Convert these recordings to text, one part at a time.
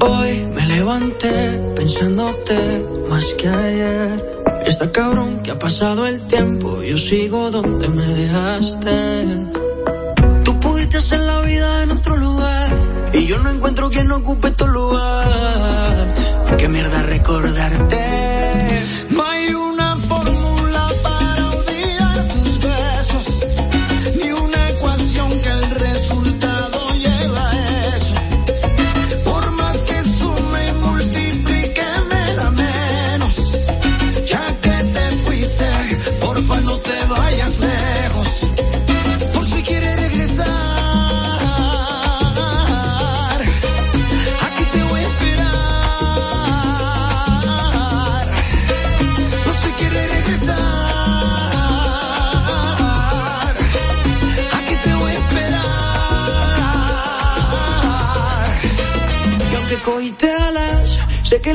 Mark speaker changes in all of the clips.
Speaker 1: Oh, levanté pensándote más que ayer. Está cabrón que ha pasado el tiempo, yo sigo donde me dejaste. Tú pudiste hacer la vida en otro lugar y yo no encuentro quien no ocupe tu lugar. Qué mierda recordarte. No hay una fórmula para olvidar tus besos, ni una ecuación que el resultado lleva a eso. Por más que sume y multiplique me da menos. Ya que te fuiste, porfa no te vayas lejos. Por si quieres regresar, aquí te voy a esperar. Por si quieres regresar, aquí te voy a esperar. Y aunque cogiste alas, sé que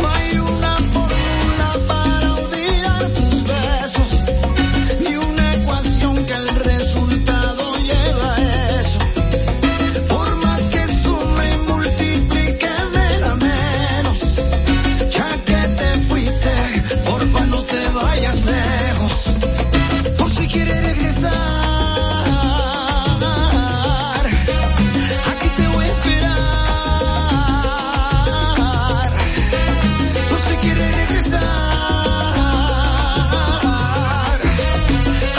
Speaker 1: No hay una fórmula para olvidar tus besos, ni una ecuación que el resultado lleva a eso. Por más que sume y multiplique me da menos. Ya que te fuiste, porfa no te vayas lejos. Por si quieres regresar, aquí te voy a esperar. Por si quieres regresar,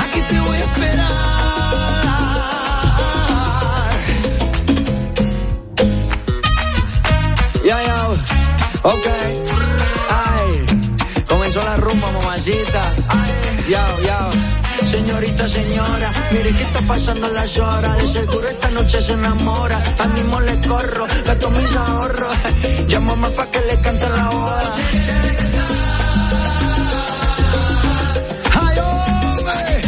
Speaker 1: aquí te voy a esperar.
Speaker 2: Yo, yo, ok, ay, comenzó la rumba, mamacita, ay, yo, yo,
Speaker 1: Señorita, señora, mire que está pasando las horas. De seguro esta noche se enamora. Al mismo le corro, gasto mis ahorros. Llamo a mamá pa' que le cante la boda. ¡Ay, hombre!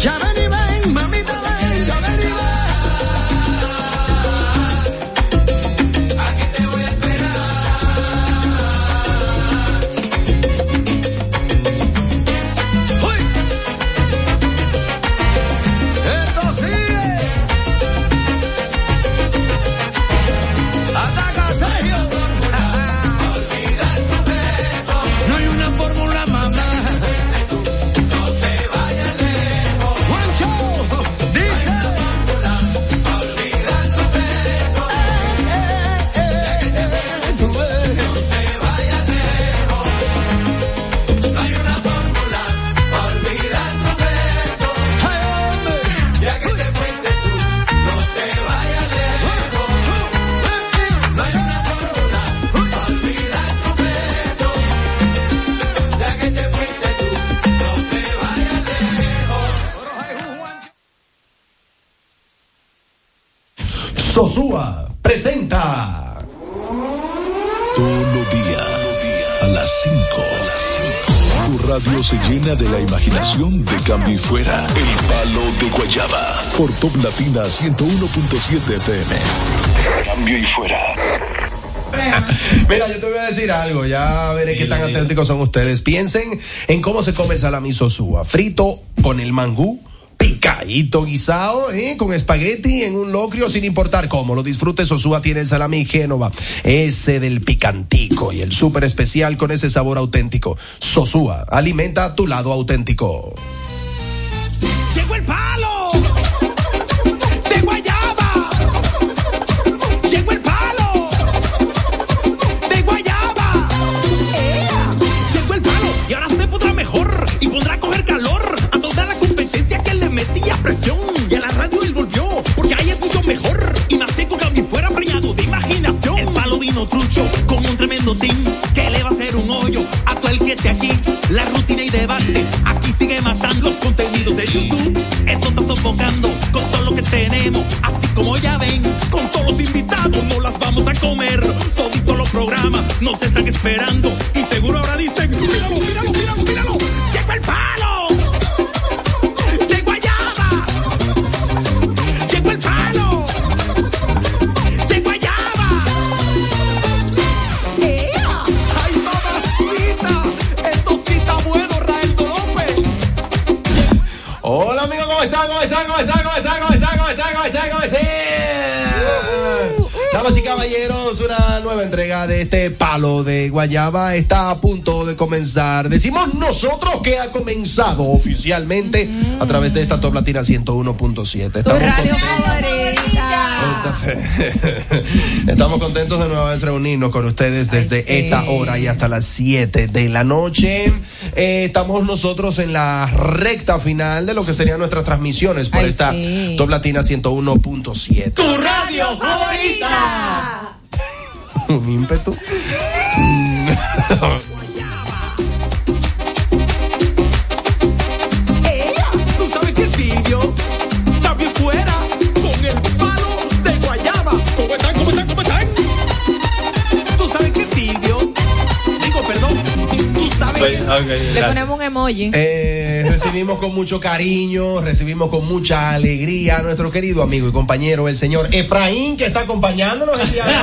Speaker 1: Ya ven y ven, mamita, ven, ya ven y ven. ¡Uy! ¡Esto sigue! ¡Ataca, Sergio!
Speaker 3: No hay una fórmula, mamá.
Speaker 1: ¡Juancho! ¡Dice!
Speaker 4: Sosúa presenta.
Speaker 5: Todo día a las 5. Tu radio se llena de la imaginación de Cambio y Fuera. El palo de Guayaba. Por Top Latina 101.7 FM. Cambio y Fuera.
Speaker 4: Mira, yo te voy a decir algo, ya veré qué tan auténticos son ustedes. Piensen en cómo se come el salami sosúa. Frito con el mangú, picadito guisado, ¿eh? con espagueti en un locrio, sin importar cómo. Lo disfrute, Sosúa tiene el salami Génova, ese del picantico y el súper especial con ese sabor auténtico. Sosúa, alimenta tu lado auténtico.
Speaker 3: Llegó el palo de guayaba. Llegó el palo de guayaba. Llegó el palo y ahora se podrá mejor y podrá coger calor a toda la competencia que le metía presión y a la radio él volvió
Speaker 4: caballeros, una nueva entrega de este palo de Guayaba está a punto de comenzar. Decimos nosotros que ha comenzado oficialmente a través de esta Top Latina 101.7.
Speaker 6: Tu
Speaker 4: Estamos
Speaker 6: radio
Speaker 4: contentos.
Speaker 6: favorita.
Speaker 4: Estamos contentos de nueva vez reunirnos con ustedes
Speaker 6: Ay,
Speaker 4: desde
Speaker 6: sí.
Speaker 4: esta hora y hasta las 7 de la noche. Eh, estamos nosotros en la recta final de lo que serían nuestras transmisiones por
Speaker 6: Ay,
Speaker 4: esta
Speaker 6: sí.
Speaker 4: Top Latina 101.7. ¡Tu radio
Speaker 6: Favorita.
Speaker 4: Un ímpetu.
Speaker 7: Tú sabes que Silvio también fuera con el palo de guayaba. ¿Cómo están? ¿Cómo están? ¿Cómo están? Tú sabes que Silvio, digo, perdón, tú sabes que
Speaker 6: Le ponemos un emoji.
Speaker 4: Eh, recibimos con mucho cariño, recibimos con mucha alegría a nuestro querido amigo y compañero, el señor Efraín, que está acompañándonos el día de hoy.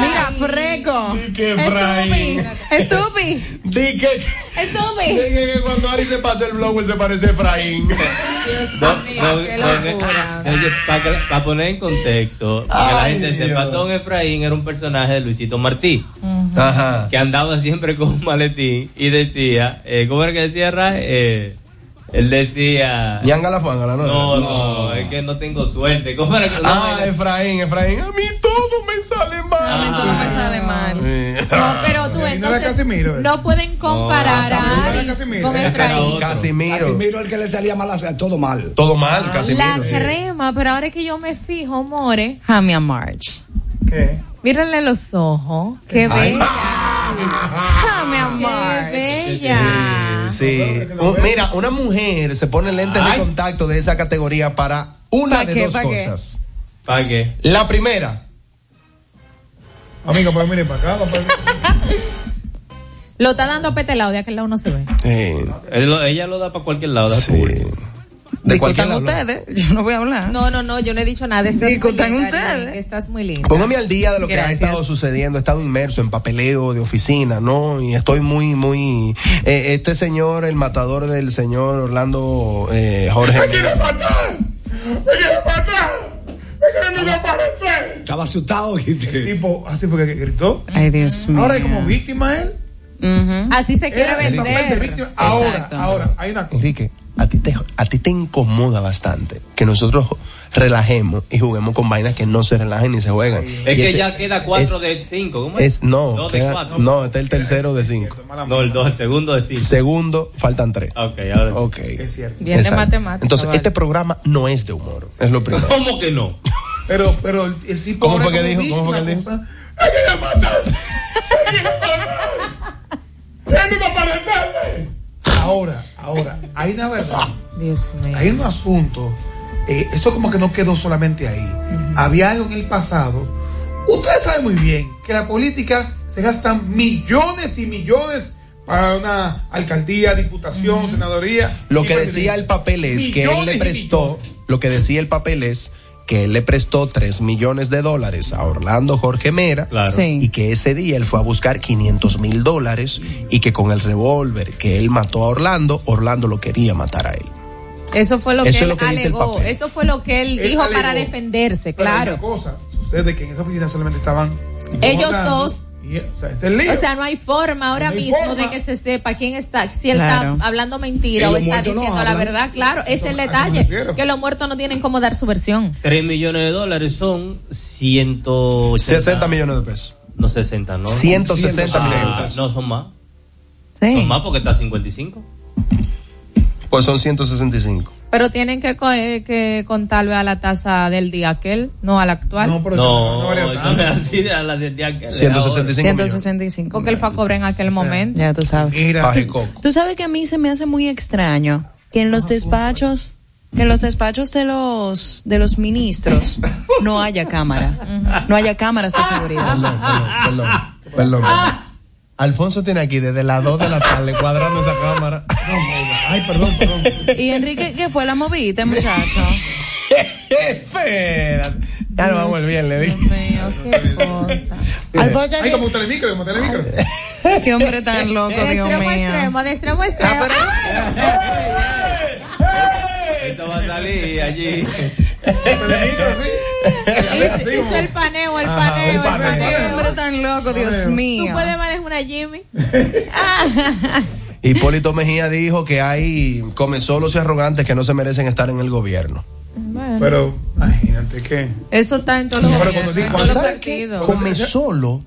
Speaker 6: Mira, freco.
Speaker 4: Sí, qué fray.
Speaker 6: Estupi.
Speaker 4: Di que, di
Speaker 6: Estupi.
Speaker 4: que- que cuando Ari se pasa el blower se parece a Efraín.
Speaker 6: Qué
Speaker 7: Ah.
Speaker 6: locura.
Speaker 8: Para poner en contexto, para que la
Speaker 4: Ay,
Speaker 8: gente
Speaker 4: Dios.
Speaker 8: sepa, Don Efraín era un personaje de Luisito Martí,
Speaker 4: Ajá.
Speaker 8: que andaba siempre con un maletín y decía, eh, ¿cómo era que decía Ray? Eh, él decía,
Speaker 4: Ñanga la fangala, ¿no?
Speaker 8: no, no, es que no tengo suerte. ¿Cómo era que no,
Speaker 4: Ah,
Speaker 8: era-
Speaker 4: Efraín, Efraín, a mí todo me sale
Speaker 6: No,
Speaker 4: mal.
Speaker 6: esto no me sale mal.
Speaker 4: Eh,
Speaker 6: No, pero tú
Speaker 9: Mira, era
Speaker 6: entonces
Speaker 9: Casimiro, eh.
Speaker 6: no pueden comparar
Speaker 9: No,
Speaker 6: a
Speaker 9: era
Speaker 6: Aris
Speaker 9: Casimiro.
Speaker 6: con
Speaker 8: Ese era
Speaker 6: Efraín.
Speaker 8: otro.
Speaker 4: Casimiro.
Speaker 10: Casimiro el que le salía mal, a- todo mal.
Speaker 4: Todo mal,
Speaker 6: Ah, La
Speaker 4: Casimiro. sí.
Speaker 6: crema, pero ahora es que yo me fijo, more, Jamie March.
Speaker 9: ¿Qué?
Speaker 6: Mírenle los ojos. Qué
Speaker 4: Ay.
Speaker 6: bella. Jamie March. Qué bella.
Speaker 9: Ah,
Speaker 4: Sí. Un- mira, una mujer se pone lentes de contacto de esa categoría para una
Speaker 6: ¿Pa
Speaker 4: de
Speaker 6: qué,
Speaker 4: dos
Speaker 6: pa qué?
Speaker 4: cosas.
Speaker 8: ¿Para qué?
Speaker 4: La primera,
Speaker 9: Amigo, pues miren para acá, papá.
Speaker 6: Lo está dando petelado, de aquel lado no se ve.
Speaker 8: Él lo- ella lo da para cualquier lado. da público.
Speaker 4: de cualquier lado.
Speaker 11: ustedes, yo no voy a hablar.
Speaker 6: No, no, no, yo no he dicho nada. Estás
Speaker 11: Discutan
Speaker 6: muy linda,
Speaker 11: ustedes.
Speaker 6: Ariel, Estás muy linda.
Speaker 4: Póngame al día de lo que
Speaker 11: Gracias.
Speaker 4: ha estado sucediendo. He estado inmerso en papeleo de oficina, ¿no? Y estoy muy, muy. eh, este señor, el matador del señor Orlando eh, Jorge.
Speaker 10: Estaba asustado. ¿oíste?
Speaker 9: Tipo, así fue que gritó.
Speaker 11: Ay, Dios mío.
Speaker 9: Ahora es como víctima él.
Speaker 6: Así se quiere
Speaker 9: Era el papel de víctima.
Speaker 6: vender.
Speaker 9: Ahora,
Speaker 11: Exacto.
Speaker 9: ahora, hay una cosa.
Speaker 4: Enrique, a ti, te, a ti te incomoda bastante que nosotros relajemos y juguemos con vainas que no se relajen ni se juegan.
Speaker 8: Es
Speaker 4: Y
Speaker 8: que
Speaker 4: ese-
Speaker 8: ya queda 4
Speaker 4: es-
Speaker 8: de 5. ¿Cómo es?
Speaker 4: Es, no,
Speaker 8: Dos de
Speaker 4: queda-
Speaker 8: cuatro.
Speaker 4: no, este es el tercero de cinco.
Speaker 9: Mala
Speaker 8: No, el 2, el segundo de 5.
Speaker 4: Segundo, faltan tres.
Speaker 8: Ok, ahora sí.
Speaker 4: Ok.
Speaker 9: Es cierto.
Speaker 6: Bien de
Speaker 4: Exacto.
Speaker 9: Ah,
Speaker 6: matemática.
Speaker 4: Entonces,
Speaker 6: vale.
Speaker 4: este programa no es de humor. Es lo primero.
Speaker 8: ¿Cómo que no?
Speaker 9: Pero, pero el, el tipo.
Speaker 4: ¿Cómo
Speaker 9: ahora
Speaker 4: fue
Speaker 9: es
Speaker 4: que
Speaker 9: como
Speaker 4: dijo? ¿Cómo fue que él
Speaker 9: víctima,
Speaker 4: dijo?
Speaker 9: cosa. Ahora, ahora, hay una verdad.
Speaker 6: Dios mío.
Speaker 9: Hay un asunto. eh, eso como que no quedó solamente ahí. Había algo en el pasado. Ustedes saben muy bien que la política se gastan millones y millones para una alcaldía, diputación, senadoría.
Speaker 4: Lo
Speaker 9: y
Speaker 4: que decía
Speaker 9: presidencia.
Speaker 4: el papel es que él
Speaker 9: Millones
Speaker 4: le
Speaker 9: y
Speaker 4: prestó, lo que decía el papel es que él le prestó 3 millones de dólares a Orlando Jorge Mera
Speaker 8: Claro.
Speaker 11: Sí.
Speaker 4: y que ese día él fue a buscar 500 mil dólares y que con el revólver que él mató a Orlando, Orlando lo quería matar a él.
Speaker 6: Eso fue lo que
Speaker 4: Eso es
Speaker 6: él
Speaker 4: lo que dice el
Speaker 6: alegó.
Speaker 4: papel.
Speaker 6: Eso fue lo que él,
Speaker 9: Él
Speaker 6: dijo
Speaker 9: alegó.
Speaker 6: para defenderse,
Speaker 9: Pero hay
Speaker 6: claro.
Speaker 9: una cosa, sucede que en esa oficina solamente estaban
Speaker 6: Ellos
Speaker 9: votando,
Speaker 6: dos.
Speaker 9: y, o sea, es el lío.
Speaker 6: O sea, no hay forma ahora
Speaker 9: No hay
Speaker 6: mismo
Speaker 9: forma.
Speaker 6: de que se sepa quién está, si él
Speaker 11: Claro.
Speaker 6: está hablando
Speaker 10: Que
Speaker 6: mentira o
Speaker 10: los
Speaker 6: está
Speaker 10: muertos no
Speaker 6: diciendo la
Speaker 10: hablan.
Speaker 6: verdad, claro. Ese es el
Speaker 9: a eso me
Speaker 6: detalle,
Speaker 9: refiero.
Speaker 6: que los muertos no tienen cómo dar su versión.
Speaker 8: 3 millones de dólares son 180.
Speaker 4: 60 millones de pesos.
Speaker 8: No 60, ¿no?
Speaker 4: 160
Speaker 8: Ah,
Speaker 4: millones.
Speaker 8: no, son más.
Speaker 11: Sí.
Speaker 8: Son más porque está 55.
Speaker 4: Pues son 165.
Speaker 6: Pero tienen que, co- eh, que contarle a la tasa del día aquel, no a la actual.
Speaker 9: no, pero
Speaker 8: No,
Speaker 9: varía
Speaker 8: eso no
Speaker 9: tanto.
Speaker 8: es así de a la de, de aquel, de ahora.
Speaker 4: 165 millones.
Speaker 11: 165.
Speaker 6: porque él fue a cobrar en aquel momento.
Speaker 11: Ya tú sabes.
Speaker 9: Mira,
Speaker 4: Paje coco.
Speaker 11: Tú sabes que a mí se me hace muy extraño que en los despachos, que en los despachos de los de los ministros no haya cámara. No haya cámaras de
Speaker 6: Ah.
Speaker 11: seguridad.
Speaker 4: Perdón, perdón, perdón.
Speaker 8: Ah.
Speaker 4: Alfonso tiene aquí desde las 2 de la tarde cuadrando esa cámara.
Speaker 9: ay, perdón, perdón.
Speaker 11: Y Enrique, que fue la movida, muchacho.
Speaker 4: Espérate. Ya no vamos bien, le
Speaker 6: Dios
Speaker 4: dije.
Speaker 6: mío, qué cosa.
Speaker 11: Alfonso,
Speaker 9: Ay, como un telemicro, como un telemicro.
Speaker 11: qué hombre tan loco,
Speaker 6: De
Speaker 11: Dios
Speaker 6: extremo a
Speaker 11: mío.
Speaker 6: extremo, de
Speaker 9: Ah,
Speaker 6: extremo a extremo.
Speaker 11: pero-
Speaker 8: Esto va a salir allí.
Speaker 9: Un telemicro, sí.
Speaker 6: Y Hizo, hizo el paneo, el
Speaker 11: Ajá,
Speaker 6: paneo, el
Speaker 11: el paneo.
Speaker 6: paneo.
Speaker 11: Qué hombre tan loco, Dios Paneo. mío.
Speaker 6: Tú puedes manejar una Jimmy. Ah.
Speaker 4: Hipólito Mejía dijo que hay comensolos y arrogantes que no se merecen estar en el gobierno.
Speaker 6: Bueno,
Speaker 9: Pero, imagínate que.
Speaker 6: eso está en todos los
Speaker 9: Pero
Speaker 6: gobiernos,
Speaker 9: cuando
Speaker 6: en
Speaker 9: digo,
Speaker 6: todos los
Speaker 9: ¿sabes
Speaker 6: partidos.
Speaker 4: Comenzólo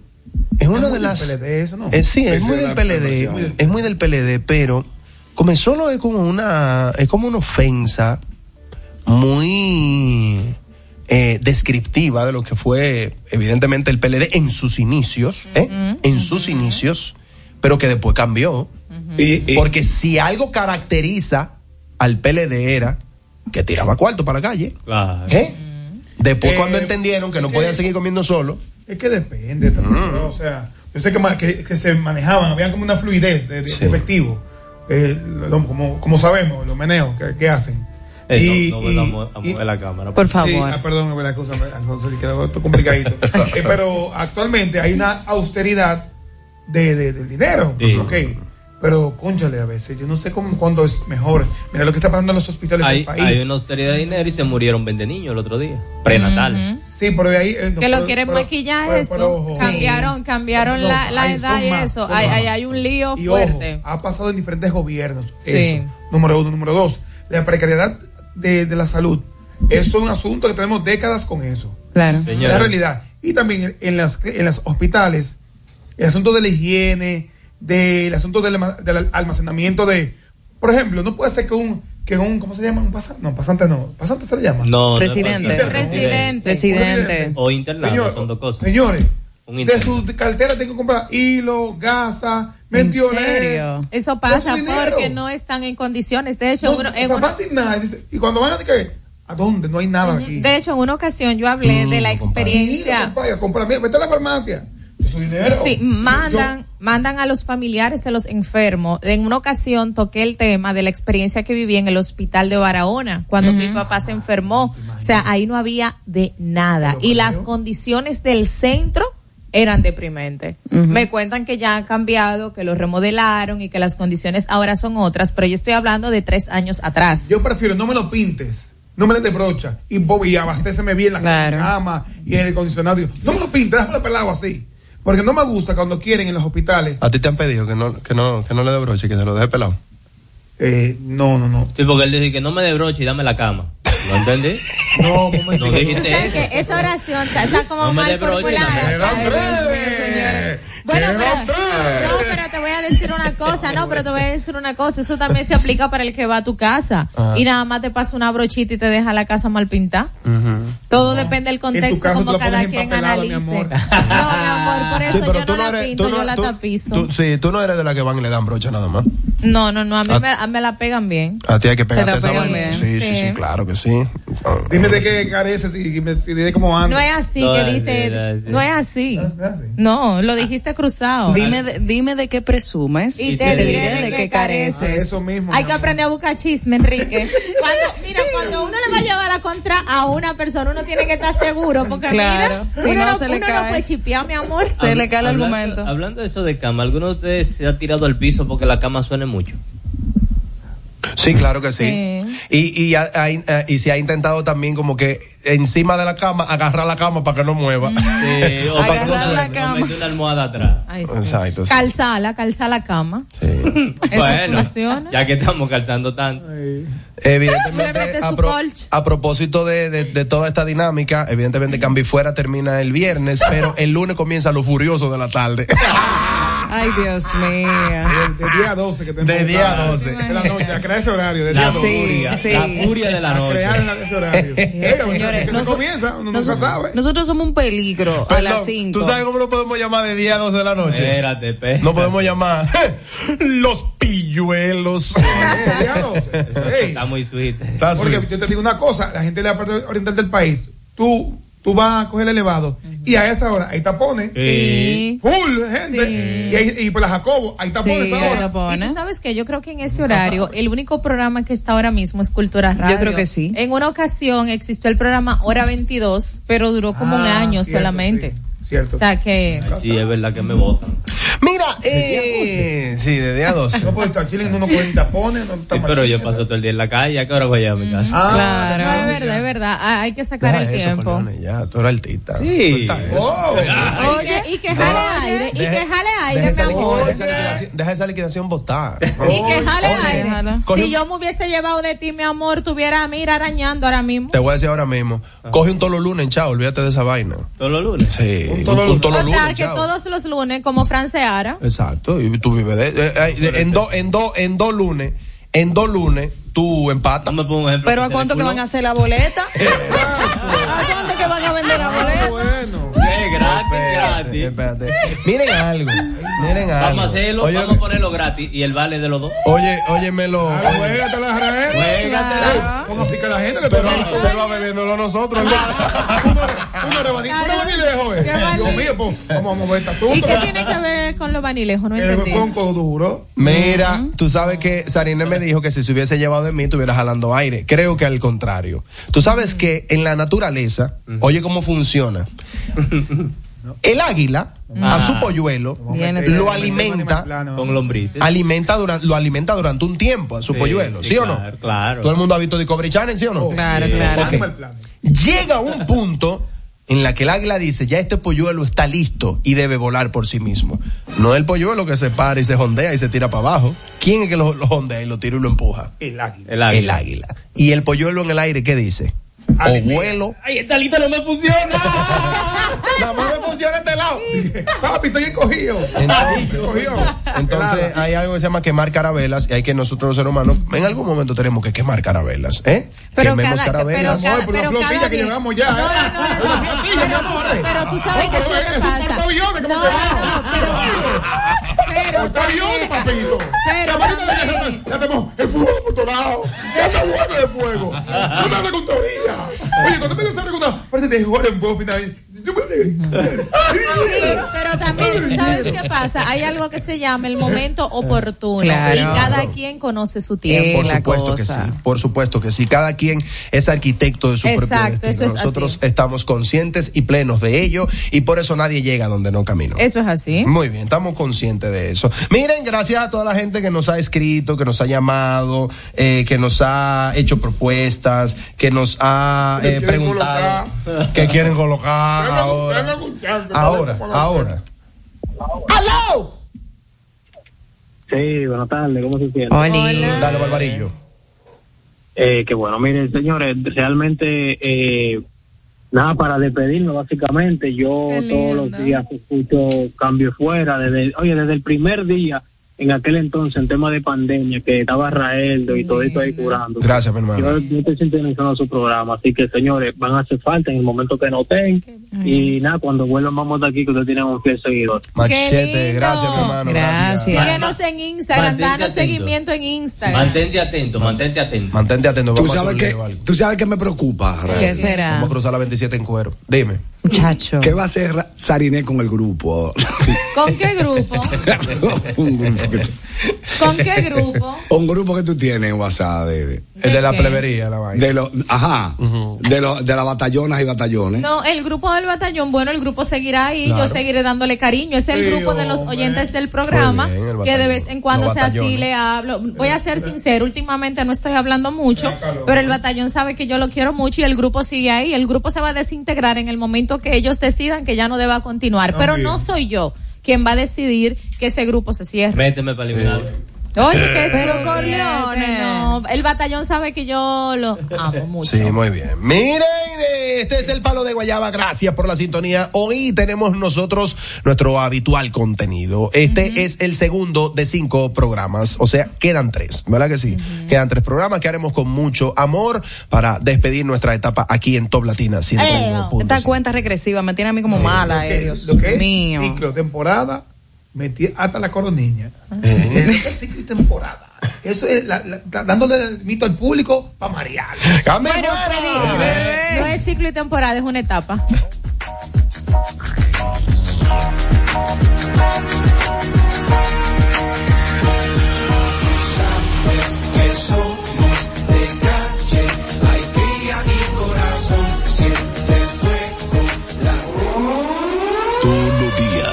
Speaker 4: es una de las. Eh, sí, es
Speaker 9: Esa
Speaker 4: muy
Speaker 9: es
Speaker 4: del
Speaker 9: la
Speaker 4: PLD.
Speaker 9: formación.
Speaker 4: Es muy del PLD, pero Comenzólo es como una. Es como una ofensa muy eh, descriptiva de lo que fue, evidentemente, el PLD en sus inicios. ¿eh? En sus inicios, pero que después cambió. Porque si algo caracteriza al PLD era que tiraba cuarto para la calle.
Speaker 8: Claro.
Speaker 4: ¿eh? Después
Speaker 9: Eh,
Speaker 4: cuando entendieron que no
Speaker 9: eh,
Speaker 4: podían seguir comiendo solo.
Speaker 9: Es que depende también,
Speaker 4: Mm.
Speaker 9: ¿no? O sea, yo sé que, ma- que, que se manejaban, había como una fluidez de, de- de efectivo. Eh, lo- como, como sabemos, los meneos que, que hacen.
Speaker 8: Eh,
Speaker 9: Y-
Speaker 8: no, no vuelva a
Speaker 9: y-
Speaker 8: mo- a mover la cámara.
Speaker 11: Por
Speaker 9: Sí,
Speaker 11: favor.
Speaker 9: ah, perdón, es verdad, cosa, Alfonso, sí que era esto complicadito. Eh, pero actualmente hay una austeridad de, de- del dinero.
Speaker 8: Sí.
Speaker 9: ok. Pero, cónchale, a veces, yo no sé cómo, cuándo es mejor. Mira lo que está pasando en los hospitales
Speaker 8: Hay,
Speaker 9: del país.
Speaker 8: hay una austeridad de dinero y se murieron 20 niños el otro día. Prenatal.
Speaker 9: Sí, pero ahí. eh, no,
Speaker 6: que
Speaker 9: pero-
Speaker 6: lo quieren
Speaker 9: pero-
Speaker 6: maquillar
Speaker 9: pero-
Speaker 6: eso.
Speaker 9: pero ojo.
Speaker 6: cambiaron cambiaron
Speaker 9: No,
Speaker 6: la, la
Speaker 9: hay-
Speaker 6: edad
Speaker 9: son
Speaker 6: y
Speaker 9: más,
Speaker 6: eso.
Speaker 9: son
Speaker 6: Hay,
Speaker 9: más.
Speaker 6: hay- hay un lío
Speaker 9: Y
Speaker 6: fuerte.
Speaker 9: ojo, ha pasado en diferentes gobiernos.
Speaker 6: Sí.
Speaker 9: Eso, número uno. Número dos, la precariedad de, de la salud. Eso es un asunto que tenemos décadas con eso.
Speaker 11: Claro.
Speaker 9: Es la realidad. Y también en las, en las hospitales, el asunto de la higiene, del asunto del, alma- del almacenamiento de... Por ejemplo, no puede ser que un... Que un ¿Cómo se llama? Un pasante. No, pasante no. Pasante se le llama.
Speaker 8: No, no es
Speaker 11: Presidente.
Speaker 8: posible.
Speaker 6: Presidente.
Speaker 11: Presidente.
Speaker 8: O internado,
Speaker 9: Señor,
Speaker 8: son dos cosas.
Speaker 9: Señores,
Speaker 8: Un
Speaker 9: de
Speaker 8: interno.
Speaker 9: su cartera tengo que comprar hilo, gasa,
Speaker 11: ¿En
Speaker 9: mentioneros.
Speaker 11: serio?
Speaker 6: Eso
Speaker 9: Es
Speaker 6: pasa
Speaker 9: dinero.
Speaker 6: porque no están en condiciones. De hecho,
Speaker 9: No,
Speaker 6: en uno-
Speaker 9: o
Speaker 6: en
Speaker 9: sea,
Speaker 6: uno-
Speaker 9: van sin nada. Dice, Y cuando van a que ¿a dónde? No hay nada aquí.
Speaker 6: de hecho, en una ocasión yo hablé de la
Speaker 9: Mira,
Speaker 6: experiencia.
Speaker 9: compadre, compra, mira, vete a la farmacia. Su dinero.
Speaker 6: Sí,
Speaker 9: Yo-
Speaker 6: mandan, mandan a los familiares de los enfermos. En una ocasión toqué el tema de la experiencia que viví en el hospital de Barahona, cuando mi papá se enfermó. O sea, ahí no había de nada.
Speaker 9: Pero
Speaker 6: Y las
Speaker 9: creo-
Speaker 6: condiciones del centro eran deprimentes. Me cuentan que ya han cambiado, que lo remodelaron y que las condiciones ahora son otras, pero yo estoy hablando de tres años atrás.
Speaker 9: Yo prefiero no me lo pintes, no me lo desbrocha y, bo- y abastéceme bien la
Speaker 11: Claro.
Speaker 9: cama y el acondicionado. Yo, No me lo pintes, déjame pelado así. Porque no me gusta cuando quieren en los hospitales.
Speaker 4: A ti te han pedido que no, que no, que no le dé broche, que se lo deje pelado.
Speaker 9: Eh, no, no, no.
Speaker 8: Sí, porque él dice que no me dé broche y dame la cama. ¿Lo entendí?
Speaker 9: No, un momento.
Speaker 8: No
Speaker 6: Tú
Speaker 8: dijiste
Speaker 6: sabes
Speaker 8: eso.
Speaker 6: que esa oración está, está como
Speaker 8: No me
Speaker 6: mal
Speaker 8: dé broche, no me
Speaker 6: formulada.
Speaker 8: dé
Speaker 6: Ay, Dios mío, señores. Bueno, pero, no, pero te voy a decir una cosa, no, pero te voy a decir una cosa, eso también se aplica para el que va a tu casa
Speaker 4: Ajá.
Speaker 6: y nada más te pasa una brochita y te deja la casa mal pintada. Todo depende del
Speaker 9: En tu
Speaker 6: contexto
Speaker 9: caso te
Speaker 6: como
Speaker 9: la
Speaker 6: cada
Speaker 9: pones
Speaker 6: quien
Speaker 9: empapelada, mi
Speaker 6: analice.
Speaker 9: amor.
Speaker 6: No, mi amor, por eso yo no, la pinto, yo la
Speaker 4: tú-
Speaker 6: tapizo.
Speaker 4: tú- sí, tú no eres de la que van y le dan brocha nada más.
Speaker 6: no, no, no, a mí
Speaker 4: Ah.
Speaker 6: me, a- me la pegan bien.
Speaker 4: A ti hay que pegarte
Speaker 11: la
Speaker 4: esa
Speaker 11: pegan
Speaker 4: vaina.
Speaker 11: bien.
Speaker 4: Sí, sí,
Speaker 6: Sí.
Speaker 4: sí, claro que sí. Ah,
Speaker 9: Dime de qué careces y, y me y diré cómo
Speaker 6: No
Speaker 9: ando.
Speaker 6: es así
Speaker 8: No
Speaker 6: que
Speaker 8: es así,
Speaker 6: dice,
Speaker 8: no es así.
Speaker 6: no es así. No, lo dijiste cruzado.
Speaker 11: Dime de, dime de qué presumes
Speaker 6: Y te diré de qué careces.
Speaker 9: Ah, Eso mismo.
Speaker 6: Hay
Speaker 9: mi
Speaker 6: que
Speaker 9: amor.
Speaker 6: aprender a buscar chisme, Enrique. Cuando, mira, cuando uno le va a llevar la contra a una persona, uno tiene que estar seguro. Porque
Speaker 11: Claro.
Speaker 6: mira,
Speaker 11: Si
Speaker 6: uno,
Speaker 11: no,
Speaker 6: no,
Speaker 11: se le
Speaker 6: uno no
Speaker 11: cae.
Speaker 6: puede chipear, mi amor.
Speaker 11: Se le cae el
Speaker 8: Hablando-
Speaker 11: argumento.
Speaker 8: Hablando de eso de cama, ¿alguno de ustedes se ha tirado al piso porque la cama suene mucho?
Speaker 4: Sí, claro que sí. Y, y, ha- ha- eh, y se ha intentado también como que encima de la cama, agarrar la cama para que no mueva.
Speaker 11: Mm.
Speaker 8: Eh, o
Speaker 11: Agarrar
Speaker 8: para que
Speaker 11: la
Speaker 8: duerme,
Speaker 11: cama.
Speaker 8: o meter una almohada atrás.
Speaker 6: Ay, sí.
Speaker 4: Exacto. sí.
Speaker 6: Calzala, calza la cama. Eso funciona.
Speaker 8: ya que estamos calzando tanto.
Speaker 4: Evidentemente,
Speaker 6: Muévete
Speaker 4: a,
Speaker 6: su
Speaker 4: pro-
Speaker 6: colch.
Speaker 4: a propósito de, de- de toda esta dinámica, evidentemente Cambi Fuera termina el viernes, pero el lunes comienza lo furioso de la tarde.
Speaker 11: Ay, Dios mío.
Speaker 9: De, de 10 a 12 que tenemos.
Speaker 4: De 10 a 12.
Speaker 9: De la noche, a crear ese horario. De 10 a
Speaker 8: La
Speaker 9: 12.
Speaker 11: Sí,
Speaker 8: furia,
Speaker 11: sí.
Speaker 8: la furia de la
Speaker 9: A crear
Speaker 8: noche.
Speaker 9: ese horario. Oiga,
Speaker 11: Eh, Señores,
Speaker 9: que se
Speaker 11: noso-
Speaker 9: comienza, uno
Speaker 11: noso-
Speaker 9: nunca sabe.
Speaker 11: nosotros somos un peligro a las
Speaker 4: Perdón,
Speaker 11: 5.
Speaker 4: ¿Tú sabes cómo lo podemos llamar de 10 a 12 de la noche?
Speaker 8: Espérate, espérate.
Speaker 4: No podemos llamar los pilluelos.
Speaker 9: De 10 a 12. Ey.
Speaker 8: Está muy suite.
Speaker 4: Está
Speaker 9: Porque
Speaker 4: suelto.
Speaker 9: yo te digo una cosa, la gente de la parte oriental del país, tú, tú vas a coger el elevado y a esa hora hay tapones.
Speaker 8: Sí.
Speaker 9: Full gente. Y, ahí- y por la Jacobo, hay tapones
Speaker 11: Sí,
Speaker 9: a esa
Speaker 11: hay
Speaker 9: hora.
Speaker 11: tapones.
Speaker 6: Y tú sabes que yo creo que en ese horario el único programa que está ahora mismo es Cultura Radio.
Speaker 11: Yo creo que sí.
Speaker 6: En una ocasión existió el programa Hora 22, pero duró como un
Speaker 9: Ah,
Speaker 6: año
Speaker 9: cierto,
Speaker 6: solamente.
Speaker 9: sí, cierto.
Speaker 6: O sea que
Speaker 8: Sí, es verdad que me votan.
Speaker 4: Mira, Eh, sí, desde a 12.
Speaker 9: No pues, puede estar Chile, no nos ponen tapones, no está Ah.
Speaker 8: Sí, pero yo paso todo el día en la calle, ¿a qué hora voy a mi casa?
Speaker 6: Claro, es verdad, es verdad. Ah, Hay que sacar
Speaker 4: Deja
Speaker 6: el
Speaker 4: eso,
Speaker 6: tiempo.
Speaker 4: Fernández, ya, tú eres altita.
Speaker 8: Sí.
Speaker 9: Oh,
Speaker 6: Oye, y que jale aire, y que jale
Speaker 4: Deja
Speaker 6: aire, mi
Speaker 4: esa, liquidación-
Speaker 6: amor.
Speaker 4: deja esa liquidación, deja esa liquidación botada.
Speaker 6: Y que jale aire.
Speaker 4: Coge
Speaker 6: Si yo me hubiese llevado de ti, mi amor, tuviera a mí arañando ahora mismo.
Speaker 4: Te voy a decir ahora mismo. Coge un tolo lunes, chao, olvídate de esa vaina.
Speaker 8: Todos los lunes.
Speaker 4: Sí, un
Speaker 9: tolo
Speaker 4: un tolo
Speaker 6: O
Speaker 4: lunes,
Speaker 6: sea, que
Speaker 4: chao.
Speaker 6: todos los lunes, como franceara,
Speaker 4: Exacto, y tú vives de, eh, eh, de-
Speaker 8: este
Speaker 4: en dos en dos en dos lunes, en dos lunes tú empatas.
Speaker 8: Dame un ejemplo.
Speaker 11: Pero ¿a cuánto que van a hacer la boleta? ¿A cuánto que van a vender la boleta?
Speaker 9: Ah, bueno.
Speaker 8: hacer? Gratis,
Speaker 4: Espérate,
Speaker 8: gratis.
Speaker 4: espérate. Miren algo, miren algo.
Speaker 8: Vamos a hacerlo,
Speaker 4: Oye,
Speaker 8: vamos a ponerlo gratis y el vale de los dos.
Speaker 4: oye, óyemelo.
Speaker 9: Ah, juégate la jarabera.
Speaker 8: Juégatela.
Speaker 9: Vamos a picar a la gente que te va
Speaker 4: va bebiéndolo nosotros.
Speaker 9: Ah, Una rebanita, una rebanita de joven. eh. Dios mío, pues, vamos a mover este
Speaker 6: ¿y
Speaker 9: asunto.
Speaker 6: qué tiene que ver con los vanilejos? No
Speaker 9: Eh, Fue un
Speaker 6: entendí.
Speaker 9: codo duro.
Speaker 4: Mira, tú sabes que Sarina me dijo que si se hubiese llevado de mí, estuviera jalando aire. Creo que al contrario. Tú sabes que en la naturaleza, oye cómo funciona. El águila a
Speaker 8: Ah.
Speaker 4: su polluelo
Speaker 11: Viene
Speaker 4: lo
Speaker 11: primero.
Speaker 4: alimenta,
Speaker 8: Con lombrices.
Speaker 4: alimenta durante, lo alimenta durante un tiempo a su
Speaker 8: Sí,
Speaker 4: polluelo, ¿sí,
Speaker 8: sí,
Speaker 4: o no?
Speaker 8: claro, claro.
Speaker 4: Todo el mundo ha visto Discovery Channel, ¿sí o no?
Speaker 11: Claro,
Speaker 8: Sí.
Speaker 11: claro.
Speaker 4: Ok. Llega un punto en la que el águila dice, ya este polluelo está listo y debe volar por sí mismo. No es el polluelo que se para y se jondea y se tira para abajo. ¿Quién es que lo, lo jondea y lo tira y lo empuja?
Speaker 9: El águila.
Speaker 8: El águila.
Speaker 4: El águila. ¿Y el polluelo en el aire qué dice? O vuelo.
Speaker 8: Ay, esta lista no me funciona.
Speaker 9: La mano funciona de este lado. Papi, estoy encogido.
Speaker 4: Entonces,
Speaker 9: Encogido.
Speaker 4: entonces,
Speaker 9: El ala.
Speaker 4: hay algo que se llama quemar carabelas y hay que nosotros los seres humanos en algún momento tenemos que quemar carabelas, ¿eh?
Speaker 6: Pero
Speaker 4: Quememos
Speaker 6: cada, pero
Speaker 4: carabelas.
Speaker 9: Amor,
Speaker 6: cada,
Speaker 9: por la
Speaker 6: pero
Speaker 9: flotilla
Speaker 6: cada
Speaker 9: que
Speaker 6: día-
Speaker 9: llevamos ya,
Speaker 6: No, no,
Speaker 9: ¿eh?
Speaker 6: no, no,
Speaker 9: Una
Speaker 6: no.
Speaker 9: flotilla, mi
Speaker 6: Pero-
Speaker 9: amor.
Speaker 6: Pero tú sabes
Speaker 9: No, pero
Speaker 6: que eso es
Speaker 9: es
Speaker 6: lo que
Speaker 9: un
Speaker 6: pasa.
Speaker 9: portaaviones, ¿cómo que va?
Speaker 6: pero-
Speaker 9: Está bien, papito.
Speaker 6: Pero
Speaker 9: La mano te la
Speaker 6: también-
Speaker 9: deja- ya tenemos el fuego por todos lados. Ya está bueno el fuego. No me hables con teoría. Oye, cuando me empezaron a preguntar, parece que jugar en juego final. Yo
Speaker 6: Sí,
Speaker 9: me-
Speaker 6: pero también, ¿sabes qué pasa? Hay algo que se llama el momento oportuno.
Speaker 11: Claro.
Speaker 6: Y cada quien conoce su tiempo.
Speaker 4: Por
Speaker 11: la
Speaker 4: supuesto
Speaker 11: cosa.
Speaker 4: que sí, por supuesto que sí. Cada quien es arquitecto de su propio
Speaker 6: Exacto,
Speaker 4: destino.
Speaker 6: eso es
Speaker 4: Nosotros
Speaker 6: así.
Speaker 4: estamos conscientes y plenos de ello y por eso nadie llega donde no camino.
Speaker 6: Eso es así.
Speaker 4: Muy bien, estamos conscientes de eso. Miren, gracias a toda la gente que nos ha escrito, que nos ha llamado, eh, que nos ha hecho propuestas, que nos ha
Speaker 9: Que
Speaker 4: eh,
Speaker 9: quieren
Speaker 4: preguntado, que quieren colocar
Speaker 9: Venga,
Speaker 4: ahora.
Speaker 9: escuchando,
Speaker 4: Ahora,
Speaker 9: por la-
Speaker 4: ahora.
Speaker 9: ¡Aló!
Speaker 12: Sí, buenas tardes, ¿cómo se siente?
Speaker 11: Oli.
Speaker 4: Dale, Barbarillo.
Speaker 12: Eh, que bueno, miren, señores, realmente, eh, nada, para despedirnos, básicamente, yo
Speaker 6: Qué
Speaker 12: todos
Speaker 6: lindo.
Speaker 12: los días escucho cambio fuera, desde, oye, desde el primer día, en aquel entonces, en tema de pandemia, que estaba Raeldo y todo esto ahí curando.
Speaker 4: Gracias, mi
Speaker 12: Yo,
Speaker 4: hermano.
Speaker 12: yo estoy sintonizando su programa, así que señores, van a hacer falta en el momento que noten. Y nada, cuando vuelvan, vamos de aquí, que ustedes tienen un fiel seguidor.
Speaker 4: Machete,
Speaker 6: lindo.
Speaker 4: gracias, mi hermano.
Speaker 11: Gracias.
Speaker 6: Síguenos en Instagram,
Speaker 8: Mantente
Speaker 6: danos
Speaker 8: atento.
Speaker 6: seguimiento en Instagram.
Speaker 8: Mantente atento, mantente atento.
Speaker 4: Mantente atento,
Speaker 10: Tú
Speaker 4: vamos a hacer
Speaker 10: sabes,
Speaker 4: un
Speaker 10: que,
Speaker 4: lío o algo.
Speaker 10: tú sabes que me preocupa,
Speaker 11: ¿Qué
Speaker 10: Rael.
Speaker 11: será?
Speaker 4: Vamos a cruzar la 27 en cuero. Dime.
Speaker 11: Muchacho.
Speaker 10: ¿Qué va a hacer Ra- Sariné con el grupo?
Speaker 6: ¿Con qué grupo?
Speaker 10: un, grupo que,
Speaker 6: ¿Con qué grupo?
Speaker 10: un grupo que tú tienes en WhatsApp de, de-
Speaker 4: El de la
Speaker 6: qué?
Speaker 4: plebería, la vaina.
Speaker 10: de los, ajá, de los, de las batallonas y batallones.
Speaker 6: No, el grupo del batallón, bueno, el grupo seguirá ahí, yo seguiré dándole cariño. Es el
Speaker 9: Sí,
Speaker 6: grupo de los
Speaker 9: hombre.
Speaker 6: oyentes del programa,
Speaker 4: Muy bien, el
Speaker 6: que de
Speaker 4: batallón.
Speaker 6: vez en cuando
Speaker 4: Los
Speaker 6: sea así
Speaker 4: batallones.
Speaker 6: le hablo. Voy a ser sincero, últimamente no estoy hablando mucho, pero el batallón sabe que yo lo quiero mucho y el grupo sigue ahí. El grupo se va a desintegrar en el momento que ellos decidan que ya no deba continuar, pero
Speaker 9: También.
Speaker 6: no soy yo quien va a decidir que ese grupo se cierre.
Speaker 8: Méteme para eliminar. Eh,
Speaker 6: Oye, que pero
Speaker 11: con leones.
Speaker 6: No, el batallón sabe que yo lo amo mucho.
Speaker 4: Sí, muy bien. Miren, eh, este es el palo de Guayaba. Gracias por la sintonía. Hoy tenemos nosotros nuestro habitual contenido. Este es el segundo de cinco programas. O sea, quedan tres, ¿verdad que sí? Quedan tres programas que haremos con mucho amor para despedir nuestra etapa aquí en Top Latina. 101.5.
Speaker 11: Esta
Speaker 9: pues,
Speaker 11: cuenta regresiva me tiene a mí como mala, eh, Dios
Speaker 9: lo que es
Speaker 11: mío.
Speaker 9: ciclo, temporada, metí hasta la coronilla. Es lo que es ciclo y temporada. Eso es la- la- la- dándole el mito al público para marear.
Speaker 4: Cambio
Speaker 6: Bueno,
Speaker 4: fuera.
Speaker 6: Feli, no es ciclo y temporada, es una etapa.
Speaker 5: Todo día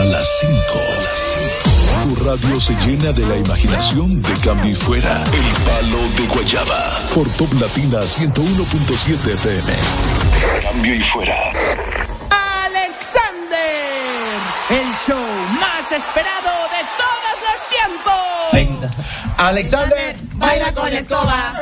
Speaker 5: a las 5. radio se llena de la imaginación de Cambio y Fuera. El palo de Guayaba. Por Top Latina 101.7 FM. Cambio y Fuera.
Speaker 13: Alexander, el show más esperado de todos los tiempos.
Speaker 4: Alexander,
Speaker 6: Baila con la escoba.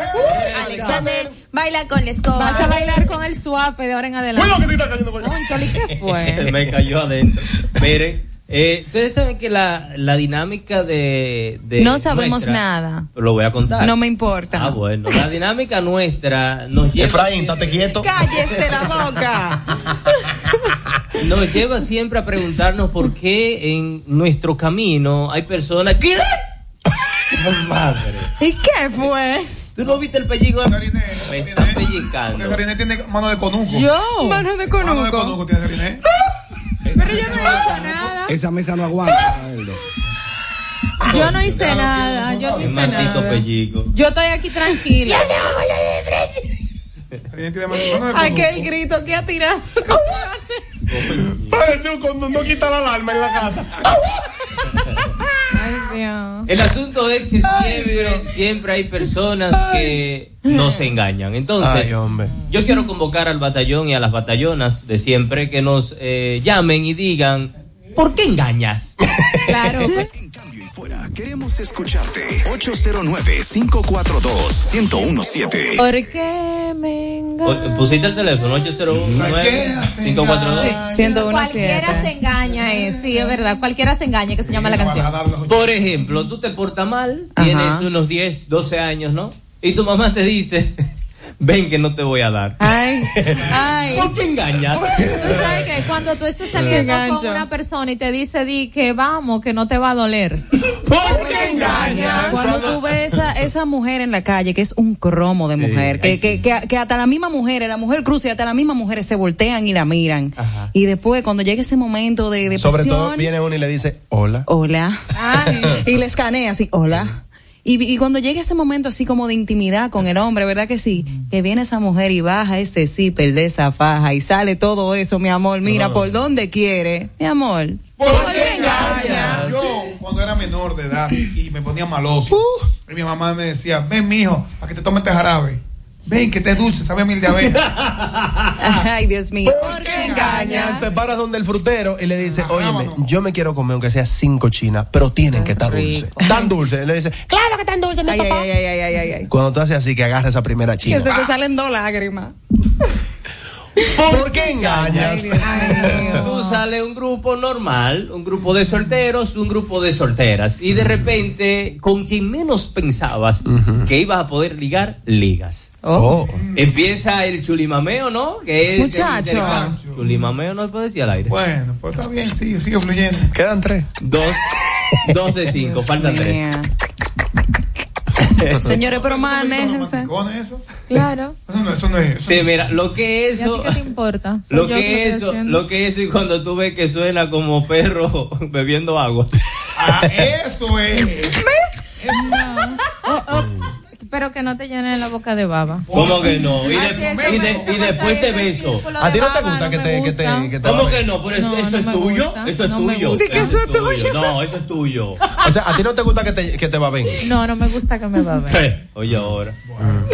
Speaker 6: Alexander, baila con la escoba. Vas a bailar con el suape de ahora en adelante.
Speaker 4: Cuidado que te está cayendo
Speaker 6: con ¿qué fue?
Speaker 8: Se me cayó adentro. Miren, eh, ustedes saben que la, la dinámica de, de
Speaker 11: no sabemos
Speaker 8: nuestra-
Speaker 11: nada.
Speaker 8: Lo voy a contar.
Speaker 11: No me importa.
Speaker 8: Ah, bueno. La dinámica nuestra nos lleva.
Speaker 4: Efraín, estate quieto.
Speaker 11: Cállese la boca.
Speaker 8: Nos lleva siempre a preguntarnos por qué en nuestro camino hay personas que. Madre.
Speaker 11: ¿Y qué fue?
Speaker 8: ¿Tú no viste el pellico? Me están pellizcando.
Speaker 9: Sariné tiene mano de conuco.
Speaker 11: Yo. Mano de conuco.
Speaker 9: Mano de conuco tiene Sariné.
Speaker 6: Pero yo no he hecho nada.
Speaker 10: Esa mesa no aguanta, Aldo.
Speaker 6: Yo no hice nada. Yo no hice
Speaker 8: Maldito
Speaker 6: nada.
Speaker 8: pellico.
Speaker 6: Yo estoy aquí tranquila.
Speaker 9: Sariné tiene mano mano de conuco.
Speaker 11: Aquel grito que ha tirado.
Speaker 4: Parece un condón, no quita la alarma en la casa.
Speaker 6: Ay, Dios.
Speaker 8: El asunto es que siempre, siempre hay personas que nos engañan. Entonces,
Speaker 4: Ay, hombre.
Speaker 8: yo quiero convocar al batallón y a las batallonas de siempre que nos eh, llamen y digan, ¿por qué engañas?
Speaker 6: Claro.
Speaker 5: Cambio y Fuera. Queremos escucharte. 809-542-1017.
Speaker 6: ¿Por qué me
Speaker 8: O-
Speaker 6: engañas?
Speaker 8: Pusiste el teléfono, 809-542.
Speaker 11: Sí. 101.7.
Speaker 6: Cualquiera se engaña, eh. sí, es verdad. Cualquiera se engaña, que se llama la canción.
Speaker 8: Por ejemplo, tú te portas mal,
Speaker 11: Ajá.
Speaker 8: tienes unos 10, 12 años, ¿no? Y tu mamá te dice, ven que no te voy a dar.
Speaker 11: Ay, ay.
Speaker 8: ¿Por qué engañas?
Speaker 6: Tú sabes que cuando tú estés saliendo con
Speaker 11: Engancho.
Speaker 6: una persona y te dice, di que vamos, que no te va a doler.
Speaker 8: ¿Por qué engañas?
Speaker 11: Cuando tú ves a esa mujer en la calle, que es un cromo de mujer, que, que, que, que hasta la misma mujer, la mujer cruza y hasta las mismas mujeres se voltean y la miran.
Speaker 8: Ajá.
Speaker 11: Y después, cuando llega ese momento de, de
Speaker 4: Sobre todo
Speaker 11: pasión,
Speaker 4: viene uno y le dice, hola.
Speaker 11: hola.
Speaker 6: Ay.
Speaker 11: y le escanea así, hola. Y, vi- y cuando llega ese momento así como de intimidad con el hombre, ¿verdad que sí? Que viene esa mujer y baja ese zipper de esa faja y sale todo eso, mi amor. Mira, por donde quiere, mi amor.
Speaker 9: ¿Por qué engañas? Yo, cuando era menor de edad y me ponía maloso,
Speaker 11: Uh.
Speaker 9: y mi mamá me decía, ven, mijo, a que te tome este jarabe. Ven, que te es dulce, sabe a mil de abeja.
Speaker 11: Ay, Dios mío.
Speaker 9: qué engañas?
Speaker 4: Se para donde el frutero y le dice,
Speaker 9: Ajá,
Speaker 4: oye,
Speaker 9: vámonos.
Speaker 4: yo me quiero comer aunque sea cinco chinas, pero tienen que estar dulces.
Speaker 11: rico.
Speaker 4: Tan dulces. Le dice, claro.
Speaker 11: Ay, ay, ay, ay, ay, ay, ay.
Speaker 4: Cuando tú haces así, que agarra esa primera
Speaker 11: Que
Speaker 4: china.
Speaker 11: se
Speaker 8: Ah,
Speaker 11: te salen dos lágrimas.
Speaker 4: ¿Por qué engañas?
Speaker 8: Tú sale un grupo normal, un grupo de solteros, un grupo de solteras. Y de repente, con quien menos pensabas que ibas a poder ligar, ligas.
Speaker 11: Oh.
Speaker 8: Empieza el chulimameo, ¿no? Que es el
Speaker 11: Muchacho.
Speaker 8: intercambio. Chulimameo no se puede decir al aire.
Speaker 9: Bueno, pues está bien, sigue, sigue fluyendo.
Speaker 4: Quedan tres.
Speaker 8: Dos, dos de cinco, faltan tres.
Speaker 11: Mía. Señores, pero
Speaker 9: ¿Son
Speaker 11: manéjense.
Speaker 9: los romanticones eso?
Speaker 6: Claro.
Speaker 9: Eso no, eso no es. Eso
Speaker 8: Sí, mira, lo que
Speaker 6: ¿Y a ti
Speaker 8: eso.
Speaker 6: qué te importa? Soy
Speaker 8: Lo
Speaker 6: yo
Speaker 8: que
Speaker 6: estoy
Speaker 8: eso,
Speaker 6: haciendo.
Speaker 8: lo que eso, y cuando tú ves que suena como perro bebiendo agua.
Speaker 9: Ah, eso es.
Speaker 6: Oh, Pero que no te llenen la boca de baba.
Speaker 8: ¿Cómo que no? Y, de-
Speaker 6: Así es,
Speaker 8: y
Speaker 6: eso
Speaker 8: de- y
Speaker 6: me- eso
Speaker 8: después
Speaker 6: pasa,
Speaker 8: pues te
Speaker 6: ese
Speaker 8: beso.
Speaker 6: círculo de
Speaker 4: ¿A ti no te
Speaker 6: baba
Speaker 4: gusta que
Speaker 6: me
Speaker 4: te, que
Speaker 6: gusta.
Speaker 4: te, que te
Speaker 8: ¿Cómo
Speaker 4: baben?
Speaker 8: que no? Pero
Speaker 6: No,
Speaker 8: esto
Speaker 6: no
Speaker 8: es
Speaker 6: me
Speaker 8: tuyo.
Speaker 6: gusta,
Speaker 8: Esto es
Speaker 6: no me
Speaker 8: tuyo.
Speaker 6: gusta.
Speaker 11: Sí, que eso es tuyo.
Speaker 8: No, eso es tuyo.
Speaker 4: O sea, ¿a ti no te gusta que te, que te baben?
Speaker 6: No, no me gusta que me baben.
Speaker 8: Oye, ahora.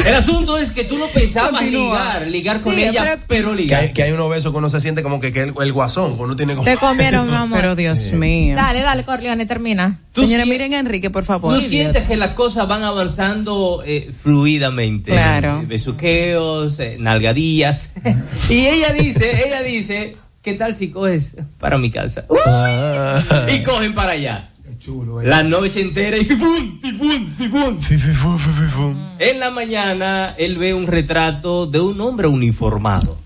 Speaker 8: El asunto es que tú no pensabas ligar, ligar con
Speaker 6: Sí,
Speaker 8: ella, pero,
Speaker 6: pero-
Speaker 4: Que
Speaker 8: ligar.
Speaker 4: hay, que hay unos besos que uno se siente como que, que el, el guasón, que uno tiene como...
Speaker 6: Te comieron, mi amor.
Speaker 11: Pero Oh, Dios mío.
Speaker 6: Dale, dale, Corleone, termina.
Speaker 8: Tú
Speaker 11: Señores,
Speaker 8: sí-
Speaker 11: miren a Enrique, por favor.
Speaker 8: ¿No sientes que las cosas van avanzando eh, fluidamente?
Speaker 11: Claro.
Speaker 8: Eh, Besuqueos, eh, nalgadillas. y ella dice, ella dice, ¿qué tal si coges para mi casa?
Speaker 11: Ah.
Speaker 8: Y cogen para allá.
Speaker 9: Chulo, eh.
Speaker 8: La noche entera y fifun, fifun, fifun. En la mañana él ve un retrato de un hombre uniformado.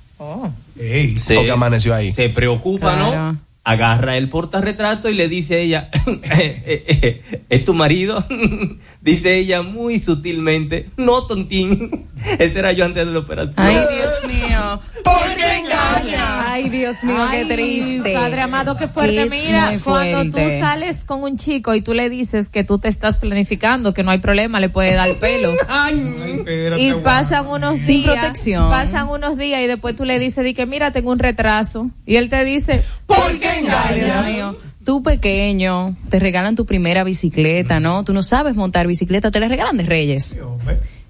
Speaker 9: Ey.
Speaker 8: Se,
Speaker 4: Porque amaneció ahí.
Speaker 8: Se preocupa,
Speaker 11: Oh. Claro.
Speaker 8: ¿no? Agarra el portarretrato y le dice a ella, eh, ¿es tu marido? dice ella muy sutilmente, no, tontín, ese era yo antes de la operación.
Speaker 11: Ay, Dios mío. ¿Por qué engaña? Ay, Dios mío,
Speaker 6: Ay,
Speaker 11: qué triste.
Speaker 6: Padre amado, qué fuerte.
Speaker 11: Qué
Speaker 6: Mira,
Speaker 11: muy
Speaker 6: cuando tú
Speaker 11: fuerte.
Speaker 6: sales con un chico y tú le dices que tú te estás planificando, que no hay problema, le puede dar pelo.
Speaker 9: Ay, espérate,
Speaker 6: y
Speaker 9: guau.
Speaker 6: pasan unos días.
Speaker 11: Sin protección.
Speaker 6: Pasan unos días y después tú le dices, di que mira, tengo un retraso. Y él te dice, ¿por qué
Speaker 11: Ay, Dios
Speaker 6: engañas?
Speaker 11: mío. tú pequeño, te regalan tu primera bicicleta, ¿no? Tú no sabes montar bicicleta, te la regalan de Reyes.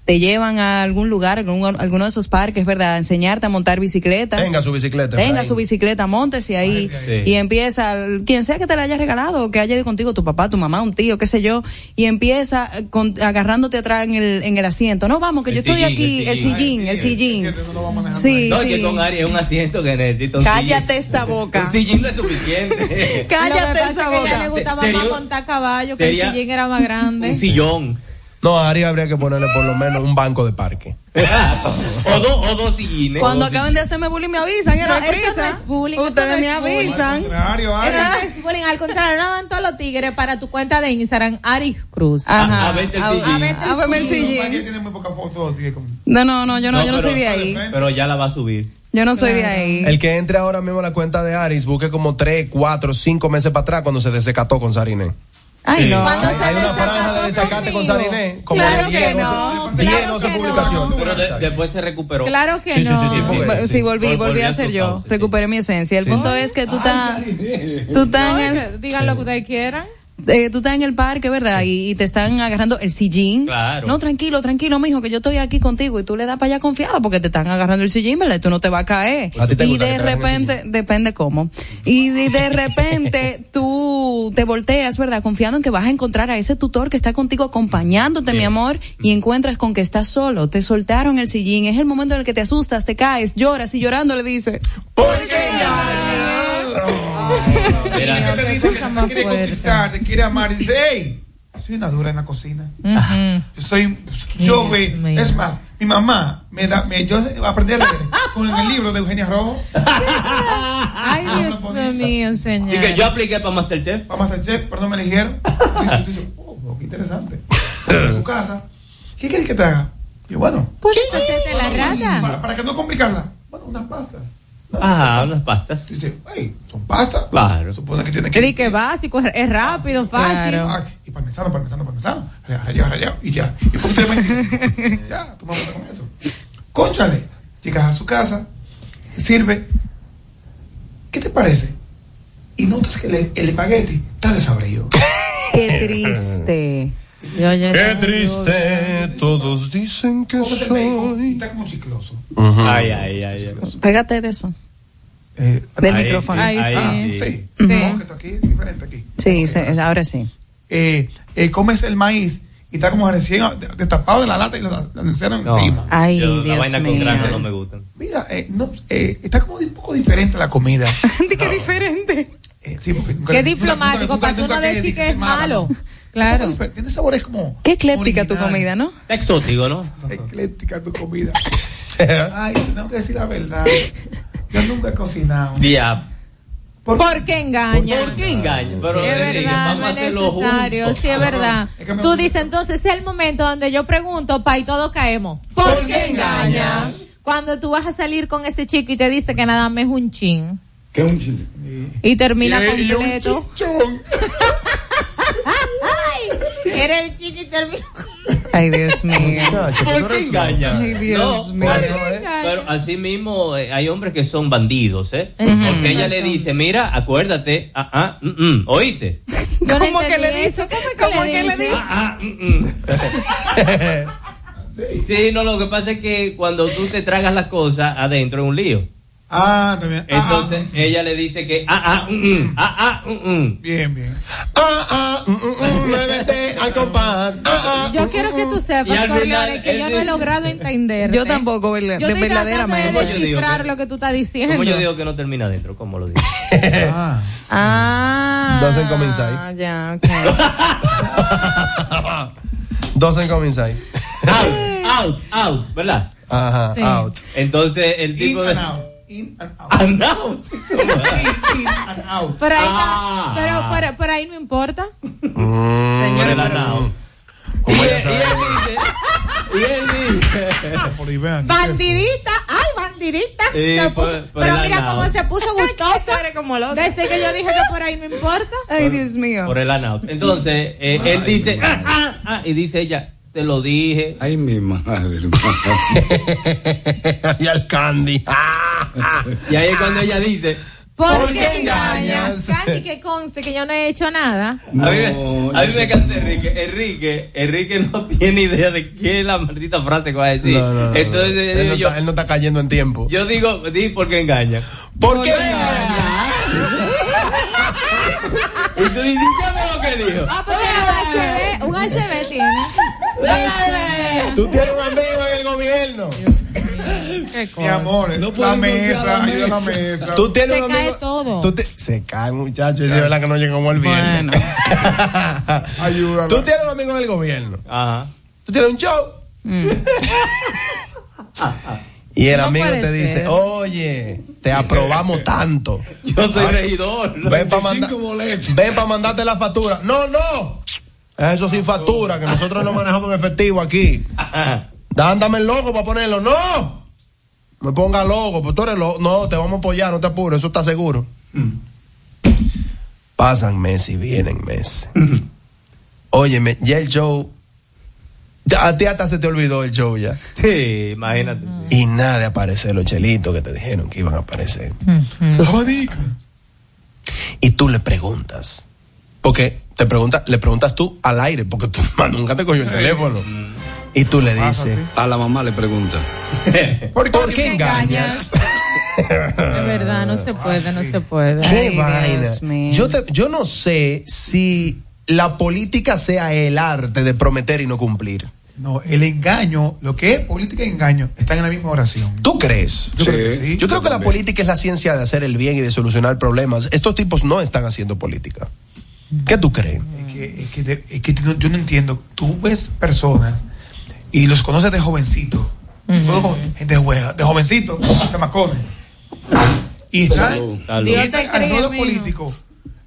Speaker 11: Te llevan a algún lugar, algún, alguno de esos parques, ¿verdad? A enseñarte a montar bicicleta.
Speaker 4: Tenga su bicicleta,
Speaker 11: Tenga
Speaker 4: Efraín.
Speaker 11: su bicicleta, montese ahí.
Speaker 4: Sí.
Speaker 11: Y empieza, el- quien sea que te la haya regalado, que haya ido contigo, tu papá, tu mamá, un tío, qué sé yo. Y empieza eh, con- agarrándote atrás en el, en el asiento. No, vamos, que
Speaker 8: El
Speaker 11: yo estoy
Speaker 8: sillín,
Speaker 11: aquí,
Speaker 8: el
Speaker 11: el
Speaker 8: sillín.
Speaker 11: sillín, el sillín. Sí,
Speaker 8: no, es que
Speaker 11: sí.
Speaker 8: con Ari es un asiento que necesito. un
Speaker 11: Cállate esa
Speaker 8: sillín.
Speaker 11: boca.
Speaker 8: Un sillín no es suficiente.
Speaker 11: Cállate esa
Speaker 6: que ya
Speaker 11: boca.
Speaker 6: le gustaba
Speaker 8: Sería-
Speaker 6: más montar caballo, que
Speaker 4: sería-
Speaker 6: el sillín era más grande.
Speaker 8: sillón.
Speaker 4: No, a Ari habría que ponerle por lo menos un banco de parque.
Speaker 8: o, dos, o dos sillines.
Speaker 11: Cuando acaben de hacerme bullying me avisan, ¿eh?
Speaker 6: No,
Speaker 11: No hay
Speaker 6: eso
Speaker 11: prisa.
Speaker 6: no es bullying, eso
Speaker 11: Ustedes
Speaker 6: no
Speaker 11: me
Speaker 6: es bullying.
Speaker 11: avisan.
Speaker 6: Al contrario, Ari. Eso no es bullying, al contrario, no van todos los tigres para tu cuenta de Instagram, Ari Cruz.
Speaker 9: Ah,
Speaker 11: Ajá.
Speaker 8: A verte el
Speaker 11: A
Speaker 8: sillín.
Speaker 11: verte el sillín. No, no, no, yo no, yo no soy de ahí.
Speaker 8: Pero ya la va a subir.
Speaker 11: Yo no soy de ahí.
Speaker 4: El que entre ahora mismo a la cuenta de Aris, busque como 3, 4, 5 meses para atrás cuando se desecató con Sariné.
Speaker 11: Ay, no.
Speaker 4: Cuando se Hay una franja de desacate con Sariné. Como
Speaker 11: Claro
Speaker 4: de
Speaker 11: que
Speaker 4: 10,
Speaker 11: no,
Speaker 4: 12, 10, 12 publicaciones.
Speaker 8: Pero de- después se recuperó.
Speaker 11: Claro que
Speaker 8: Sí, sí,
Speaker 11: no.
Speaker 8: sí, sí, fue.
Speaker 11: Bueno, sí, volví,
Speaker 8: Vol-
Speaker 11: volví, a
Speaker 8: su
Speaker 11: ser yo.
Speaker 8: causa.
Speaker 11: Recuperé mi esencia. El
Speaker 8: Sí,
Speaker 11: punto
Speaker 8: sí.
Speaker 11: es que tú estás. Tú estás
Speaker 6: No,
Speaker 11: en
Speaker 6: es que
Speaker 11: el.
Speaker 6: Digan lo que ustedes quieran.
Speaker 11: eh, tú estás en el parque, ¿verdad? Y, y te están agarrando el sillín.
Speaker 6: Claro.
Speaker 11: No, tranquilo, tranquilo, mijo, que yo estoy aquí contigo y tú le das para allá confiado porque te están agarrando el sillín, ¿verdad? Y tú no te vas a caer.
Speaker 14: ¿A ti te
Speaker 11: y
Speaker 14: gusta
Speaker 11: de
Speaker 14: que te agarren el
Speaker 11: repente, depende cómo. Y, de- de repente tú te volteas, ¿verdad? Confiando en que vas a encontrar a ese tutor que está contigo acompañándote, mi amor, y
Speaker 14: Mm.
Speaker 11: encuentras con que estás solo. Te soltaron el sillín. Es el momento en el que te asustas, te caes, lloras y llorando le dices.
Speaker 9: Mira, te dice que te quiere conquistar, te quiere amar, y dice, hey, soy una dura en la cocina. Yo soy, yo ve, es más, mi mamá me da, me, yo aprendí a leer con el libro de Eugenia Rojo.
Speaker 6: Ay, Dios mío, señor.
Speaker 8: Y que yo apliqué para Masterchef.
Speaker 9: Para Masterchef, pero no me eligieron. Oh, qué interesante. En su casa. ¿Qué quieres que te haga? Yo, bueno.
Speaker 6: Puedes Pues, hacerte la rata.
Speaker 9: Para, para que no complicarla. Bueno, unas pastas.
Speaker 8: Ah, unas pastas.
Speaker 9: Dice, ay, son pastas.
Speaker 8: Claro.
Speaker 9: Supone que tiene que.
Speaker 6: Di que básico, es- es rápido, fácil.
Speaker 9: Ay, y parmesano, parmesano, parmesano. Rayado, rayado. Y ya. Y pues ustedes me dicen, ya, tomamos con eso. Cónchale. Llegas a su casa, sirve. ¿Qué te parece? Y notas que el, el espagueti está desabrido.
Speaker 11: Qué triste.
Speaker 4: Qué triste, Eh, todos dicen que
Speaker 9: Cómete el bacon y
Speaker 4: soy.
Speaker 9: Está como chicloso.
Speaker 8: Ay, ay, ay, ay.
Speaker 11: Pégate de eso. Del
Speaker 9: ahí,
Speaker 11: micrófono.
Speaker 9: ahí, Ahí,
Speaker 11: sí.
Speaker 9: ahí, sí. No, que esto aquí es diferente aquí.
Speaker 11: Sí, sí, ahora sí.
Speaker 9: Eh, eh, comes el maíz y está como recién destapado de la lata y lo anunciaron encima.
Speaker 11: Ay,
Speaker 8: Yo, la
Speaker 11: Dios
Speaker 8: vaina con
Speaker 11: mío.
Speaker 8: grano no me gustan.
Speaker 9: Mira, eh, no, eh, está como un poco diferente la comida.
Speaker 11: qué diferente.
Speaker 6: Qué diplomático, para tú no decir que es malo.
Speaker 9: Claro. Tiene sabores como.
Speaker 11: Qué ecléptica tu comida, ¿no?
Speaker 8: Está exótico, ¿no?
Speaker 9: Ecléctica tu comida. Ay, tengo que decir la verdad. Yo nunca he cocinado.
Speaker 8: Diablo.
Speaker 6: ¿Por, qué engaña?
Speaker 8: ¿Por qué engaño? Pero
Speaker 6: es
Speaker 8: le digo,
Speaker 6: verdad,
Speaker 8: vamos
Speaker 6: no
Speaker 8: a
Speaker 6: es
Speaker 8: hacerlo
Speaker 6: necesario,
Speaker 8: juntos.
Speaker 6: sí es verdad. Tú dices, entonces es el momento donde yo pregunto, pa, y todos caemos. ¿Por, qué engañas? Cuando tú vas a salir con ese chico y te dice que nada más es un chin
Speaker 10: ¿Qué es un chiste?
Speaker 6: y termina
Speaker 10: Y- y un
Speaker 6: completo.
Speaker 10: chichón.
Speaker 6: Ay, era el chico y termina
Speaker 11: Ay, Dios mío.
Speaker 8: ¿Por qué engaña?
Speaker 11: Ay, Dios
Speaker 8: No,
Speaker 11: mío.
Speaker 8: así- Pero así mismo eh, hay hombres que son bandidos, ¿eh? Porque ella le dice, mira, acuérdate, ah, ah, mm, mm, oíste.
Speaker 11: ¿Cómo que le dice? ¿Cómo que le dice?
Speaker 8: Ah, ah, mm, mm. Sí, no, lo que pasa es que cuando tú te tragas las cosas, adentro es un lío.
Speaker 9: Ah, también. Ah,
Speaker 8: Entonces ella le dice que, ah, ah, mm, mm, ah, ah, mm, mm.
Speaker 9: Bien, bien.
Speaker 4: Ah, ah, mm, mm, mm, muévete al compás. Ah, ah,
Speaker 6: Yo
Speaker 4: mm,
Speaker 6: quiero que
Speaker 4: mm,
Speaker 6: tú
Speaker 4: Y
Speaker 6: sepas,
Speaker 4: al final,
Speaker 6: Corleone, que
Speaker 4: él
Speaker 3: eh,
Speaker 6: yo no he
Speaker 4: dice-
Speaker 6: logrado entender. eh.
Speaker 11: Yo tampoco, verla-
Speaker 6: Yo
Speaker 11: de-
Speaker 6: estoy tratando
Speaker 11: verdaderamente.
Speaker 6: de
Speaker 8: Como yo digo
Speaker 6: descifrar
Speaker 8: que-
Speaker 6: lo que tú estás diciendo.
Speaker 8: ¿Cómo yo digo que no termina adentro? ¿Cómo lo digo?
Speaker 11: Ah.
Speaker 4: Dos en Cominsai.
Speaker 11: Ah, ya, ok.
Speaker 4: Dos en Cominsai.
Speaker 8: Out, out, out, ¿verdad?
Speaker 4: Ajá,
Speaker 8: Sí.
Speaker 4: out.
Speaker 8: Entonces el tipo de. Ah,
Speaker 9: and out. In and out.
Speaker 8: And out.
Speaker 9: In and out.
Speaker 6: Pero ahí,
Speaker 8: Ah.
Speaker 6: pero, por- por ahí no importa.
Speaker 4: "Mm,
Speaker 8: Por el anao.
Speaker 4: Como
Speaker 8: ella sabe. Y él dice.
Speaker 6: Bandidita, ay, bandidita.
Speaker 8: Sí,
Speaker 6: Se
Speaker 8: por-
Speaker 6: puso-
Speaker 8: por
Speaker 6: pero
Speaker 8: el
Speaker 6: mira
Speaker 8: lado.
Speaker 6: cómo se puso gustosa. Desde que yo dije que por ahí no importa.
Speaker 11: Ay, Dios mío.
Speaker 8: Por el anao. Entonces eh, él dice. Ah, ah, ah, y dice ella. Te lo dije.
Speaker 10: Ay, mi madre.
Speaker 4: y al candy. Ah, ah.
Speaker 8: Y ahí es cuando ella dice.
Speaker 6: Porque engañas. Candy, que conste que yo no he hecho nada.
Speaker 8: a mí, me- a mí me encanta Enrique. Enrique, Enrique no tiene idea de qué es la maldita frase que va a decir. Entonces yo
Speaker 4: él, no
Speaker 8: digo yo,
Speaker 4: está, él no está cayendo en tiempo.
Speaker 8: yo digo, di por qué engaña.
Speaker 4: ¿Por qué?
Speaker 8: Y tú dices, dígame lo que dijo.
Speaker 6: Ah, porque un ACB, un ACB tiene.
Speaker 4: Tú tienes un amigo en el gobierno.
Speaker 9: Mi amor,
Speaker 4: No
Speaker 9: la
Speaker 4: pueden golpear
Speaker 9: mesa,
Speaker 4: la
Speaker 9: ayuda a la
Speaker 4: mesa.
Speaker 9: mesa.
Speaker 4: Tú tienes
Speaker 6: Se
Speaker 4: un
Speaker 6: cae
Speaker 4: amigo-
Speaker 6: todo.
Speaker 4: tú te- se cae, muchacho. Es verdad que no llegamos al viernes.
Speaker 9: Ayúdala.
Speaker 4: Tú tienes un amigo en el gobierno.
Speaker 8: Ajá.
Speaker 4: Tú tienes un show. y el
Speaker 6: No
Speaker 4: amigo
Speaker 6: puede
Speaker 4: te dice,
Speaker 6: ser.
Speaker 4: oye, te aprobamos tanto.
Speaker 8: Yo soy regidor.
Speaker 4: Ven para mandarte la factura. No, no. Eso sin factura, que nosotros no manejamos en efectivo aquí.
Speaker 8: Ajá.
Speaker 4: Dándame el logo para ponerlo. No. Me ponga logo, pues tú eres loco. No, te vamos a apoyar, no te apures, eso está seguro.
Speaker 8: Mm.
Speaker 4: Pasan meses y vienen meses. Óyeme, ya el show. ya A ti hasta se te olvidó el show ya.
Speaker 8: Sí, imagínate.
Speaker 4: Y nada de aparecer los chelitos que te dijeron que iban a aparecer. Abanico. Y tú le preguntas. Porque te pregunta, le preguntas tú al aire, porque tu mamá nunca te cogió el teléfono.
Speaker 9: Mm.
Speaker 4: Y tú le dices,
Speaker 10: A la mamá le pregunta.
Speaker 4: ¿por,
Speaker 6: ¿Por qué engañas? De verdad, no se puede, no se puede.
Speaker 4: ¿Qué
Speaker 11: Ay,
Speaker 4: vaina?
Speaker 11: Dios mío.
Speaker 4: Yo, te- yo no sé si la política sea el arte de prometer y no cumplir.
Speaker 9: No, el engaño, lo que es política y engaño, están en la misma oración.
Speaker 4: ¿Tú crees?
Speaker 9: Yo creo que sí.
Speaker 4: Yo creo que la política es la ciencia de hacer el bien y de solucionar problemas. Estos tipos no están haciendo política. ¿Qué tú crees?
Speaker 9: Es que, es que de- es que no- yo no entiendo. Tú ves personas y los conoces de jovencito. Solo con- gente jue- de jovencito, chamacones. Y están
Speaker 8: Salud.
Speaker 9: y
Speaker 6: Dios
Speaker 9: están
Speaker 6: te cría,
Speaker 9: alrededor
Speaker 6: mijo.
Speaker 9: político.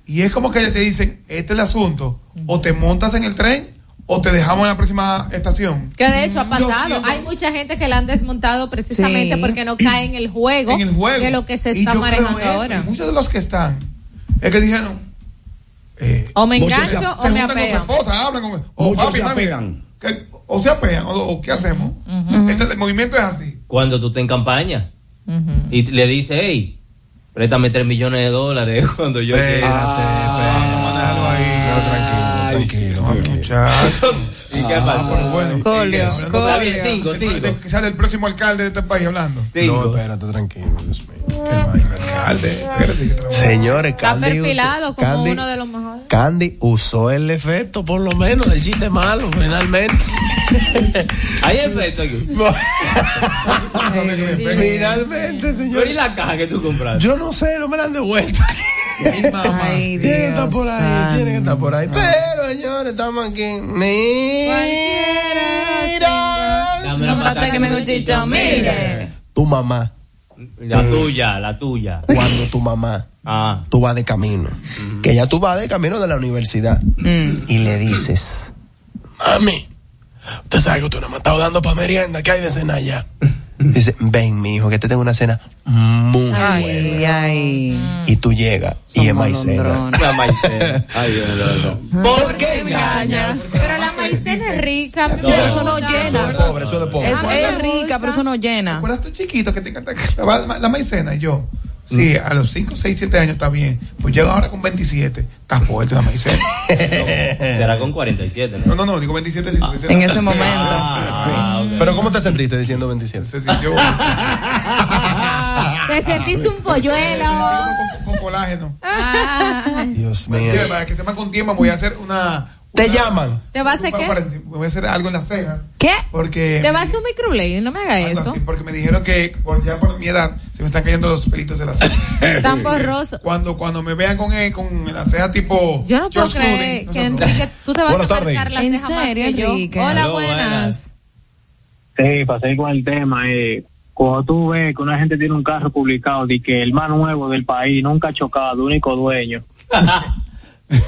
Speaker 9: Y es como que te dicen, este es el asunto. O te montas en el tren o te dejamos en la próxima estación.
Speaker 6: Que de hecho ha pasado.
Speaker 9: siento-
Speaker 6: Hay mucha gente que la han desmontado precisamente
Speaker 11: Sí.
Speaker 6: porque no cae en el juego,
Speaker 9: en el juego.
Speaker 6: de lo que se
Speaker 9: Y
Speaker 6: está
Speaker 9: yo creo
Speaker 6: manejando
Speaker 9: eso.
Speaker 6: ahora.
Speaker 9: Muchos de los que están es que dijeron, eh,
Speaker 6: O me
Speaker 10: Muchos
Speaker 6: engancho
Speaker 9: se
Speaker 6: o me
Speaker 9: juntan con su
Speaker 6: apeo.
Speaker 9: esposa, hablan con
Speaker 4: Oh,
Speaker 9: o
Speaker 10: Muchos
Speaker 9: papi,
Speaker 10: se
Speaker 9: mami,
Speaker 10: apegan.
Speaker 9: que- o se apegan, o, o qué hacemos. Este el movimiento es así.
Speaker 8: Cuando tú estás en campaña y le dices, hey, préstame 3 millones de dólares cuando yo Ah. quiera.
Speaker 4: espérate, espérate. Tranquilo, tranquilo.
Speaker 9: Muchachos.
Speaker 8: ¿Y qué pasa?
Speaker 9: Ah, bueno,
Speaker 11: Colio,
Speaker 8: Está bien,
Speaker 11: colio.
Speaker 8: cinco,
Speaker 9: de-
Speaker 8: cinco.
Speaker 9: de- que sale el próximo alcalde de este país hablando.
Speaker 8: Cinco.
Speaker 4: No, espérate, tranquilo. Dios mío.
Speaker 9: Alcalde, espérate que trabajo.
Speaker 4: Señores,
Speaker 6: Está
Speaker 4: Candy
Speaker 6: perfilado
Speaker 4: usó-
Speaker 6: como
Speaker 4: Candy-
Speaker 6: uno de los mejores.
Speaker 4: Candy usó el efecto, por lo menos, del chiste malo, finalmente.
Speaker 8: Hay efecto aquí.
Speaker 4: finalmente,
Speaker 8: Pero
Speaker 4: señor.
Speaker 8: ¿y la caja que tú compraste?
Speaker 4: Yo no sé, no me la han devuelto.
Speaker 9: Ay, mamá.
Speaker 4: Tiene
Speaker 11: Ay,
Speaker 4: que estar
Speaker 11: Dios
Speaker 4: por ahí, tiene que estar por ahí. Pero, señores, estamos aquí. Mira.
Speaker 8: Dame la
Speaker 11: Hasta
Speaker 8: patata
Speaker 11: que me guchicho, mire.
Speaker 4: Tu mamá,
Speaker 8: La tuya, la tuya.
Speaker 4: cuando tu mamá
Speaker 8: Ah.
Speaker 4: tú vas de camino, que ya tú vas de camino de la universidad
Speaker 11: Mm.
Speaker 4: y le dices, mami, usted sabe que tú no me has estado dando para merienda, ¿qué hay de cena allá? Dice, ven, mi hijo, que te tengo una cena muy buena.
Speaker 11: Ay, ay.
Speaker 4: Y tú llegas y
Speaker 11: Son
Speaker 4: es maicena.
Speaker 11: molondrones.
Speaker 8: La maicena. Ay, Dios, Dios, Dios.
Speaker 4: ¿Por qué engañas?
Speaker 6: Pero la maicena es rica. mi
Speaker 11: Sí, pero eso no
Speaker 6: amor.
Speaker 11: llena.
Speaker 4: Pobre, eso de pobre.
Speaker 11: Es,
Speaker 6: me
Speaker 11: es
Speaker 6: gusta.
Speaker 11: rica, pero eso no
Speaker 9: ¿Te
Speaker 11: llena.
Speaker 9: acuerdas tú chiquito que te encanta la, la maicena? Y yo, sí, a los 5, 6, 7 años está bien. Pues llego ahora con 27. Está fuerte la maicena.
Speaker 8: Será con 47,
Speaker 9: No,
Speaker 8: ¿no?
Speaker 9: no, no, digo 27 sin maicena.
Speaker 11: En ese momento.
Speaker 8: Ah, ok.
Speaker 4: Pero ¿cómo te sentiste diciendo 27?
Speaker 9: Se sintió bueno.
Speaker 6: Te sentiste un polluelo.
Speaker 9: con, con colágeno.
Speaker 6: Ay,
Speaker 4: Dios mío.
Speaker 9: Mira, para que se me con tiempo, me voy a hacer una.
Speaker 4: Te
Speaker 9: una-
Speaker 4: llaman.
Speaker 6: ¿Te vas a hacer
Speaker 9: para-
Speaker 6: qué?
Speaker 9: para- me voy a hacer algo en las cejas.
Speaker 6: ¿Qué?
Speaker 9: Porque.
Speaker 6: Te vas a hacer un microblade, no me hagas
Speaker 9: algo
Speaker 6: eso.
Speaker 9: así, porque me dijeron que por, ya por mi edad se me están cayendo los pelitos de las cejas.
Speaker 6: Tan borroso.
Speaker 9: Cuando, cuando me vean con, eh, con las cejas tipo.
Speaker 6: Yo no puedo
Speaker 9: George Clooney,
Speaker 6: creer
Speaker 9: no
Speaker 6: que
Speaker 9: se asusten.
Speaker 6: Enrique, tú te vas
Speaker 4: Buenas
Speaker 6: a marcar
Speaker 4: tardes.
Speaker 6: la
Speaker 11: ¿En
Speaker 6: ceja más
Speaker 11: serio,
Speaker 6: que yo.
Speaker 11: Enrique?
Speaker 6: Hola,
Speaker 8: Aló,
Speaker 6: buenas.
Speaker 12: Sí, para seguir con el tema, eh, cuando tú ves que una gente tiene un carro publicado de que el más nuevo del país, nunca ha chocado, único dueño.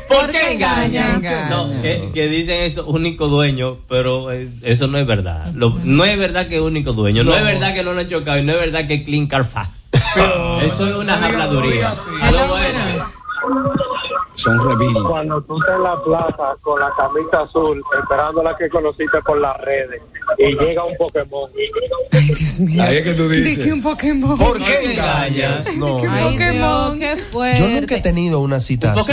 Speaker 8: ¿Por qué engañan?
Speaker 11: engañan?
Speaker 8: No, que, que dicen eso, único dueño, pero eh, eso no es verdad. Lo- no es verdad que es único dueño, no, es verdad que no lo han chocado y no es verdad que es clean car fast. eso es una
Speaker 9: no digas, no
Speaker 8: habladuría.
Speaker 9: digas así.
Speaker 8: A lo
Speaker 6: Hola,
Speaker 8: bueno.
Speaker 6: buenas.
Speaker 10: son reviles.
Speaker 14: Cuando tú estás en la plaza con la camisa azul, esperando la que conociste por las redes, y llega un Pokémon.
Speaker 10: Ahí es que tú dices.
Speaker 11: Di que un Pokémon.
Speaker 4: ¿Por qué engañas? No.
Speaker 6: Ay, Dios, qué fuerte.
Speaker 4: Yo nunca he tenido una cita así.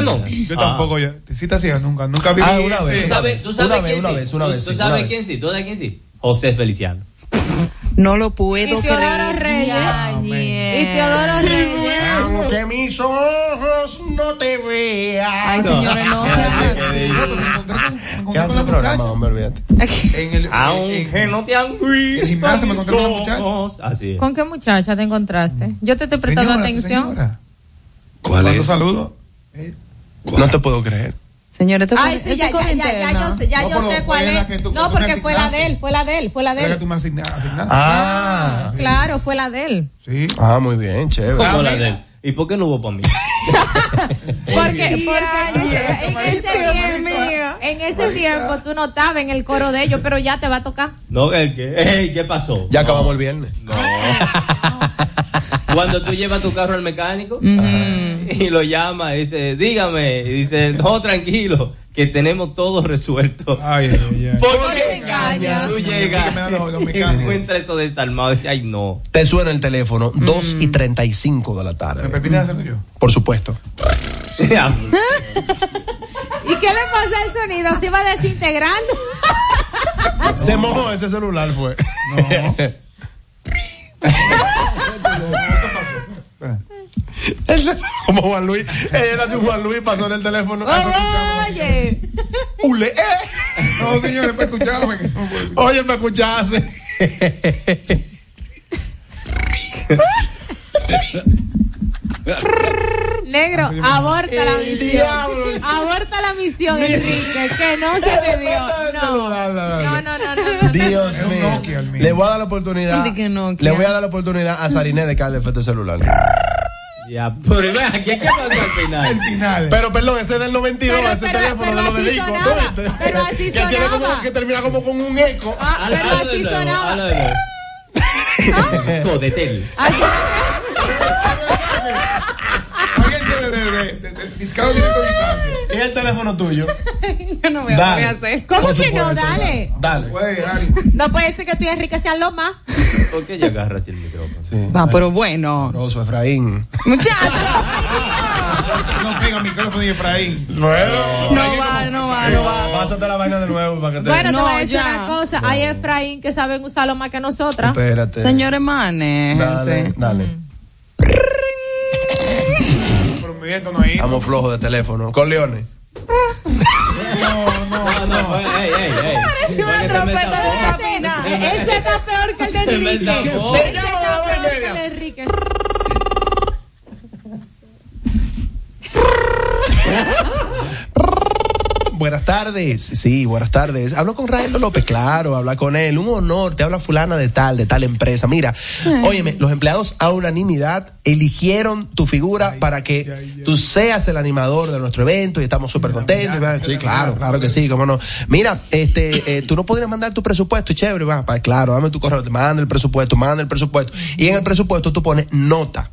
Speaker 9: Yo tampoco, yo. Cita ciega nunca. Nunca viví
Speaker 4: Ah, una vez.
Speaker 8: ¿Tú sabes, tú sabes
Speaker 4: Una vez,
Speaker 8: quién
Speaker 4: una
Speaker 8: sí?
Speaker 4: vez, una
Speaker 8: ¿Tú-
Speaker 4: vez,
Speaker 8: ¿Tú
Speaker 4: sí,
Speaker 8: sabes
Speaker 4: una vez.
Speaker 8: quién sí? ¿Tú sabes quién sí? José Feliciano.
Speaker 11: No lo puedo
Speaker 6: Y Teodoro
Speaker 11: creer.
Speaker 6: Reyes.
Speaker 11: Yañez.
Speaker 6: Y Teodoro Reyes.
Speaker 4: Aunque mis ojos no te vean.
Speaker 11: Ay, señores, no sean así.
Speaker 4: Ya otro programa, hombre, olvídate.
Speaker 9: En el,
Speaker 8: Aunque no te han visto.
Speaker 9: gimnasio me
Speaker 8: mis
Speaker 9: encontré con la muchacha.
Speaker 8: ojos. Así es.
Speaker 6: ¿Con qué muchacha te encontraste? Yo te estoy prestando
Speaker 9: Señora,
Speaker 6: atención.
Speaker 9: señora.
Speaker 10: ¿Cuál
Speaker 9: Mando
Speaker 10: es?
Speaker 9: saludos.
Speaker 4: No te puedo creer.
Speaker 11: Señores, esto
Speaker 6: Ay,
Speaker 11: es-
Speaker 6: sí,
Speaker 11: esto
Speaker 6: ya,
Speaker 11: es
Speaker 6: ya, ya, ya,
Speaker 11: cuarentena.
Speaker 6: yo sé, ya
Speaker 9: No,
Speaker 6: yo
Speaker 9: pero
Speaker 6: sé
Speaker 9: fue
Speaker 6: cuál
Speaker 9: la
Speaker 6: es.
Speaker 9: que tú-
Speaker 6: no,
Speaker 9: tú
Speaker 6: porque
Speaker 9: me
Speaker 6: fue la de
Speaker 9: asignaste.
Speaker 6: él, fue la de él, fue la de
Speaker 9: Era que tú
Speaker 6: él.
Speaker 9: me asigna- asignaste.
Speaker 4: Ah,
Speaker 6: Claro, fue la de él.
Speaker 9: Sí.
Speaker 4: ah, muy bien, chévere.
Speaker 8: ¿Cómo
Speaker 9: Ah,
Speaker 8: la
Speaker 9: mira.
Speaker 8: de él? ¿Y por qué no hubo para mí?
Speaker 6: Porque,
Speaker 11: bien.
Speaker 6: porque
Speaker 11: Diañe.
Speaker 6: en ese tiempo, en ese tiempo tú no estabas en el coro de ellos, pero ya te va a tocar.
Speaker 8: No, el que, ey, ¿qué pasó?
Speaker 4: Ya
Speaker 8: No.
Speaker 4: acabamos el viernes.
Speaker 8: Cuando tú llevas tu carro al mecánico y lo llama y dice, dígame, y dice, no, tranquilo, que tenemos todo resuelto.
Speaker 9: Ay, ay, ay.
Speaker 8: ¿Por
Speaker 6: me engañas?
Speaker 8: Tú
Speaker 9: Que me
Speaker 8: llegas
Speaker 9: dan los- los
Speaker 8: y
Speaker 9: mecánicos.
Speaker 8: encuentras eso desarmado y dices, ay, no.
Speaker 4: Te suena el teléfono, 2 y 35 de la tarde.
Speaker 9: ¿Repetiste hacerlo yo?
Speaker 4: Por supuesto.
Speaker 6: ¿Y qué le pasa al sonido? Se iba desintegrando. Ah,
Speaker 4: Se mojó ese celular, fue.
Speaker 9: Espera.
Speaker 4: Ese- Como Juan Luis. Ella era su Juan Luis, pasó en el teléfono.
Speaker 3: Ah,
Speaker 6: Oye.
Speaker 4: Ule, eh.
Speaker 9: No, señores, para escucharme. que no puedo.
Speaker 4: Oye, me escuchaste.
Speaker 6: Negro, aborta la misión. Aborta la misión, Enrique, que no se te dio. No, no, no, no. no, no.
Speaker 4: Dios
Speaker 9: Es un
Speaker 4: mío.
Speaker 9: Nokia el mío.
Speaker 4: Le voy a dar la oportunidad.
Speaker 11: Di que Nokia.
Speaker 4: Le voy a dar la oportunidad a Sariné de caerle este celular.
Speaker 8: Ya, pero vean, ¿qué, ¿qué pasó al final?
Speaker 9: Final.
Speaker 4: Pero perdón, ese es del 92,
Speaker 6: Pero-
Speaker 4: ese
Speaker 6: pero-
Speaker 4: teléfono
Speaker 6: pero
Speaker 4: de los
Speaker 6: así
Speaker 4: delicos.
Speaker 6: sonaba,
Speaker 4: ¿no? Este,
Speaker 6: pero así
Speaker 4: que tiene como-
Speaker 6: sonaba.
Speaker 4: que termina como con un eco.
Speaker 6: Ah, pero
Speaker 8: Hazlo de
Speaker 6: así
Speaker 8: nuevo, hazlo
Speaker 6: sonaba.
Speaker 8: de nuevo. Codetel.
Speaker 6: Así
Speaker 9: Alguien tiene de- de- de- de- discado directo de distancia.
Speaker 4: Es el teléfono tuyo.
Speaker 11: Yo no voy a
Speaker 4: Dale.
Speaker 11: voy a hacer.
Speaker 6: ¿Cómo
Speaker 4: Por
Speaker 6: que no?
Speaker 4: supuesto.
Speaker 6: Dale.
Speaker 4: Dale.
Speaker 9: Puede llegar.
Speaker 6: No puede ser que tú y Enrique sean los más.
Speaker 8: ¿Por qué ya agarras el micrófono?
Speaker 11: Va, pero bueno.
Speaker 4: Rosso, Efraín.
Speaker 11: Muchachos.
Speaker 9: No pega micrófono y Efraín.
Speaker 4: Bueno.
Speaker 11: No va, no va, no va.
Speaker 4: Pásate la vaina de nuevo para que te.
Speaker 6: Bueno, te
Speaker 11: No,
Speaker 6: voy a decir
Speaker 11: ya.
Speaker 6: una cosa. Hay Efraín que saben usarlo más que nosotras.
Speaker 4: Espérate. dale.
Speaker 11: Señores, manéjense.
Speaker 4: dale.
Speaker 9: Pero mi viento no ahí.
Speaker 4: Estamos flojos de teléfono. Con leones.
Speaker 8: No, no, ey, ey, ey, ey.
Speaker 11: Pareció una
Speaker 8: Porque se me
Speaker 11: trompeta de
Speaker 8: tapó.
Speaker 11: capina.
Speaker 6: Ese está peor que el de
Speaker 8: Se me
Speaker 6: Enrique.
Speaker 8: tapó.
Speaker 6: Ese está peor que el de Enrique.
Speaker 4: Buenas tardes. Sí, buenas tardes. Hablo con Rael López, claro, habla con él. Un honor, te habla fulana de tal, de tal empresa. Mira, óyeme, los empleados a unanimidad eligieron tu figura para que tú seas el animador de nuestro evento y estamos súper contentos. sí, claro, claro que sí, cómo no. Mira, este, eh, tú no podrías mandar tu presupuesto, chévere, va, pa- claro, dame tu correo, te manda el presupuesto, manda el presupuesto. Y en el presupuesto tú pones nota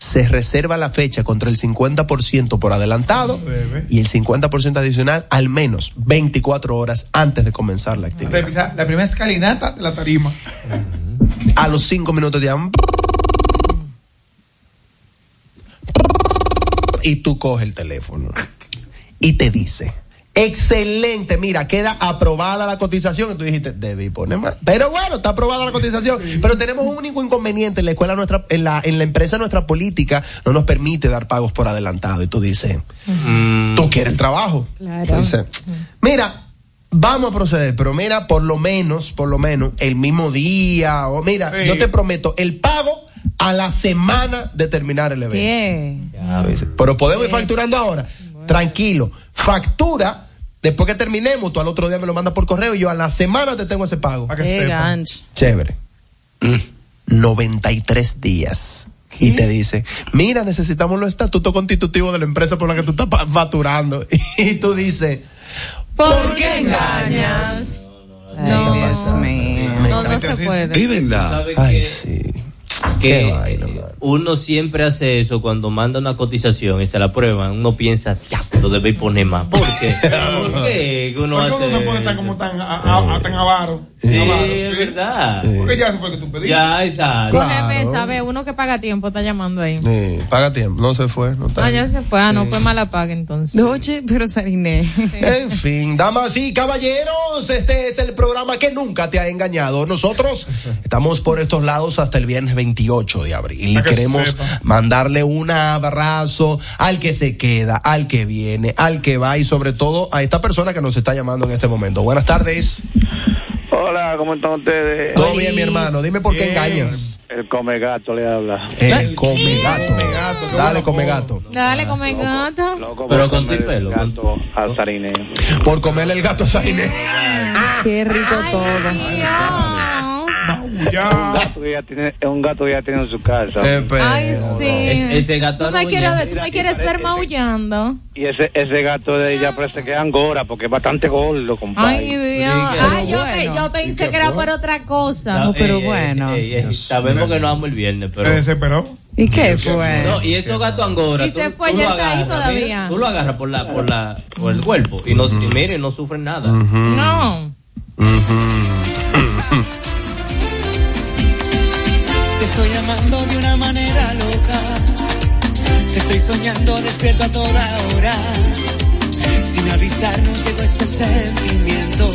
Speaker 4: se reserva la fecha contra el 50% por adelantado y el 50% adicional al menos 24 horas antes de comenzar la actividad.
Speaker 9: Revisar La primera escalinata de la tarima.
Speaker 4: A los 5 minutos de y tú coges el teléfono y te dice Excelente, mira, queda aprobada la cotización. Y tú dijiste, debí poner más. Pero bueno, está aprobada la cotización. Pero tenemos un único inconveniente. En la escuela, nuestra, en la, en la empresa, nuestra política no nos permite dar pagos por adelantado. Y tú dices, tú quieres el trabajo.
Speaker 6: Claro.
Speaker 4: Dice, mira, vamos a proceder, pero mira, por lo menos, por lo menos, el mismo día, o mira,
Speaker 9: Sí.
Speaker 4: yo te prometo el pago a la semana de terminar el evento.
Speaker 6: Bien.
Speaker 8: Ya, ves.
Speaker 4: Pero podemos ir facturando ahora. Tranquilo. Factura. Después que terminemos, tú al otro día me lo mandas por correo y yo a la semana te tengo ese pago.
Speaker 9: Para que
Speaker 11: Qué
Speaker 9: sepa.
Speaker 11: gancho.
Speaker 4: Chévere. Mm, 93 días. Y te dice, mira, necesitamos los estatutos constitutivos de la empresa por la que tú estás pa- facturando. Y tú dices,
Speaker 6: ¿Por qué engañas?
Speaker 11: Ay, Dios mío.
Speaker 6: No, no se puede.
Speaker 10: Tírenla.
Speaker 8: ¿Sabe
Speaker 4: Ay,
Speaker 8: qué?
Speaker 4: sí.
Speaker 8: que uno siempre hace eso cuando manda una cotización y se la prueban, uno piensa, ya, lo debéis poner más. ¿Por qué? ¿Por qué uno
Speaker 9: ¿Por qué uno
Speaker 8: hace
Speaker 9: se pone tan como tan, a- a- a- tan avaro?
Speaker 8: Sí,
Speaker 9: Avaro,
Speaker 8: es verdad.
Speaker 9: Porque ya eso fue lo que tú pediste.
Speaker 8: Ya, exacto.
Speaker 6: Cógeme esa, ve, uno que paga tiempo está llamando ahí.
Speaker 4: Sí, paga tiempo, no se fue. No está
Speaker 6: Ah,
Speaker 4: ahí.
Speaker 6: ya se fue. Ah, no, pues mala paga entonces.
Speaker 15: Oye, pero Sariné.
Speaker 4: En fin, damas y caballeros, este es el programa que nunca te ha engañado. Nosotros estamos por estos lados hasta el viernes 28 de abril. Y
Speaker 16: Para que
Speaker 4: queremos
Speaker 16: sepa.
Speaker 4: mandarle un abrazo al que se queda, al que viene, al que va y sobre todo a esta persona que nos está llamando en este momento. Buenas tardes.
Speaker 3: Hola, ¿cómo están ustedes?
Speaker 4: Todo bien, mi hermano. Dime por qué engañas.
Speaker 3: El come gato le habla.
Speaker 4: El come Eh, gato. Dale, come gato.
Speaker 6: Dale, come gato.
Speaker 8: Pero con ti pelo.
Speaker 3: Al Sarine.
Speaker 4: Por comerle el gato a Sainé.
Speaker 6: Ah.
Speaker 15: Qué rico todo.
Speaker 3: Un gato que ya tiene, un gato que ya tiene en su casa.
Speaker 6: Ay, sí.
Speaker 3: ese gato
Speaker 6: Tú me
Speaker 3: aruña.
Speaker 6: quieres, ver- tú me quieres ver maullando.
Speaker 3: Y ese, ese gato de ella parece que es angora porque es bastante gordo,
Speaker 6: Ay,
Speaker 3: compadre.
Speaker 6: mi Dios. Ay, yo, pe- yo pensé que era por otra cosa.
Speaker 8: Sa- eh, eh, eh, eh, sabemos que no vamos el viernes, pero.
Speaker 9: Se desesperó.
Speaker 15: ¿Y qué fue?
Speaker 8: No, y esos gatos angora.
Speaker 6: Y se
Speaker 8: tú-
Speaker 6: fue,
Speaker 8: tú
Speaker 6: ya
Speaker 8: lo
Speaker 6: está ahí
Speaker 8: agarras,
Speaker 6: todavía.
Speaker 8: mira, Tú lo agarras por, la, por, la, por el cuerpo y no, y mire, no sufren nada.
Speaker 6: No.
Speaker 1: Te estoy amando de una manera loca. Te estoy soñando despierto a toda hora. Sin avisarnos llegó ese sentimiento.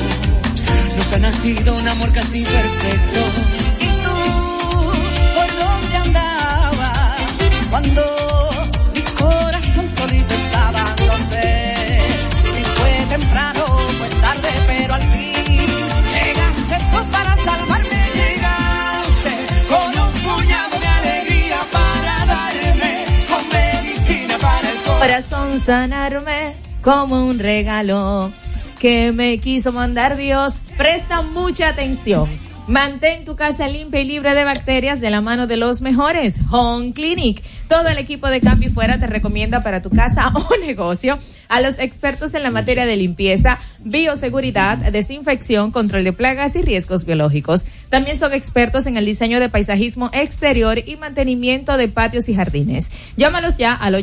Speaker 1: Nos ha nacido un amor casi perfecto.
Speaker 7: ¿Y tú por dónde andabas cuando mi corazón solito estaba? No sé si fue temprano o fue tarde, pero al fin llegaste tú para salvarme. Llegaste con un puñado de alegría para darme, con medicina para el corazón.
Speaker 6: Corazón sanarme como un regalo que me quiso mandar Dios. Presta mucha atención. Mantén tu casa limpia y libre de bacterias de la mano de los mejores. Home Clinic. Todo el equipo de Cambio y Fuera te recomienda para tu casa o negocio a los expertos en la materia de limpieza, bioseguridad, desinfección, control de plagas y riesgos biológicos. También son expertos en el diseño de paisajismo exterior y mantenimiento de patios y jardines. Llámalos ya al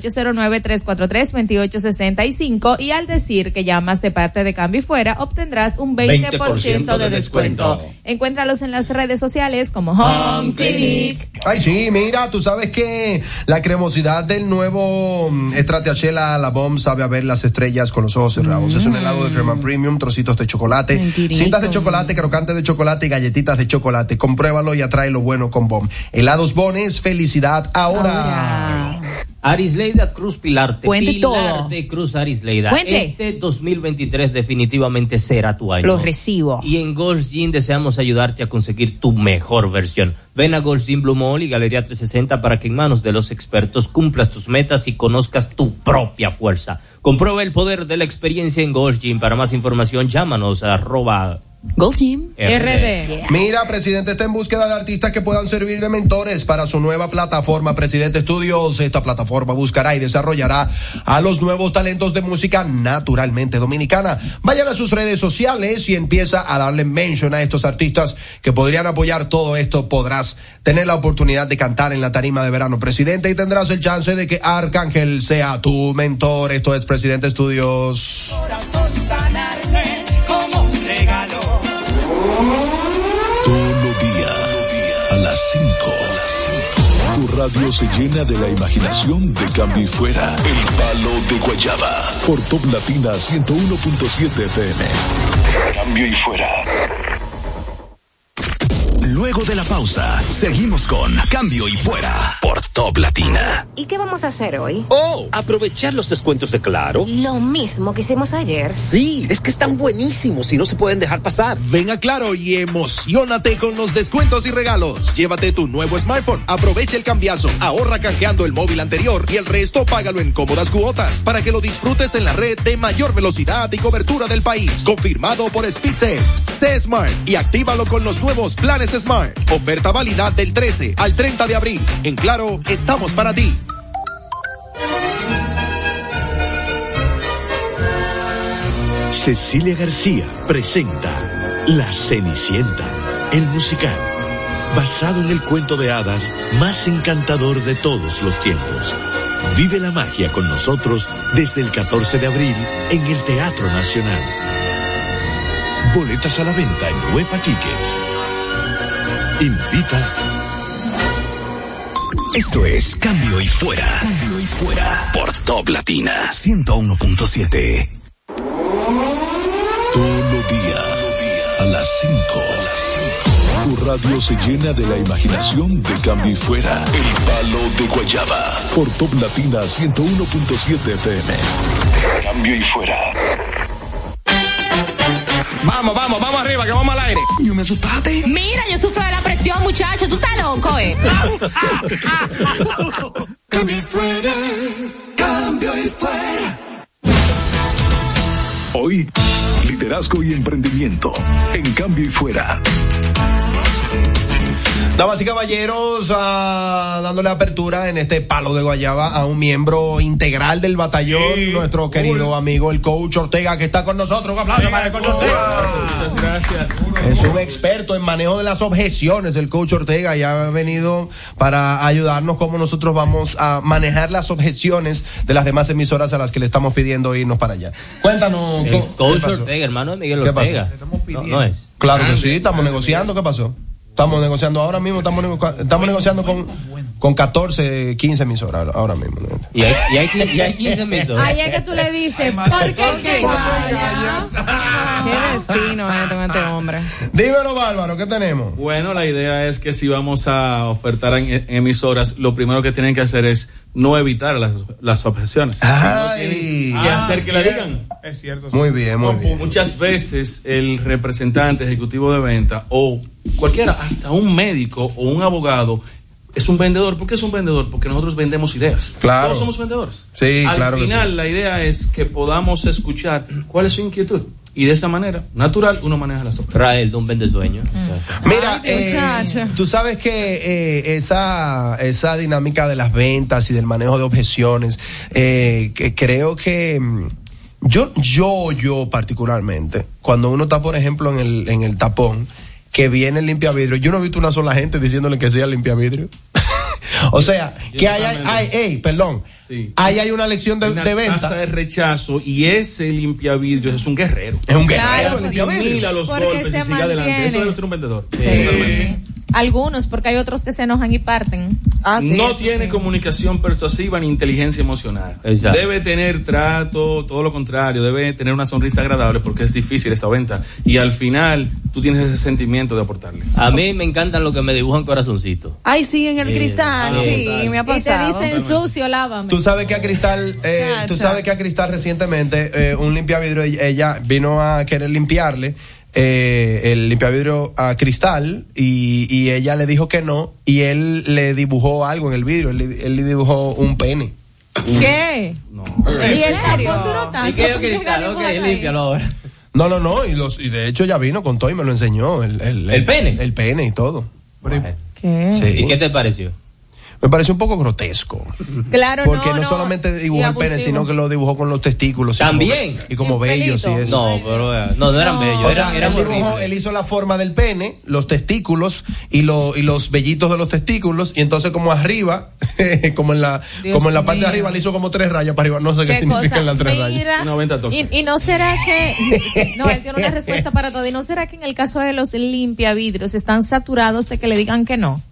Speaker 6: 809-343-2865 y al decir que llamas de parte de Cambio y Fuera obtendrás un 20%, de descuento. Encuéntralos en las redes sociales como Home Clinic.
Speaker 4: Ay, sí, mira, tú sabes que la cremosidad del nuevo mm, Stracciatella La Bomb sabe a ver las estrellas con los ojos cerrados. Es un helado de crema premium, trocitos de chocolate,
Speaker 16: Mentirito.
Speaker 4: cintas de chocolate, crocantes de chocolate y galletitas de chocolate. Compruébalo y atrae lo bueno con Bomb. Helados Bones, felicidad ahora.
Speaker 8: Arisleida Cruz Pilarte.
Speaker 4: Cuente
Speaker 8: Pilarte Cruz Arisleida.
Speaker 15: Cuente.
Speaker 8: Este 2023 definitivamente será tu año.
Speaker 15: Lo recibo.
Speaker 8: Y en Gold Gym deseamos ayudarte a conseguir tu mejor versión. Ven a Gold Gym Blue Mall y Galería 360 para que en manos de los expertos cumplas tus metas y conozcas tu propia fuerza. Comprueba el poder de la experiencia en Gold Gym. Para más información, llámanos a arroba
Speaker 15: Gold Gym.
Speaker 4: Mira, presidente está en búsqueda de artistas que puedan servir de mentores para su nueva plataforma, Presidente Studios. Esta plataforma buscará y desarrollará a los nuevos talentos de música naturalmente dominicana. Vayan a sus redes sociales y empieza a darle mention a estos artistas que podrían apoyar todo esto. Podrás tener la oportunidad de cantar en la tarima de verano, presidente, y tendrás el chance de que Arcángel sea tu mentor. Esto es Presidente Studios.
Speaker 7: corazón sanarme como un regalo.
Speaker 5: Todo día a las 5. Tu radio se llena de la imaginación de Cambio y Fuera. El palo de Guayaba. Por Top Latina 101.7 FM. Cambio y Fuera.
Speaker 17: Luego de la pausa, seguimos con Cambio y Fuera por Top Latina.
Speaker 18: ¿Y qué vamos a hacer hoy?
Speaker 17: Oh, aprovechar los descuentos de Claro.
Speaker 18: Lo mismo que hicimos ayer.
Speaker 17: Sí, es que están buenísimos y no se pueden dejar pasar.
Speaker 16: Ven a Claro y emocionate con los descuentos y regalos. Llévate tu nuevo smartphone, aprovecha el cambiazo, ahorra canjeando el móvil anterior y el resto págalo en cómodas cuotas para que lo disfrutes en la red de mayor velocidad y cobertura del país. Confirmado por Speedtest, C Smart y actívalo con los nuevos planes Smart. Oferta válida del 13 al 30 de abril. En Claro, estamos para ti.
Speaker 19: Cecilia García presenta La Cenicienta, el musical. basado en el cuento de hadas más encantador de todos los tiempos. Vive la magia con nosotros desde el 14 de abril en el Teatro Nacional. Boletas a la venta en Huepa Tickets. Invita
Speaker 17: Esto es Cambio y Fuera. Cambio y Fuera. Por Top Latina 101.7.
Speaker 5: Todo día a las 5.
Speaker 17: Tu radio se llena de la
Speaker 5: Imaginación de Cambio y Fuera. El palo de Guayaba. Por Top Latina 101.7 FM. Cambio y Fuera.
Speaker 3: Vamos, vamos, vamos arriba, que vamos al aire.
Speaker 17: Yo me asustaste.
Speaker 18: Mira, yo sufro de la presión, muchacho. Tú estás loco, eh.
Speaker 17: Cambio y Fuera. Cambio y Fuera.
Speaker 5: Hoy, liderazgo y emprendimiento. En Cambio y Fuera.
Speaker 4: Damas y caballeros, ah, dándole apertura en este palo de guayaba a un miembro integral del batallón, nuestro querido amigo el coach Ortega, que está con nosotros. Un aplauso para el coach Ortega.
Speaker 20: Muchas gracias.
Speaker 4: Es un experto en manejo de las objeciones, el coach Ortega, y ha venido para ayudarnos cómo nosotros vamos a manejar las objeciones de las demás emisoras a las que le estamos pidiendo irnos para allá. Cuéntanos.
Speaker 8: El
Speaker 4: co- ¿qué
Speaker 8: coach
Speaker 4: pasó?
Speaker 8: Ortega, hermano de Miguel
Speaker 4: ¿Qué pasó?
Speaker 8: Ortega. No, no es.
Speaker 4: Claro que sí, estamos negociando, ¿qué pasó? Estamos negociando ahora mismo, estamos, nego- estamos negociando con, con 14, 15 emisoras ahora mismo.
Speaker 8: Y hay, y hay, y hay 15 emisoras.
Speaker 6: Ahí es que tú le dices, ¿por qué el que vaya?
Speaker 11: Qué destino eh, tengo este hombre.
Speaker 4: Dímelo, Bárbaro, ¿qué tenemos?
Speaker 20: Bueno, la idea es que si vamos a ofertar en, en emisoras, lo primero que tienen que hacer es no evitar las, las objeciones.
Speaker 4: Ay. Ah,
Speaker 20: Y
Speaker 8: Ah.
Speaker 20: hacer que la digan.
Speaker 9: Es cierto.
Speaker 4: Muy bien, muy bien.
Speaker 20: Muchas veces el representante ejecutivo de venta o cualquiera, hasta un médico o un abogado, es un vendedor. ¿Por qué es un vendedor? Porque nosotros vendemos ideas.
Speaker 4: Claro.
Speaker 20: Todos somos vendedores.
Speaker 4: Sí,
Speaker 20: Al
Speaker 4: claro que sí.
Speaker 20: final, la idea es que podamos escuchar cuál es su inquietud. Y de esa manera, natural, uno maneja las objeciones.
Speaker 8: Rael, de un vende sueño.
Speaker 6: Mm.
Speaker 4: Mira, eh, tú sabes que eh, esa, esa dinámica de las ventas y del manejo de objeciones, eh, que creo que mm, yo, yo, yo particularmente, cuando uno está, por ejemplo, en el, en el tapón, que viene el limpia vidrio, yo no he visto una sola gente diciéndole que sea el limpia vidrio. o sea, que hay, hay, hay- ey, perdón, ahí hay una lección de,
Speaker 20: una
Speaker 4: de
Speaker 20: tasa
Speaker 4: venta.
Speaker 20: de rechazo y ese limpiavidrios es un guerrero.
Speaker 4: Es un
Speaker 20: Él
Speaker 4: guerrero,
Speaker 20: se
Speaker 4: limpiavidrios.
Speaker 20: asimila los
Speaker 6: Porque
Speaker 20: golpes y
Speaker 6: se
Speaker 20: sigue adelante. Eso
Speaker 6: mantiene.
Speaker 20: debe ser un vendedor.
Speaker 6: Algunos, porque hay otros que se enojan y parten.
Speaker 4: Ah,
Speaker 20: no tiene comunicación persuasiva ni inteligencia emocional.
Speaker 8: Exacto.
Speaker 20: Debe tener trato, todo lo contrario, debe tener una sonrisa agradable porque es difícil esa venta. Y al final tú tienes ese sentimiento de aportarle.
Speaker 8: A mí me encantan los que me dibujan corazoncitos.
Speaker 6: Ay, sí, en
Speaker 8: el cristal, sí, me ha
Speaker 6: Y
Speaker 8: pasado.
Speaker 6: te dicen sucio, lávame.
Speaker 4: Tú sabes que a Cristal, eh,
Speaker 6: Ya,
Speaker 4: tú
Speaker 6: ya.
Speaker 4: sabes que a Cristal recientemente eh, un limpiavidrio ella- ella vino a querer limpiarle eh, el limpiavidrio a Cristal y, y ella le dijo que no y él le dibujó algo en el vidrio, él, le- él le dibujó un pene.
Speaker 6: ¿Qué? ¿Y el tapón duró tanto?
Speaker 4: No, no, no, y, los, y de hecho ya vino con todo y me lo enseñó. ¿El, el,
Speaker 8: ¿El pene?
Speaker 4: El pene y todo.
Speaker 6: ¿Qué?
Speaker 4: Sí.
Speaker 8: ¿Y qué te pareció?
Speaker 4: Me pareció un poco grotesco.
Speaker 6: Claro,
Speaker 4: Porque no,
Speaker 6: no, no.
Speaker 4: solamente
Speaker 6: y
Speaker 4: dibujó el pene,
Speaker 6: abusivo.
Speaker 4: sino que lo dibujó con los testículos. y
Speaker 8: También.
Speaker 4: como- Y como bellos y eso.
Speaker 8: No, pero eh, no, no eran
Speaker 4: No.
Speaker 8: bellos,
Speaker 4: O
Speaker 8: eran,
Speaker 4: sea,
Speaker 8: eran
Speaker 4: él, dibujó-
Speaker 8: horribles.
Speaker 4: él hizo la forma del pene, los testículos y, lo- y los vellitos de los testículos y entonces como arriba, como en la
Speaker 6: Dios
Speaker 4: como en la parte
Speaker 6: mío.
Speaker 4: de arriba le hizo como tres rayas para arriba, no sé qué,
Speaker 6: ¿Qué cosa?
Speaker 4: significan las tres
Speaker 6: Mira,
Speaker 4: rayas.
Speaker 6: Y, y no será que. No, él tiene una respuesta para todo. ¿Y no será que en el caso de los limpiavidrios están saturados de que le digan que no?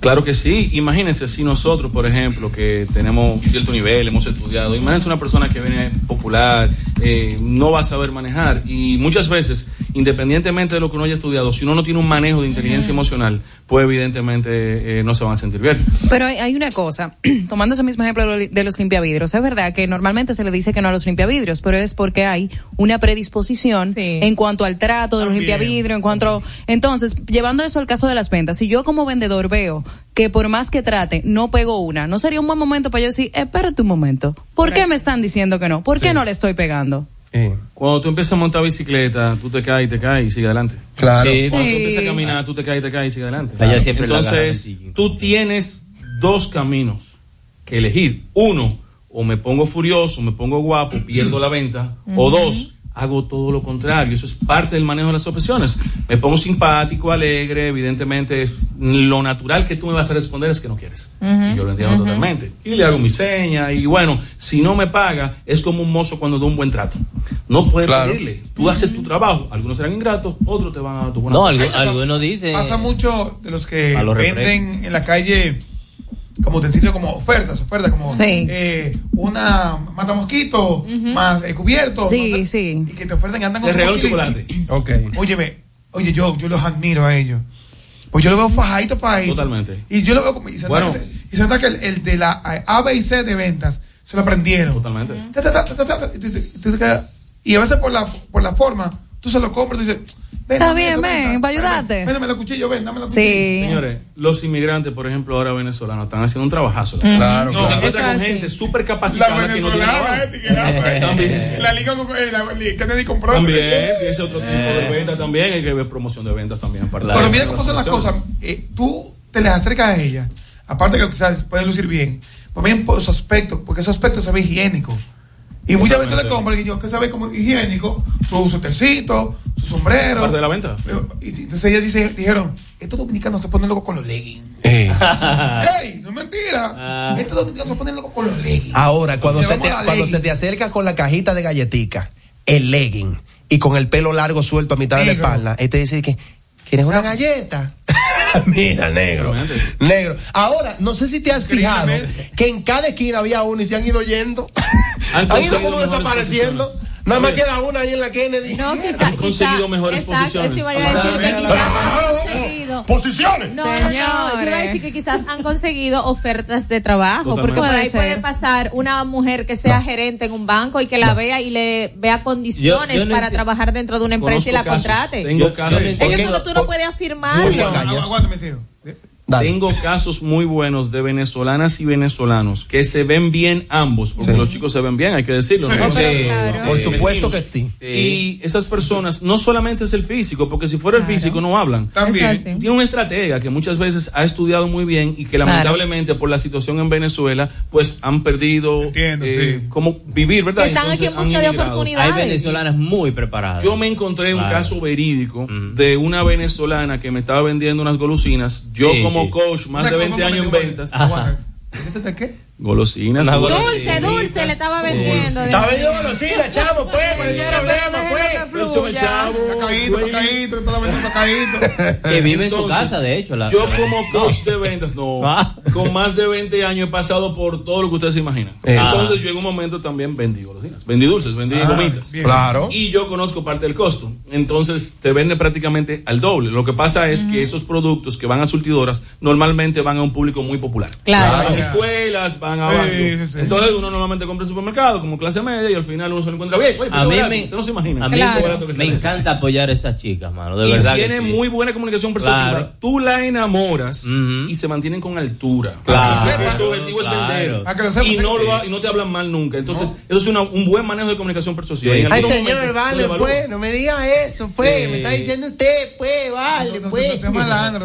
Speaker 20: Claro que sí. Imagínense si nosotros, por ejemplo, que tenemos cierto nivel, hemos estudiado. Imagínense una persona que viene popular, eh, no va a saber manejar. Y muchas veces, independientemente de lo que uno haya estudiado, si uno no tiene un manejo de inteligencia emocional, pues evidentemente eh, no se van a sentir bien.
Speaker 11: Pero hay, hay una cosa, tomando ese mismo ejemplo de lo- de los limpiavidrios, es verdad que normalmente se le dice que no a los limpiavidrios, pero es porque hay una predisposición en cuanto al trato de los limpiavidrios, en cuanto... Entonces, llevando eso al caso de las ventas, si yo como vendedor veo que por más que trate, no pego una, ¿no sería un buen momento para yo decir, espérate un momento, ¿por qué me están diciendo que no? ¿Por qué no le estoy pegando?
Speaker 20: Cuando tú empiezas a montar bicicleta, tú te caes, te caes y sigue adelante.
Speaker 4: Claro.
Speaker 20: Sí, cuando tú
Speaker 8: Sí.
Speaker 20: empiezas a caminar, tú te caes, te caes y sigue adelante.
Speaker 8: Allá siempre la agarran,
Speaker 20: Entonces,
Speaker 8: sí.
Speaker 20: tú tienes dos caminos que elegir. Uno, o me pongo furioso, me pongo guapo, pierdo la venta. O
Speaker 8: Ujú.
Speaker 20: dos, hago todo lo contrario. Eso es parte del manejo de las obsesiones. Me pongo simpático, alegre, evidentemente es lo natural que tú me vas a responder es que no quieres.
Speaker 15: Ujú,
Speaker 20: Y yo lo entiendo
Speaker 15: ujú.
Speaker 20: totalmente. Y le hago mi seña y bueno, si no me paga, es como un mozo cuando da un buen trato. No puedes pedirle. Tú haces tu trabajo. Algunos serán ingratos, otros te van a dar tu buena
Speaker 8: No,
Speaker 20: parte.
Speaker 8: algu- algunos dicen.
Speaker 9: Pasa mucho de los que
Speaker 20: A los refrescos.
Speaker 9: venden en la calle como utensilios, como ofertas, ofertas, como
Speaker 11: Sí.
Speaker 9: eh, una mata mosquito, más eh, cubierto.
Speaker 11: Sí,
Speaker 9: no sé,
Speaker 11: sí.
Speaker 9: Y que te ofertan y andan
Speaker 11: Les
Speaker 9: su
Speaker 11: regalo
Speaker 9: mochila.
Speaker 4: Ok.
Speaker 9: Óyeme, oye, yo, yo los admiro a ellos. Pues yo lo veo fajadito para ahí.
Speaker 20: Totalmente.
Speaker 9: Y yo lo veo como. Y se nota
Speaker 20: Bueno.
Speaker 9: que, se- y se nota que el, el de la eh, A, B y C de ventas se lo aprendieron.
Speaker 20: Totalmente.
Speaker 9: Ta, ta, ta, ta, ta, ta, y tú dices- tú te quedas- y a veces por la, por la forma, tú se lo compras y tú dices. "Ven,
Speaker 11: Está
Speaker 9: dame
Speaker 11: bien,
Speaker 9: esto,
Speaker 11: ven,
Speaker 9: ven,
Speaker 11: para
Speaker 9: ven,
Speaker 11: ayudarte.
Speaker 9: Ven, dame los cuchillos, ven, dame los
Speaker 11: Sí.
Speaker 9: cuchillos.
Speaker 20: Señores, los inmigrantes, por ejemplo, ahora venezolanos, están haciendo un trabajazo.
Speaker 9: Ujú. Claro,
Speaker 20: no,
Speaker 9: claro.
Speaker 20: te encuentras
Speaker 9: Eso es
Speaker 20: con
Speaker 9: así.
Speaker 20: gente súper capacitada que no tiene trabajo. También.
Speaker 9: La liga con eh, la liga Kennedy compró.
Speaker 20: También, tiene ese otro tipo de
Speaker 8: Eh.
Speaker 20: venta también, hay que ver promoción de ventas también. aparte de
Speaker 9: Pero mira cómo
Speaker 20: las
Speaker 9: son las
Speaker 20: soluciones.
Speaker 9: cosas. Eh, tú te les acercas a ella, aparte que quizás pueden lucir bien, también por su aspecto, porque su aspecto se ve higiénico. Y muchas veces tú le
Speaker 20: Totalmente.
Speaker 9: compras y yo, que se ve como higiénico, su, su tercito, su sombrero.
Speaker 20: Parte de la venta.
Speaker 9: Y si- entonces ellas dice, dijeron, estos dominicanos se ponen locos con los leggings. ¡Ey! ¡No es mentira!
Speaker 4: Ah.
Speaker 9: Estos dominicanos se ponen locos con los leggings.
Speaker 4: Ahora, cuando, se te,
Speaker 9: Llevamos la
Speaker 4: cuando
Speaker 9: legging.
Speaker 4: se te acerca con la cajita de galletica, el legging, y con el pelo largo suelto a mitad de la espalda, él te dice que, ¿quieres
Speaker 20: Ah.
Speaker 4: una galleta? Mira, negro. Negro. Ahora, no sé si te has fijado que en cada esquina había uno y se han ido yendo. Han, ido
Speaker 20: conseguido
Speaker 4: como
Speaker 20: mejores
Speaker 4: desapareciendo.
Speaker 20: posiciones.
Speaker 4: Nada más
Speaker 20: Oye.
Speaker 4: queda una ahí en la Kennedy.
Speaker 6: No, quizá- Han conseguido Ah, quizá- mejores exacto, posiciones. eso iba yo a decir, que quizás han conseguido.
Speaker 4: Posiciones.
Speaker 6: No, no, yo iba a decir que quizás han conseguido ofertas de trabajo,
Speaker 4: Totalmente.
Speaker 6: porque por ahí
Speaker 11: Puede ser.
Speaker 6: puede pasar una mujer que sea gerente en un banco y que la vea y le vea condiciones
Speaker 20: Yo- yo no
Speaker 6: para
Speaker 20: enti-
Speaker 6: trabajar dentro de una empresa y la
Speaker 20: Conozco casos,
Speaker 6: contrate.
Speaker 20: Tengo casos.
Speaker 6: es que tú, no- tú no puedes afirmarlo.
Speaker 20: Tengo casos muy buenos de venezolanas y venezolanos que se ven bien ambos, porque los chicos se ven bien, hay que decirlo.
Speaker 4: Sí.
Speaker 20: ¿no? eh,
Speaker 4: Sí, claro. Por supuesto que sí.
Speaker 20: Y esas personas, no solamente es el físico, porque si fuera el físico no hablan.
Speaker 9: También. Eso es así.
Speaker 20: Tiene una estratega que muchas veces ha estudiado muy bien y que
Speaker 9: Claro.
Speaker 20: lamentablemente por la situación en Venezuela, pues han perdido eh, cómo vivir, ¿verdad?
Speaker 6: Están aquí en
Speaker 20: han
Speaker 6: busca de
Speaker 20: emigrado.
Speaker 6: oportunidades. Hay venezolanas
Speaker 20: muy preparadas. Yo me encontré un
Speaker 8: Claro.
Speaker 20: caso verídico de una venezolana que me estaba vendiendo unas golosinas. Yo
Speaker 8: Sí,
Speaker 20: como
Speaker 8: sí.
Speaker 20: coach, más
Speaker 8: Una cosa,
Speaker 20: de 20 años en
Speaker 8: momento,
Speaker 20: ventas.
Speaker 8: Ajá.
Speaker 9: ¿Vendiste qué?
Speaker 20: Golosinas.
Speaker 8: Una
Speaker 20: golosinas.
Speaker 6: Dulce, dulce, le estaba vendiendo.
Speaker 4: Está
Speaker 6: dice.
Speaker 4: vendiendo golosinas, chavo, pues, por el
Speaker 6: Señora,
Speaker 4: problema,
Speaker 6: pues,
Speaker 4: pues.
Speaker 6: déjelo que
Speaker 4: Pero sube,
Speaker 6: fluya.
Speaker 4: chavo.
Speaker 9: Cacaíto, cacaíto, toda la venta cacaíto.
Speaker 20: Que
Speaker 8: vive en su casa, Ah. de hecho, la-
Speaker 20: yo como coach de ventas, no. Con más de 20 años he pasado por todo lo que ustedes se imaginan.
Speaker 8: Eh.
Speaker 20: Entonces yo en un momento también vendí golosinas. Vendí dulces, vendí
Speaker 8: Ah,
Speaker 20: gomitas.
Speaker 8: bien. Claro.
Speaker 20: Y yo conozco parte del costo. Entonces te vende prácticamente al doble. Lo que pasa es
Speaker 8: Mm.
Speaker 20: que esos productos que van a surtidoras normalmente van a un público muy popular.
Speaker 6: Claro.
Speaker 20: Van a escuelas, van a
Speaker 8: Sí,
Speaker 20: barrios.
Speaker 8: sí, sí.
Speaker 20: Entonces uno normalmente compra en supermercado como clase media y al final uno se lo encuentra bien. Oye, pero
Speaker 8: A mí
Speaker 20: barato,
Speaker 8: me-
Speaker 20: usted no se imagina.
Speaker 8: A mí
Speaker 20: lo barato que
Speaker 8: me
Speaker 20: sale.
Speaker 8: encanta apoyar a esas chicas, mano. De
Speaker 20: y
Speaker 8: verdad. que
Speaker 20: tiene
Speaker 8: sí.
Speaker 20: muy buena comunicación persuasiva.
Speaker 8: Claro.
Speaker 20: Tú la enamoras y se mantienen con altura.
Speaker 8: Claro.
Speaker 20: Porque sepas, Su objetivo
Speaker 8: Claro.
Speaker 20: es vender.
Speaker 8: Para que lo sepas,
Speaker 20: y,
Speaker 8: sí.
Speaker 20: no lo ha- y no te hablan mal nunca. Entonces, eso es una- un buen manejo de comunicación persuasiva. Y en
Speaker 4: Ay,
Speaker 20: algún
Speaker 4: señor,
Speaker 20: momento
Speaker 4: vale,
Speaker 20: tú le
Speaker 4: pues, no me diga eso, pues. Me está diciendo usted, pues, vale, pues.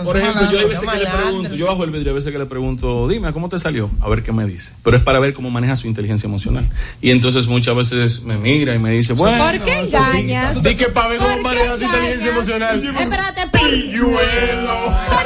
Speaker 20: Por ejemplo, yo a veces que le pregunto, yo bajo el vidrio, a veces que le pregunto, dime, ¿cómo te salió? A ver qué me dice. Pero es para ver cómo maneja su inteligencia emocional. Y entonces muchas veces me mira y me dice, bueno.
Speaker 6: ¿Por qué engañas?
Speaker 20: Di que pa' ver cómo
Speaker 6: ¿Por qué
Speaker 20: maneja tu
Speaker 6: engañas?
Speaker 20: inteligencia emocional.
Speaker 6: Espérate, ¿por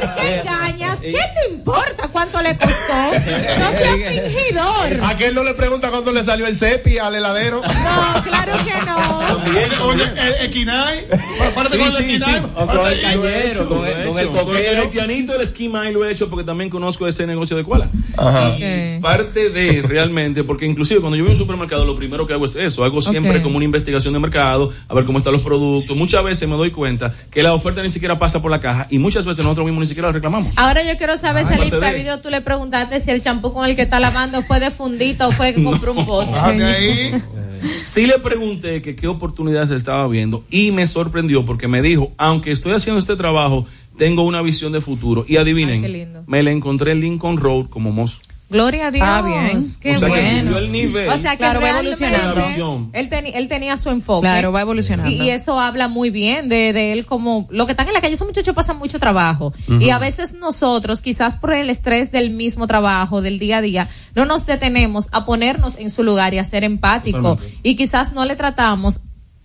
Speaker 6: ¿Por qué engañas? ¿Qué te importa cuánto le costó? No seas fingidor.
Speaker 4: ¿A él no le pregunta cuándo le salió el cepi al heladero?
Speaker 6: No, claro que no.
Speaker 4: Oye, el equinai.
Speaker 20: Aparte
Speaker 4: Sí,
Speaker 20: con
Speaker 4: sí,
Speaker 20: el esquina,
Speaker 4: sí.
Speaker 20: aparte-
Speaker 4: O con el
Speaker 20: Sí,
Speaker 4: cañero,
Speaker 20: lo he hecho,
Speaker 4: con
Speaker 20: lo
Speaker 4: el-
Speaker 20: he
Speaker 4: con el
Speaker 20: hecho.
Speaker 4: coquero.
Speaker 20: el haitianito del esquí mine lo he hecho porque también conozco ese negocio de cola.
Speaker 4: Ajá.
Speaker 20: Y parte de realmente, porque inclusive cuando yo voy a un supermercado, lo primero que hago es eso. Hago siempre
Speaker 8: Ok.
Speaker 20: como una investigación de mercado, a ver cómo están los productos. Muchas veces me doy cuenta que la oferta ni siquiera pasa por la caja y muchas veces nosotros mismos ni siquiera la reclamamos.
Speaker 6: Ahora yo quiero saber si
Speaker 20: Ay,
Speaker 6: al
Speaker 20: parte de-
Speaker 6: Instavidrio tú le preguntaste si el champú con el que está lavando fue de fundita o
Speaker 4: Ah,
Speaker 6: fue que compró un bote.
Speaker 20: Sí le pregunté que qué oportunidades estaba viendo y me sorprendió porque me dijo, aunque estoy haciendo este trabajo, tengo una visión de futuro. Y adivinen,
Speaker 6: Qué lindo.
Speaker 20: me la encontré en Lincoln Road como mozo.
Speaker 6: Gloria a Dios.
Speaker 11: Ah, bien.
Speaker 6: Qué
Speaker 20: o sea que
Speaker 6: bueno.
Speaker 20: subió el nivel.
Speaker 6: O sea que
Speaker 11: Claro, va
Speaker 6: realmente
Speaker 11: evolucionando.
Speaker 20: La visión.
Speaker 6: Él, teni- él tenía su enfoque.
Speaker 11: Claro, va evolucionando.
Speaker 6: Y, y eso habla muy bien de, de él como lo que están en la calle, esos muchachos pasan mucho trabajo.
Speaker 11: Ujú.
Speaker 6: Y a veces nosotros, quizás por el estrés del mismo trabajo, del día a día, no nos detenemos a ponernos en su lugar y a ser empático.
Speaker 11: Totalmente.
Speaker 6: Y quizás no le tratamos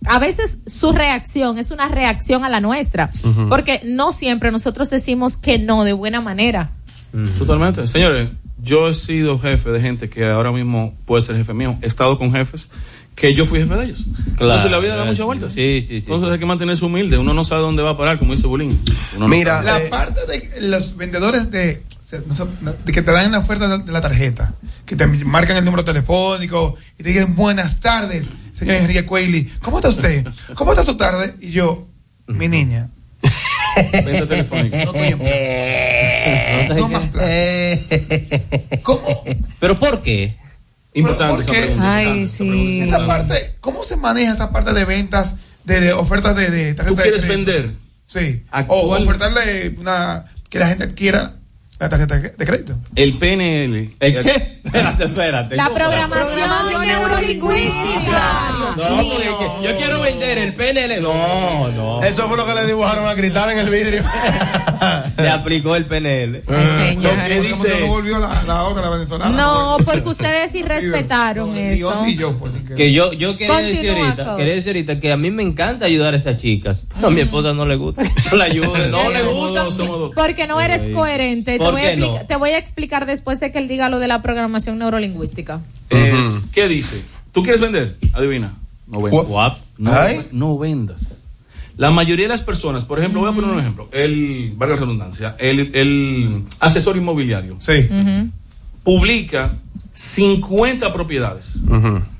Speaker 6: a veces su reacción es una reacción a la nuestra,
Speaker 20: Ujú.
Speaker 6: porque no siempre nosotros decimos que no de buena manera.
Speaker 20: Totalmente. Señores, yo he sido jefe de gente que ahora mismo puede ser jefe mío. He estado con jefes que yo fui jefe de ellos. Entonces la vida da muchas vueltas.
Speaker 8: Sí, sí, sí.
Speaker 20: Entonces hay que mantenerse humilde. Uno no sabe dónde va a parar, como dice Bulín. Uno no sabe. Eh,
Speaker 9: la parte de los vendedores de, o sea, no sé, de que te dan la oferta de la tarjeta, que te marcan el número telefónico y te dicen buenas tardes, señor Enrique Cuelli, ¿cómo está usted? ¿Cómo está su tarde? Y yo, mi niña. No estoy
Speaker 8: Eh,
Speaker 9: empleado. No más plástico. ¿Cómo?
Speaker 8: ¿Pero por qué?
Speaker 20: Importante
Speaker 9: esa pregunta.
Speaker 11: Ay, sí.
Speaker 9: Esa parte, ¿cómo se maneja esa parte de ventas, de, de ofertas de, de tarjeta
Speaker 20: ¿Tú
Speaker 9: de
Speaker 20: quieres
Speaker 9: crédito?
Speaker 20: vender?
Speaker 9: Sí. Oh, O
Speaker 20: Actual-
Speaker 9: ofertarle una, que la gente adquiera la tarjeta de de crédito.
Speaker 20: El PNL.
Speaker 8: espérate, espérate.
Speaker 6: La programación, neurolingüística.
Speaker 4: No, porque yo- yo quiero vender el PNL. No, no. Eso fue lo que le dibujaron a gritar en el vidrio.
Speaker 8: Le aplicó el PNL.
Speaker 4: Ah,
Speaker 6: señor.
Speaker 8: Lo que dice
Speaker 9: No
Speaker 8: es
Speaker 9: volvió la, la otra, la venezolana.
Speaker 6: No, porque ustedes sí respetaron esto.
Speaker 9: Y yo, pues, sin
Speaker 8: que yo, yo quería decir
Speaker 6: Continúa,
Speaker 8: ahorita,
Speaker 6: Coach.
Speaker 8: quería decir ahorita que a mí me encanta ayudar a esas chicas. A mi esposa no le gusta que yo la ayude, no le gusta.
Speaker 6: Porque no eres
Speaker 8: Sí.
Speaker 6: coherente. Te
Speaker 8: ¿Por
Speaker 6: voy, a
Speaker 8: qué no?
Speaker 6: explica- te voy a explicar después de que él diga lo de la programación neurolingüística.
Speaker 20: Es- ¿Qué dice? ¿Tú quieres vender? Adivina. No vendas. No,
Speaker 8: Ay.
Speaker 20: no vendas. La mayoría de las personas, por ejemplo, voy a poner un ejemplo. El, valga la redundancia, el, el asesor inmobiliario
Speaker 9: Sí.
Speaker 20: publica 50 propiedades.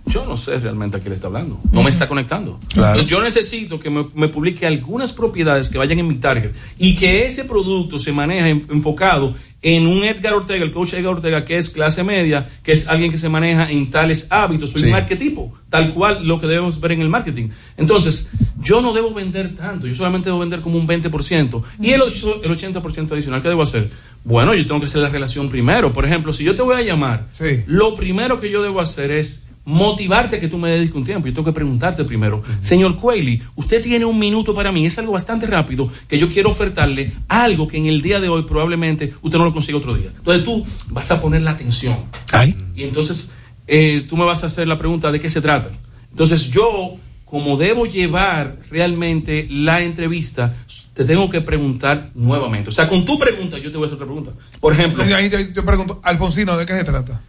Speaker 20: Yo no sé realmente a qué le está hablando. No me está conectando.
Speaker 4: Claro.
Speaker 20: Entonces, yo necesito que me, me publique algunas propiedades que vayan en mi target y que ese producto se maneje en- enfocado en un Edgar Ortega, el coach Edgar Ortega, que es clase media, que es alguien que se maneja en tales hábitos, soy
Speaker 4: Sí.
Speaker 20: un arquetipo, tal cual lo que debemos ver en el marketing. Entonces, yo no debo vender tanto, yo solamente debo vender como un 20%. Y el, ocho- el 80% adicional, ¿qué debo hacer? Bueno, yo tengo que hacer la relación primero. Por ejemplo, si yo te voy a llamar, lo primero que yo debo hacer es motivarte a que tú me dediques un tiempo. Yo tengo que preguntarte primero, señor Cuelly, usted tiene un minuto para mí, es algo bastante rápido que yo quiero ofertarle algo que en el día de hoy probablemente usted no lo consigue otro día. Entonces tú vas a poner la atención. Y entonces eh, tú me vas a hacer la pregunta de qué se trata. Entonces yo, como debo llevar realmente la entrevista, te tengo que preguntar nuevamente. O sea, con tu pregunta yo te voy a hacer otra pregunta. Por ejemplo,
Speaker 9: Ahí te- yo pregunto, Alfonsino, ¿de qué se trata?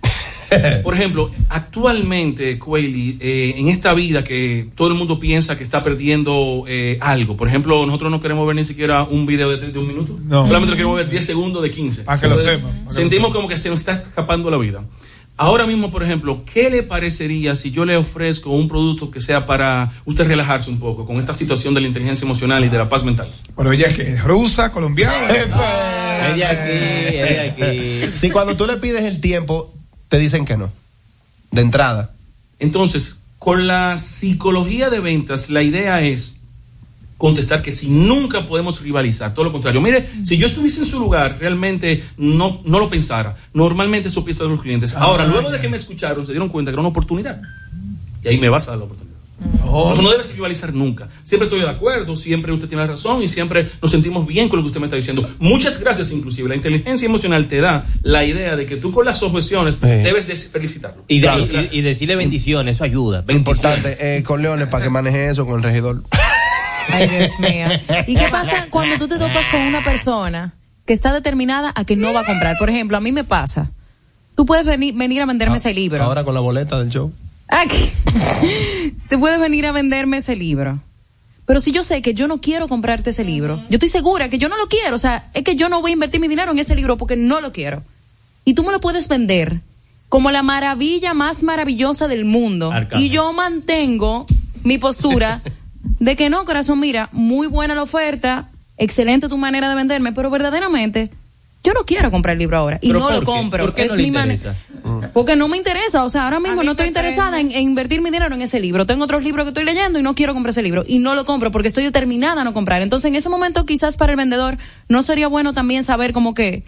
Speaker 20: por ejemplo, actualmente, Cueli, eh, en esta vida que todo el mundo piensa que está perdiendo eh, algo, por ejemplo, nosotros no queremos ver ni siquiera un video de, de un minuto,
Speaker 9: No.
Speaker 20: solamente lo queremos ver 10 segundos de 15.
Speaker 9: Para que lo sepa,
Speaker 20: sentimos como que se nos está escapando la vida. Ahora mismo, por ejemplo, ¿qué le parecería si yo le ofrezco un producto que sea para usted relajarse un poco con esta situación de la inteligencia emocional y de la paz mental?
Speaker 9: Bueno, ella es que es rusa, colombiana.
Speaker 4: Si cuando tú le pides el tiempo, te dicen que no. De entrada.
Speaker 20: Entonces, con la psicología de ventas, la idea es contestar que si nunca podemos rivalizar, todo lo contrario. Mire, si yo estuviese en su lugar, realmente no, no lo pensara. Normalmente eso piensan los clientes. Ahora,
Speaker 9: Ah,
Speaker 20: luego de que me escucharon, se dieron cuenta que era una oportunidad. Y ahí me vas a dar la oportunidad.
Speaker 9: Oh.
Speaker 8: Oh.
Speaker 20: No, no debes rivalizar nunca. Siempre estoy de acuerdo, siempre usted tiene la razón y siempre nos sentimos bien con lo que usted me está diciendo. Muchas gracias, inclusive. La inteligencia emocional te da la idea de que tú con las objeciones debes de felicitarlo.
Speaker 8: Y, de-
Speaker 20: Muchas
Speaker 8: y-
Speaker 20: gracias.
Speaker 8: y decirle bendiciones, eso ayuda.
Speaker 4: Importante, eh, con Leones, para que maneje eso con el regidor.
Speaker 11: Ay, Dios mío. ¿Y qué pasa cuando tú te topas con una persona que está determinada a que no va a comprar? Por ejemplo, a mí me pasa. Tú puedes venir, venir a venderme ese libro.
Speaker 4: Ahora con la boleta del show.
Speaker 11: Aquí. Ah, Tú puedes venir a venderme ese libro. Pero si yo sé que yo no quiero comprarte ese libro, yo estoy segura que yo no lo quiero. O sea, es que yo no voy a invertir mi dinero en ese libro porque no lo quiero. Y tú me lo puedes vender como la maravilla más maravillosa del mundo.
Speaker 8: Arcángel.
Speaker 11: Y yo mantengo mi postura de que no, corazón, mira, muy buena la oferta, excelente tu manera de venderme, pero verdaderamente yo no quiero comprar el libro ahora y
Speaker 8: ¿Pero
Speaker 11: no lo
Speaker 8: por qué?
Speaker 11: compro.
Speaker 8: ¿Por qué
Speaker 11: es
Speaker 8: no le
Speaker 11: mi manera.
Speaker 8: interesa?
Speaker 11: Porque no me interesa, o sea, ahora mismo no estoy interesada en, en invertir mi dinero en ese libro. Tengo otros libros que estoy leyendo y no quiero comprar ese libro. Y no lo compro porque estoy determinada a no comprar. Entonces, en ese momento, quizás para el vendedor, no sería bueno también saber como que,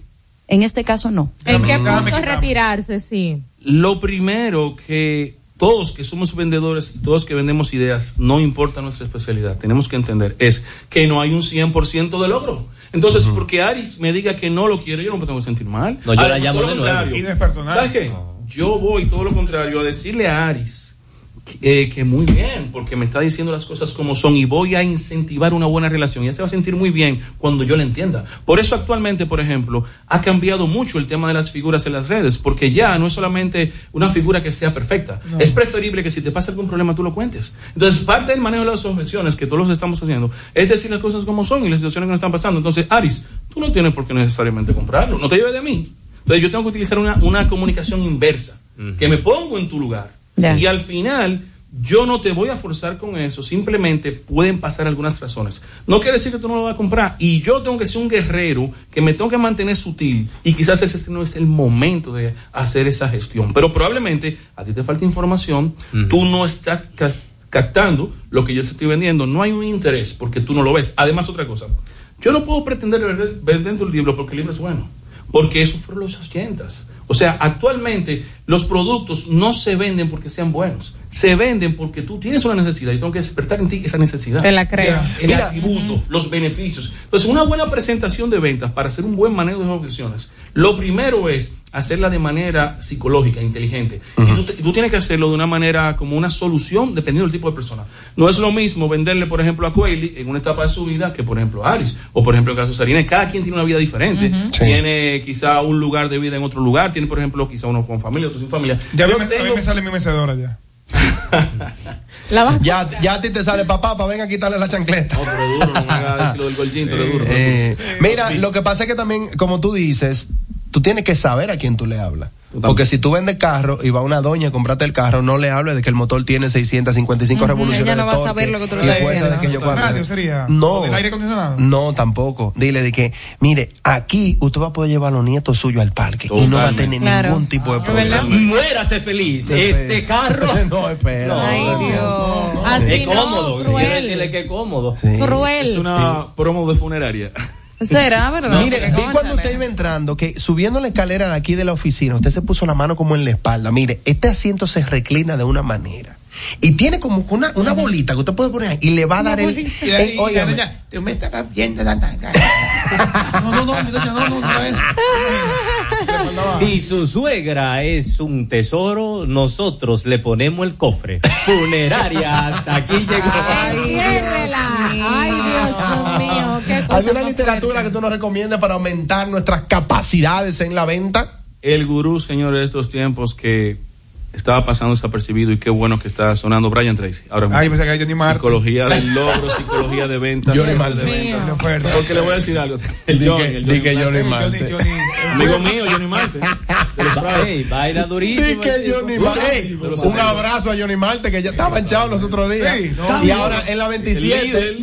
Speaker 11: en este caso, no.
Speaker 6: ¿En qué punto retirarse? Sí.
Speaker 20: lo primero que todos que somos vendedores y todos que vendemos ideas, no importa nuestra especialidad, tenemos que entender es que no hay un 100% de logro. Entonces, porque Aris me diga que no lo quiere, yo no me tengo que sentir mal.
Speaker 8: No, yo la
Speaker 20: Al-
Speaker 8: llamo
Speaker 20: todo
Speaker 8: de
Speaker 20: lo
Speaker 8: nuevo.
Speaker 20: contrario.
Speaker 9: Y no es personal.
Speaker 20: ¿Sabes qué? Yo voy todo lo contrario a decirle a Aris eh, que muy bien, porque me está diciendo las cosas como son y voy a incentivar una buena relación. Ella se va a sentir muy bien cuando yo la entienda. Por eso actualmente, por ejemplo, ha cambiado mucho el tema de las figuras en las redes, porque ya no es solamente una figura que sea perfecta.
Speaker 15: No.
Speaker 20: Es preferible que si te pasa algún problema tú lo cuentes. Entonces, parte del manejo de las objeciones que todos los estamos haciendo es decir las cosas como son y las situaciones que nos están pasando. Entonces, Aris, tú no tienes por qué necesariamente comprarlo. No te lleves de mí. Entonces, yo tengo que utilizar una, una comunicación inversa, que me pongo en tu lugar.
Speaker 15: Ya.
Speaker 20: Y al final, yo no te voy a forzar con eso, simplemente pueden pasar algunas razones. No quiere decir que tú no lo vas a comprar. Y yo tengo que ser un guerrero que me tengo que mantener sutil. Y quizás ese no es el momento de hacer esa gestión. Pero probablemente a ti te falta información, tú no estás cas- captando lo que yo te estoy vendiendo. No hay un interés porque tú no lo ves. Además, otra cosa. Yo no puedo pretender ver, ver dentro del libro porque el libro es bueno. Porque eso fueron los 80. O sea, actualmente los productos no se venden porque sean buenos. Se venden porque tú tienes una necesidad y tengo que despertar en ti esa necesidad.
Speaker 6: Te la creo.
Speaker 20: El atributo, los beneficios. Entonces, una buena presentación de ventas para hacer un buen manejo de las objeciones, lo primero es hacerla de manera psicológica, inteligente. Y tú, te- tú tienes que hacerlo de una manera como una solución dependiendo del tipo de persona. No es lo mismo venderle, por ejemplo, a Coeli en una etapa de su vida que, por ejemplo, a Alice. O, por ejemplo, el caso de Sarina. Cada quien tiene una vida diferente.
Speaker 9: Ujú. Sí.
Speaker 20: Tiene quizá un lugar de vida en otro lugar. Tiene, por ejemplo, quizá uno con familia, otro sin familia.
Speaker 9: Ya a
Speaker 20: Yo
Speaker 9: mí me- a mí
Speaker 20: tengo-
Speaker 9: me sale mi mecedora ya.
Speaker 4: ya, ya a ti te sale papá, papá, ven a quitarle la chancleta. Eh, mira, lo que pasa es que también, como tú dices, tú tienes que saber a quién tú le hablas. Porque si tú vendes carro y va una doña a comprarte el carro, no le hables de que el motor tiene 655
Speaker 11: Ujú,
Speaker 4: revoluciones.
Speaker 11: ella no
Speaker 4: de
Speaker 11: va a
Speaker 4: torque
Speaker 11: saber lo que tú le
Speaker 4: y
Speaker 11: estás
Speaker 4: fuerza
Speaker 11: diciendo.
Speaker 4: de que yo pueda
Speaker 9: Radio
Speaker 4: tener.
Speaker 9: sería.
Speaker 4: No.
Speaker 9: ¿O del aire acondicionado.
Speaker 4: No, tampoco. Dile de que, mire, aquí usted va a poder llevar a los nietos suyos al parque y no va a
Speaker 15: Totalmente.
Speaker 4: tener
Speaker 15: Claro.
Speaker 4: ningún tipo
Speaker 3: Ah,
Speaker 4: de problema.
Speaker 15: ¿Verdad? Muérase feliz.
Speaker 4: No sé.
Speaker 15: Este carro.
Speaker 4: No, espera.
Speaker 15: Ay, Dios.
Speaker 6: Así
Speaker 20: Es
Speaker 6: no,
Speaker 20: cómodo.
Speaker 6: cruel.
Speaker 20: Dile que es cómodo.
Speaker 6: Cruel.
Speaker 20: Es una promo de funeraria.
Speaker 11: Será, ¿verdad?
Speaker 4: Mire,
Speaker 11: Porque,
Speaker 4: vi
Speaker 11: cónchale.
Speaker 4: cuando usted iba entrando que subiendo la escalera de aquí de la oficina, usted se puso la mano como en la espalda. Mire, este asiento se reclina de una manera. Y tiene como que una, una bolita que usted puede poner ahí y le
Speaker 11: Ah,
Speaker 4: va a dar el.
Speaker 9: Y la- y
Speaker 4: el-
Speaker 9: la
Speaker 4: óigame.
Speaker 9: doña, tú me estabas viendo la tanga. No, no, no, mi doña, no, no, no es.
Speaker 8: Si su suegra es un tesoro, nosotros le ponemos el cofre. Funeraria, hasta aquí llegó.
Speaker 6: Ay, Dios mío, qué cosa.
Speaker 4: ¿Alguna literatura que tú nos recomiendas para aumentar nuestras capacidades en la venta?
Speaker 20: El gurú, señor, de estos tiempos que estaba pasando desapercibido y qué bueno que está sonando Brian Tracy. Ahora mismo.
Speaker 9: Ay, pensé que era Johnny Martin.
Speaker 20: Psicología del logro, psicología de ventas.
Speaker 9: Johnny
Speaker 20: ciencia
Speaker 9: Martin.
Speaker 20: de ventas.
Speaker 9: Mío.
Speaker 20: Porque le voy a decir algo. El Johnny, el Johnny.
Speaker 4: que Johnny Marte.
Speaker 20: Amigo mío, Johnny Marte. De los Bravos.
Speaker 4: Ey, baila durísimo Sí, que el tipo. Johnny Marte. Ey,
Speaker 20: De los
Speaker 4: un
Speaker 20: Bravos.
Speaker 4: abrazo a Johnny Marte que ya estaba manchado los otros días.
Speaker 20: Sí, no.
Speaker 4: y ahora en la 27.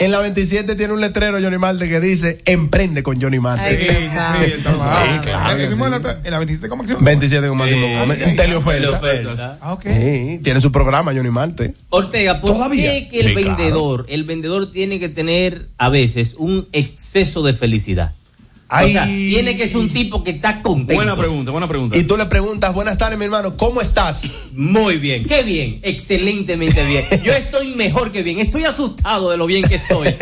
Speaker 4: En la 27 tiene un letrero Johnny Marte que dice Emprende con Johnny Marte.
Speaker 9: Ay, Dios
Speaker 4: Sí,
Speaker 9: santo.
Speaker 4: sí, está mal.
Speaker 9: Ah,
Speaker 4: Claro
Speaker 9: el
Speaker 4: que
Speaker 9: mismo
Speaker 4: sí.
Speaker 9: en la otra- en la 27 como acción.
Speaker 4: 27 con Máximo
Speaker 9: Sí.
Speaker 4: Gómez.
Speaker 9: Ay, ay,
Speaker 4: Teleoferta.
Speaker 9: teleoferta. Ah, ok.
Speaker 4: Sí, tiene su programa Johnny Marte.
Speaker 8: Ortega, ¿por
Speaker 4: Todavía.
Speaker 8: qué que el
Speaker 4: Sí, claro.
Speaker 8: vendedor, el vendedor tiene que tener a veces un exceso de felicidad? O sea, tiene que ser un tipo que está contento.
Speaker 20: Buena pregunta, buena pregunta.
Speaker 4: Y tú le preguntas, buenas tardes, mi hermano, ¿cómo estás?
Speaker 8: Muy bien, qué bien, excelentemente bien. Yo estoy mejor que bien, estoy asustado de lo bien que estoy.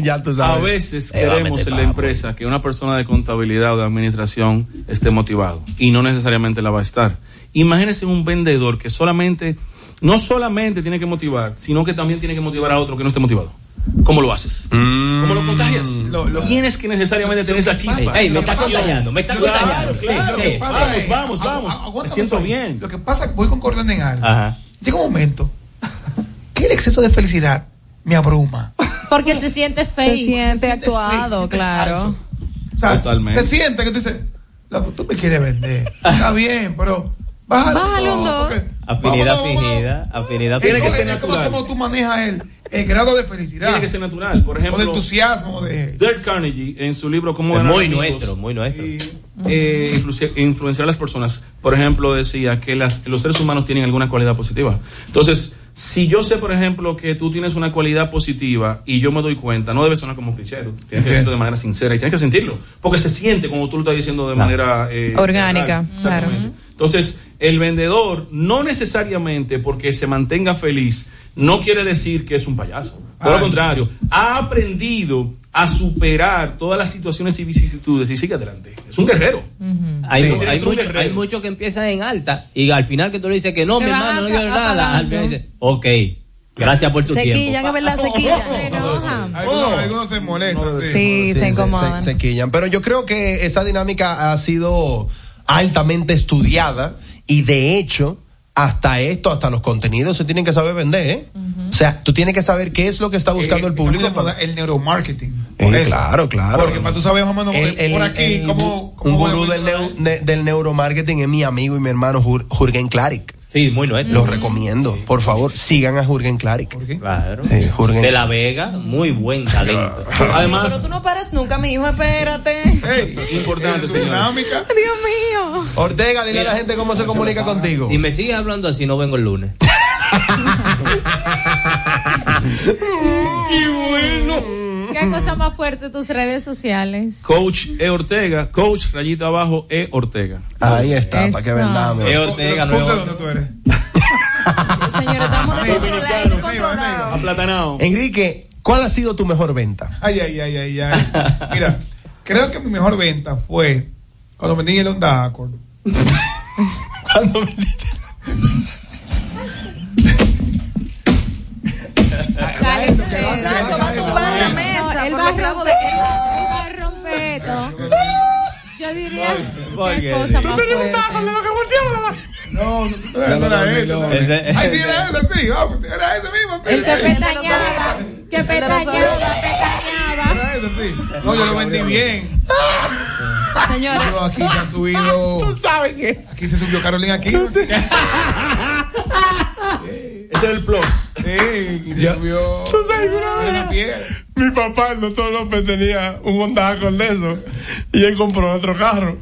Speaker 4: ya tú
Speaker 20: A veces
Speaker 8: Eh,
Speaker 20: queremos en la empresa que una persona de contabilidad o de administración esté motivado y no necesariamente la va a estar. Imagínese un vendedor que solamente, no solamente tiene que motivar, sino que también tiene que motivar a otro que no esté motivado. ¿Cómo lo haces? ¿Cómo lo contagias? Tienes que necesariamente tener esa chispa.
Speaker 8: Ey, me está contagiando, me está
Speaker 20: Claro,
Speaker 8: contagiando.
Speaker 20: claro,
Speaker 8: Sí,
Speaker 20: lo que
Speaker 8: sí.
Speaker 20: pasa es-
Speaker 9: Vamos,
Speaker 20: vamos.
Speaker 9: Aguanta,
Speaker 20: Me siento
Speaker 9: José.
Speaker 20: bien.
Speaker 9: Lo que pasa es que voy concordando en algo. Llega un momento que el exceso de felicidad me abruma.
Speaker 6: Porque se siente fake.
Speaker 11: Se siente actuado, claro.
Speaker 9: O sea,
Speaker 20: Totalmente.
Speaker 9: se siente que tú dices, loco, tú me quieres vender. Está bien, pero bájale,
Speaker 11: Bájale un dos.
Speaker 9: porque
Speaker 8: Afinidad
Speaker 9: Vamos, vamos,
Speaker 8: fingida, afinidad
Speaker 9: es como-
Speaker 8: fingida.
Speaker 9: es como, como tú manejas el, el grado de felicidad.
Speaker 20: Tiene que ser natural. Por ejemplo,
Speaker 9: O de entusiasmo. De...
Speaker 20: Dale Carnegie, en su libro Cómo
Speaker 8: Es
Speaker 20: ganar
Speaker 8: muy
Speaker 20: amigos,
Speaker 8: nuestro, muy nuestro.
Speaker 20: eh, influci- influenciar a las personas. Por ejemplo, decía que las- los seres humanos tienen alguna cualidad positiva. Entonces, si yo sé, por ejemplo, que tú tienes una cualidad positiva y yo me doy cuenta, no debe sonar como cliché, tú tienes que decirlo de manera sincera y tienes que sentirlo, porque se siente como tú lo estás diciendo de manera eh,
Speaker 11: Orgánica,
Speaker 20: natural.
Speaker 11: claro.
Speaker 20: Exactamente. Entonces, el vendedor no necesariamente porque se mantenga feliz, no quiere decir que es un payaso. Por
Speaker 9: Ay.
Speaker 20: lo contrario, ha aprendido a superar todas las situaciones y vicisitudes y sigue adelante. Es un guerrero.
Speaker 8: Hay,
Speaker 20: Sí.
Speaker 8: mu- hay
Speaker 20: Es un
Speaker 8: mucho-
Speaker 20: guerrero.
Speaker 8: hay muchos que empiezan en alta y al final que tú le dices que no,
Speaker 6: Se
Speaker 8: mi
Speaker 6: van
Speaker 8: hermano, no
Speaker 6: a-
Speaker 8: quiero nada. Al final
Speaker 6: apagando.
Speaker 8: dice, ok, gracias por tu tiempo.
Speaker 11: Sequillan, es verdad, sequillan.
Speaker 9: Algunos,
Speaker 4: Oh.
Speaker 9: algunos se molestan. sí.
Speaker 11: Sí, se incomodan.
Speaker 4: se quillan. Pero yo creo que esa dinámica ha sido altamente estudiada y de hecho, hasta esto, hasta los contenidos se tienen que saber vender, ¿eh? O sea, tú tienes que saber qué es lo que
Speaker 9: Eh,
Speaker 4: está buscando el público.
Speaker 9: el neuromarketing.
Speaker 4: Eh, claro, claro.
Speaker 9: Porque para tú sabes más o menos
Speaker 4: El- el-
Speaker 9: por aquí
Speaker 4: el-
Speaker 9: cómo,
Speaker 4: un
Speaker 9: cómo
Speaker 4: gurú del, neu- ne- del neuromarketing es mi amigo y mi hermano Jur- Jürgen Klarik.
Speaker 8: Sí, muy nuestro.
Speaker 4: Lo recomiendo. Por favor, sigan a Jürgen Klarik.
Speaker 8: Claro.
Speaker 4: Sí, Jürgen.
Speaker 8: De la Vega, muy buen talento.
Speaker 11: Sí,
Speaker 8: Además,
Speaker 11: pero tú no paras nunca, mi hijo, espérate.
Speaker 20: importante, señor.
Speaker 11: Dios mío.
Speaker 4: Ortega, dile a la gente cómo se comunica contigo.
Speaker 8: Si me sigues hablando así, no vengo el lunes.
Speaker 6: Y bueno. ¿Qué cosa más fuerte tus redes sociales?
Speaker 20: Coach E. Ortega, coach rayita abajo E. Ortega.
Speaker 4: Ahí está, para que vendamos.
Speaker 20: E. Ortega, no es otro.
Speaker 11: Señores, estamos descontrolados.
Speaker 20: Aplatanado.
Speaker 4: Enrique, ¿cuál ha sido tu mejor venta?
Speaker 9: Ay, ay, ay, ay, ay. Mira, creo que mi mejor venta fue cuando vendí el Honda Accord.
Speaker 4: cuando vendí.
Speaker 11: Nacho va a tumbar la mesa
Speaker 6: Él
Speaker 11: por
Speaker 6: va a
Speaker 11: los clavos de
Speaker 6: romper. Él va a romper todo. Yo diría qué cosa más fuerte.
Speaker 9: No, no, no era- no era ese.
Speaker 8: Eh,
Speaker 9: no era ese. Ay, sí, era ese, sí. Ah, pues, Era ese mismo. sí.
Speaker 6: El que
Speaker 9: Era ese.
Speaker 6: pestañaba. Que pestañaba, pestañaba.
Speaker 9: Era ese, sí. No, yo lo vendí bien.
Speaker 11: Señora.
Speaker 9: Pero aquí se han subido. Tú sabes que. Aquí se subió Carolina aquí.
Speaker 20: Ese era el plus.
Speaker 9: Sí, y se subió.
Speaker 15: Tú sabes,
Speaker 9: Era piel.
Speaker 15: Mi papá, el doctor López, tenía un Honda Accord de eso y él compró otro carro.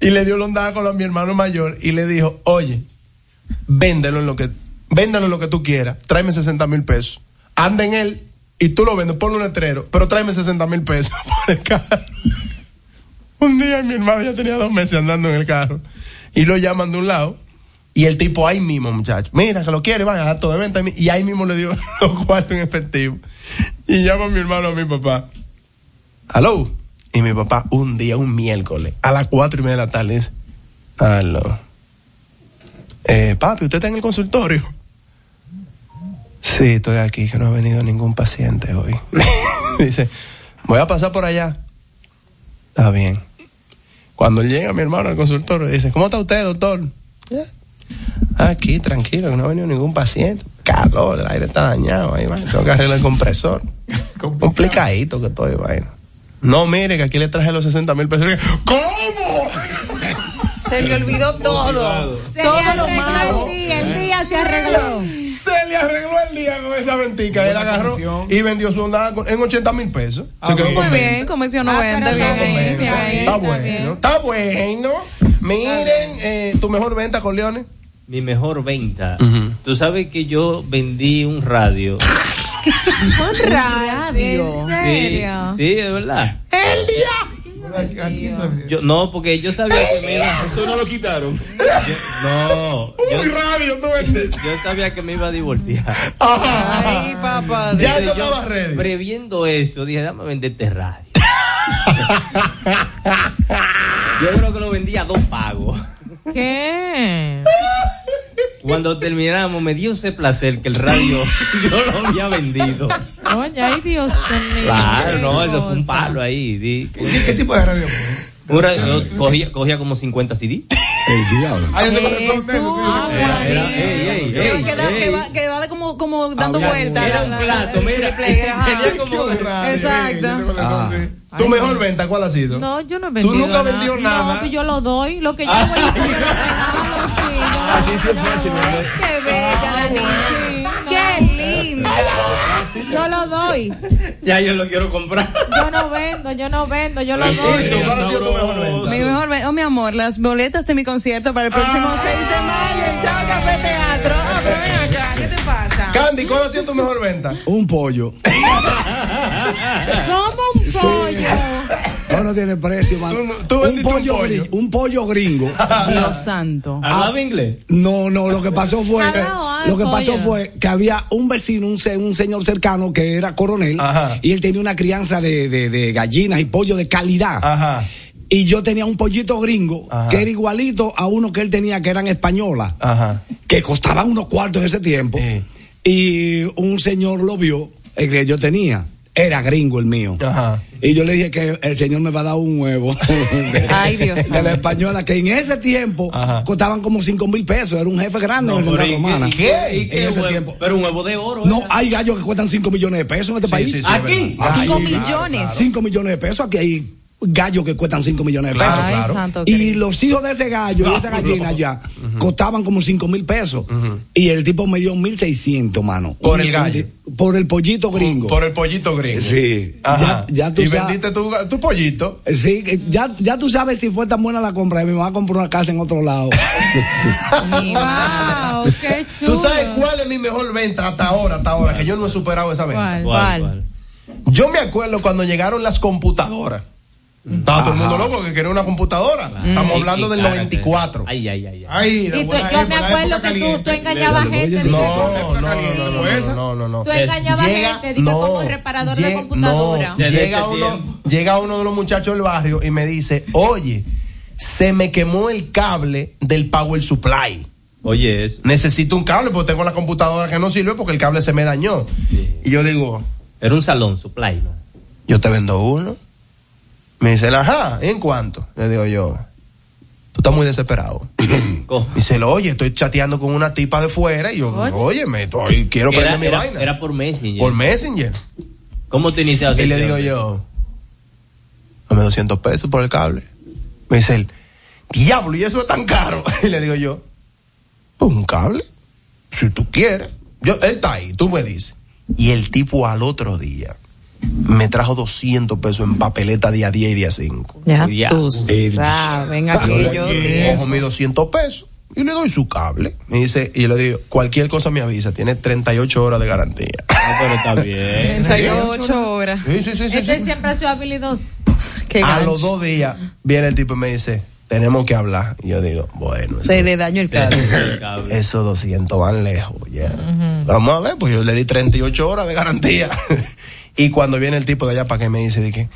Speaker 4: Y le dio el Honda Accord a mi hermano mayor y le dijo, oye, véndelo en lo que, véndelo en lo que tú quieras, tráeme 60 mil pesos. Anda en él y tú lo vendes, ponle un letrero, pero tráeme 60 mil pesos por el carro. Un día mi hermano ya tenía dos meses andando en el carro y lo llaman de un lado y el tipo ahí mismo, muchacho, mira que lo quiere, van a dar todo de venta y ahí mismo le dio los cuartos en efectivo. Y llama a mi hermano a mi papá. Aló. Y mi papá un día, un miércoles, a las cuatro y media de la tarde, dice, aló. Eh, papi, ¿usted está en el consultorio? Sí, estoy aquí, que no ha venido ningún paciente hoy. dice, voy a pasar por allá. Está bien. Cuando llega mi hermano al consultorio, dice, ¿cómo está usted, doctor? "Eh, Aquí, tranquilo, que no ha venido ningún paciente. Calor, el aire está dañado, ahí va, tengo que arreglar el compresor. Complicadito que estoy, vaina. No, mire, que aquí le traje los 60 mil pesos. ¿Cómo?
Speaker 11: Se le olvidó todo.
Speaker 6: Se le
Speaker 11: Todo lo
Speaker 6: arregló
Speaker 11: malo.
Speaker 6: El día, el día se arregló.
Speaker 4: Se le arregló el día con esa ventica. Él agarró y vendió su onda en 80 mil pesos. Se quedó
Speaker 11: Muy
Speaker 4: con
Speaker 11: bien, convenció no vende.
Speaker 4: Está
Speaker 11: bien ahí,
Speaker 4: bueno,
Speaker 11: bien ahí.
Speaker 4: Está bueno, está bueno. Miren, eh, tu mejor venta con Leones.
Speaker 8: mi mejor venta. Tú sabes que yo vendí un radio.
Speaker 6: Con radio. ¿En
Speaker 8: Sí,
Speaker 6: serio?
Speaker 8: sí, de verdad.
Speaker 4: ¡El día!
Speaker 8: Yo, no, porque yo sabía que me iba.
Speaker 20: Eso no lo quitaron.
Speaker 8: No,
Speaker 4: ¡Un radio tú vendiste!
Speaker 8: yo sabía que me iba a divorciar.
Speaker 11: Ay, papá.
Speaker 4: Ya
Speaker 8: Entonces
Speaker 4: eso
Speaker 8: yo,
Speaker 4: estaba ready.
Speaker 8: Previendo eso, dije, dame vender este radio. yo creo que lo vendí a dos pagos.
Speaker 6: ¿Qué?
Speaker 8: Cuando terminamos, me dio ese placer que el radio yo lo había vendido.
Speaker 6: Oye, ay, Dios mío.
Speaker 8: Claro, no, eso fue un palo ahí. di-
Speaker 9: ¿Qué tipo de radio?
Speaker 8: Un radio- cogía, cogía como 50 CD.
Speaker 10: El diablo.
Speaker 9: Ay, ese corazón
Speaker 11: Jesús, agua,
Speaker 8: ey,
Speaker 11: Que va-
Speaker 8: ey,
Speaker 11: que da-
Speaker 8: ey.
Speaker 11: que va- Que va de como, como dando
Speaker 8: Había-
Speaker 11: vueltas.
Speaker 8: Era
Speaker 11: la-
Speaker 8: un
Speaker 11: la-
Speaker 8: plato,
Speaker 11: el
Speaker 8: mira.
Speaker 11: cineplayer, ajá.
Speaker 8: como de radio.
Speaker 11: Exacto.
Speaker 4: Ah. ¿Tu mejor venta cuál ha sido?
Speaker 6: No, yo no he vendido
Speaker 4: nunca vendió nada.
Speaker 6: No, pues yo lo doy. Lo que yo voy a hacer.
Speaker 20: Así sí es fácil, ¿verdad?
Speaker 11: Qué bella la niña. Qué linda.
Speaker 6: Yo lo doy.
Speaker 8: Ya yo lo quiero comprar.
Speaker 6: Yo no vendo, yo no vendo, yo lo doy.
Speaker 11: Mi mejor, ve- oh mi amor, las boletas de mi concierto para el próximo 6 de mayo en Chao Café Teatro. Ah, pero ven acá, ¿qué te pasa?
Speaker 4: Candy, ¿cuál ha sido tu mejor venta?
Speaker 10: Un pollo.
Speaker 6: Como un pollo.
Speaker 10: Eso no tiene precio, man.
Speaker 4: tú
Speaker 10: un,
Speaker 4: vendiste un
Speaker 10: pollo
Speaker 4: pollo.
Speaker 10: gri- un pollo gringo.
Speaker 11: Dios santo.
Speaker 8: ¿Hablaba inglés?
Speaker 10: No, no, lo que pasó fue
Speaker 11: Hablaba,
Speaker 10: lo que pasó
Speaker 11: pollo.
Speaker 10: fue que había un vecino, un, se- un señor cercano que era coronel y él tenía una crianza de, de- de gallinas y pollo de calidad. Y yo tenía un pollito gringo
Speaker 4: Ajá.
Speaker 10: que era igualito a uno que él tenía que eran españolas, que costaban unos cuartos en ese tiempo. Y un señor lo vio, el que yo tenía. Era gringo el mío. Y yo le dije que el señor me va a dar un huevo.
Speaker 11: Ay, Dios
Speaker 10: De
Speaker 11: santo.
Speaker 10: la española, que en ese tiempo costaban como cinco mil pesos. Era un jefe grande
Speaker 8: No,
Speaker 10: en el
Speaker 8: pero
Speaker 10: Central
Speaker 8: ¿y
Speaker 10: Romana.
Speaker 8: qué- y
Speaker 10: En
Speaker 8: qué
Speaker 10: ese
Speaker 8: huevo?
Speaker 10: tiempo.
Speaker 8: Pero un huevo de oro.
Speaker 10: No, hay gallos que cuestan 5 millones de pesos en este
Speaker 8: Sí,
Speaker 10: país.
Speaker 8: sí, sí, ¿Aquí? es verdad.
Speaker 11: ¿Cinco millones?
Speaker 10: 5 millones de pesos. Aquí hay gallos que cuestan 5 millones de
Speaker 11: Claro,
Speaker 10: pesos.
Speaker 11: Ay, claro. santo
Speaker 10: y
Speaker 11: Cristo.
Speaker 10: los hijos de ese gallo y esa
Speaker 4: No,
Speaker 10: gallina
Speaker 4: no.
Speaker 10: ya costaban como 5 mil pesos. Y el tipo me dio 1.600, mano.
Speaker 4: Por
Speaker 10: Un-
Speaker 4: el gallo.
Speaker 10: Por el pollito gringo. Eh,
Speaker 4: Por el pollito gringo.
Speaker 10: Sí. Ya,
Speaker 4: Ajá.
Speaker 10: ya tú
Speaker 4: y
Speaker 10: sabes-
Speaker 4: vendiste tu, tu pollito.
Speaker 10: Sí, que ya, ya tú sabes si fue tan buena la compra. Mi mamá compró una casa en otro lado.
Speaker 3: Oh,
Speaker 6: Wow, qué chulo.
Speaker 4: ¿Tú sabes cuál es mi mejor venta hasta ahora, hasta ahora? Que yo no he superado esa venta.
Speaker 6: ¿Cuál? ¿Cuál? ¿Cuál?
Speaker 4: Yo me acuerdo cuando llegaron las computadoras. Estaba todo el mundo loco que quería una computadora. Estamos
Speaker 8: Ay,
Speaker 4: hablando
Speaker 8: y
Speaker 4: del
Speaker 8: cárate.
Speaker 4: 94.
Speaker 8: Ay, ay, ay. ay.
Speaker 6: Y tú- yo me acuerdo que tú, tú engañabas gente.
Speaker 4: No,
Speaker 6: diciendo-
Speaker 4: no, no, no, no, no, no, no.
Speaker 6: pues, Tú engañabas
Speaker 4: Llega-
Speaker 6: gente, digo,
Speaker 4: no,
Speaker 6: como reparador de
Speaker 4: llega-
Speaker 6: computadora.
Speaker 4: no,
Speaker 8: Desde ese
Speaker 4: llega, uno, llega uno de los muchachos del barrio y me dice, oye, se me quemó el cable del power supply.
Speaker 8: Oye, eso.
Speaker 4: Necesito un cable porque tengo la computadora que no sirve porque el cable se me dañó. Y yo digo,
Speaker 8: Era un salón, supply, ¿no?
Speaker 4: yo te vendo uno. Me dice, él, ajá, ¿en cuánto? Le digo yo, tú estás muy desesperado.
Speaker 8: ¿Cómo?
Speaker 4: Dice, oye, estoy chateando con una tipa de fuera y yo, oye, me, estoy- quiero
Speaker 8: era,
Speaker 4: prender mi
Speaker 8: era-
Speaker 4: vaina.
Speaker 8: era por Messenger.
Speaker 4: por Messenger.
Speaker 8: ¿Cómo te iniciaste?
Speaker 4: Y le digo yo, dame 200 pesos por el cable. Me dice él, diablo, y eso es tan caro. Y le digo yo, pues un cable, si tú quieres. Yo, él está ahí, tú me dices. Y el tipo al otro día me trajo 200 pesos en papeleta día 10 y día 5.
Speaker 11: Ya
Speaker 8: Ya.
Speaker 11: tú
Speaker 4: Eh,
Speaker 11: saben aquellos
Speaker 4: Cojo
Speaker 11: tiempos.
Speaker 4: mis 200 pesos y le doy su cable. Me dice, y yo le digo, cualquier cosa me avisa, tiene 38 horas de garantía.
Speaker 8: No, Ah, pero está bien.
Speaker 11: 38 horas.
Speaker 4: Sí, sí, sí, sí, sí. Ah,
Speaker 6: Este siempre ha sido habilidoso.
Speaker 11: Qué
Speaker 4: a
Speaker 11: gancho.
Speaker 4: los dos días viene el tipo y me dice, tenemos que hablar. Y yo digo, bueno, eso-
Speaker 11: Se le dañó el carro.
Speaker 8: El cable.
Speaker 4: esos 200 van lejos. ya. Vamos a ver, pues yo le di 38 horas de garantía. y cuando viene el tipo de allá para que me dice, dije,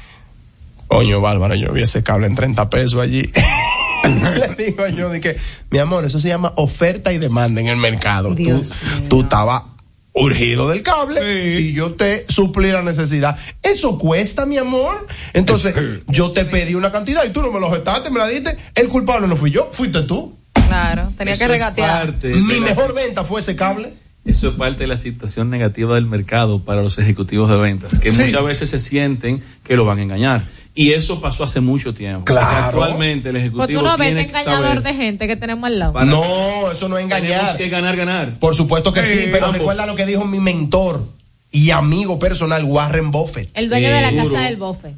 Speaker 4: coño, Bárbara, yo vi ese cable en 30 pesos allí. le digo yo, dije, mi amor, eso se llama oferta y demanda en el mercado. Tú,
Speaker 11: Dios
Speaker 4: tú estabas urgido del cable y yo te suplí la necesidad. Eso cuesta, mi amor. Entonces, yo te pedí una cantidad y tú no me lo gestaste, me la diste. El culpable no fui yo, fuiste tú.
Speaker 11: Claro, tenía
Speaker 20: Eso
Speaker 11: que
Speaker 20: es
Speaker 11: regatear.
Speaker 20: parte de
Speaker 4: Mi
Speaker 20: la-
Speaker 4: mejor venta fue ese cable.
Speaker 20: Eso es parte de la situación negativa del mercado para los ejecutivos de ventas, que muchas veces se sienten que lo van a engañar. Y eso pasó hace mucho tiempo.
Speaker 4: Claro.
Speaker 20: Actualmente el
Speaker 6: Pues tú
Speaker 20: ejecutivo
Speaker 6: no ves
Speaker 20: tiene
Speaker 6: este
Speaker 20: que saber
Speaker 6: engañador de gente que tenemos al lado.
Speaker 20: para-
Speaker 4: No, eso no es
Speaker 20: tenemos
Speaker 4: engañar.
Speaker 20: que ganar, ganar.
Speaker 4: Por supuesto que sí,
Speaker 20: Eh,
Speaker 4: pero
Speaker 20: ambos.
Speaker 4: recuerda lo que dijo mi mentor y amigo personal, Warren Buffett.
Speaker 6: El dueño de la
Speaker 20: Seguro.
Speaker 6: casa del bofe.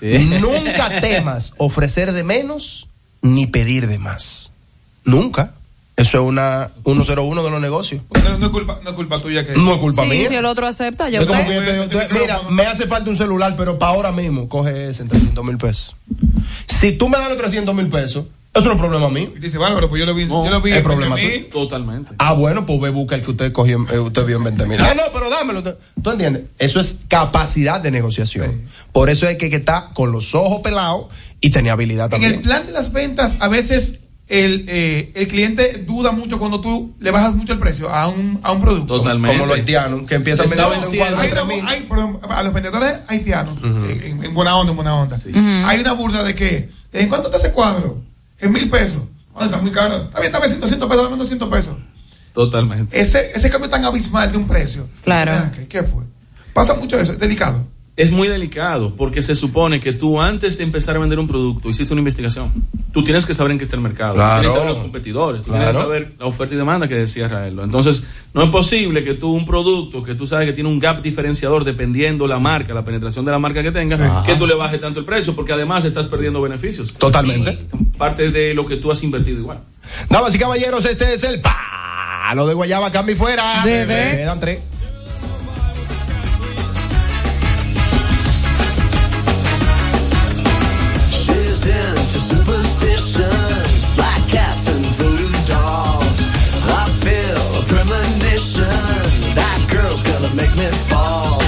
Speaker 4: Nunca temas ofrecer de menos ni pedir de más. Nunca. Eso es una 101 de los negocios.
Speaker 9: No, no es culpa, no es culpa tuya que.
Speaker 4: No es culpa
Speaker 11: Sí,
Speaker 4: mía.
Speaker 11: si el otro acepta, ya
Speaker 4: Es como
Speaker 11: usted.
Speaker 4: que yo te digo, tú- mira, me hace falta un celular, pero para ahora mismo coge ese en 300 mil pesos. Si tú me das los 300 mil pesos, eso no es problema mío.
Speaker 9: Y dice, Bárbaro, pues yo lo vi.
Speaker 20: No,
Speaker 9: yo lo vi
Speaker 4: es
Speaker 9: en
Speaker 4: problema
Speaker 9: Benjamín.
Speaker 20: Totalmente.
Speaker 4: Ah, bueno, pues ve busca el que usted cogió, en- eh, usted vio en 20 mil. Ah, no, pero dámelo. ¿Tú- ¿Tú entiendes? Eso es capacidad de negociación. Por eso es que, que está con los ojos pelados y tenía habilidad
Speaker 9: En
Speaker 4: también.
Speaker 9: el plan de las ventas, a veces el, eh, el cliente duda mucho cuando tú le bajas mucho el precio a un, a un producto.
Speaker 20: Totalmente.
Speaker 4: Como los haitianos, que empiezan
Speaker 20: Estaba
Speaker 4: vendiendo un cuadro
Speaker 9: Hay
Speaker 4: de
Speaker 9: una
Speaker 4: 3
Speaker 9: bu-
Speaker 4: mil.
Speaker 9: hay, por ejemplo, a los vendedores haitianos, en, en buena onda, en buena onda, hay una burla de que, ¿en cuánto está ese cuadro? En mil pesos. Ay, está muy caro. Está bien, está bien, 200 pesos, dame 200 pesos.
Speaker 20: Totalmente.
Speaker 9: Ese, ese cambio tan abismal de un precio.
Speaker 11: Claro.
Speaker 9: Ah, ¿Qué, qué fue? Pasa mucho eso, es delicado.
Speaker 20: Es muy delicado porque se supone que tú antes de empezar a vender un producto hiciste una investigación. Tú tienes que saber en qué está el mercado, tú
Speaker 4: Claro.
Speaker 20: tienes que saber los competidores, tú tienes
Speaker 4: Claro.
Speaker 20: que saber la oferta y demanda que decía Raelo. Entonces, no es posible que tú un producto que tú sabes que tiene un gap diferenciador dependiendo la marca, la penetración de la marca que tengas, que tú le bajes tanto el precio porque además estás perdiendo beneficios.
Speaker 4: Totalmente.
Speaker 20: Parte de lo que tú has invertido igual.
Speaker 4: Damas y caballeros, este es el palo Ah, de Guayaba, cambio y fuera.
Speaker 11: Bebé.
Speaker 4: Quedan tres.
Speaker 21: Quiero
Speaker 7: magicians, black cats and voodoo dolls. I feel a premonition. That girl's gonna make me fall.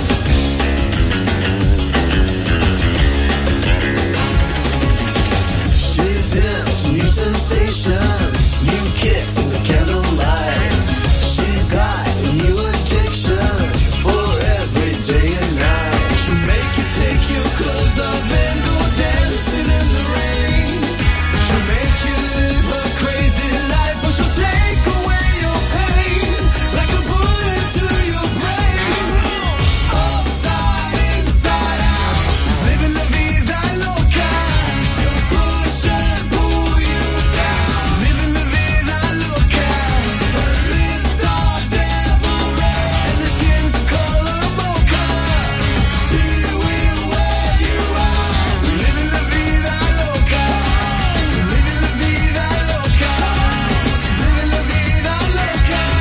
Speaker 7: She's hips, new sensations, new kicks in the candlelight. She's got new addictions for every day and night. She'll make you take your clothes off and go dancing in the rain. She'll make you live a crazy life, but she'll take away your pain like a bullet to your brain. Upside, inside out, she's living la vida loca. She'll push and pull you down, living la vida loca. Her lips are devil red and her skin's the color mocha. She will wear you out, living la vida loca, living la vida loca, she's living la vida loca.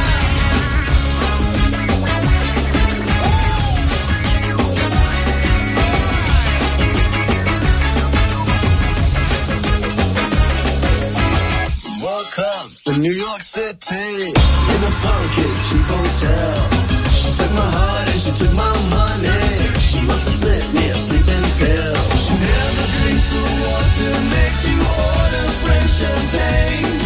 Speaker 7: Welcome to New York City in a funky cheap hotel. She took my heart and she took my money. She must have slipped me a sleeping pill. She never drinks the water, makes you order French champagne.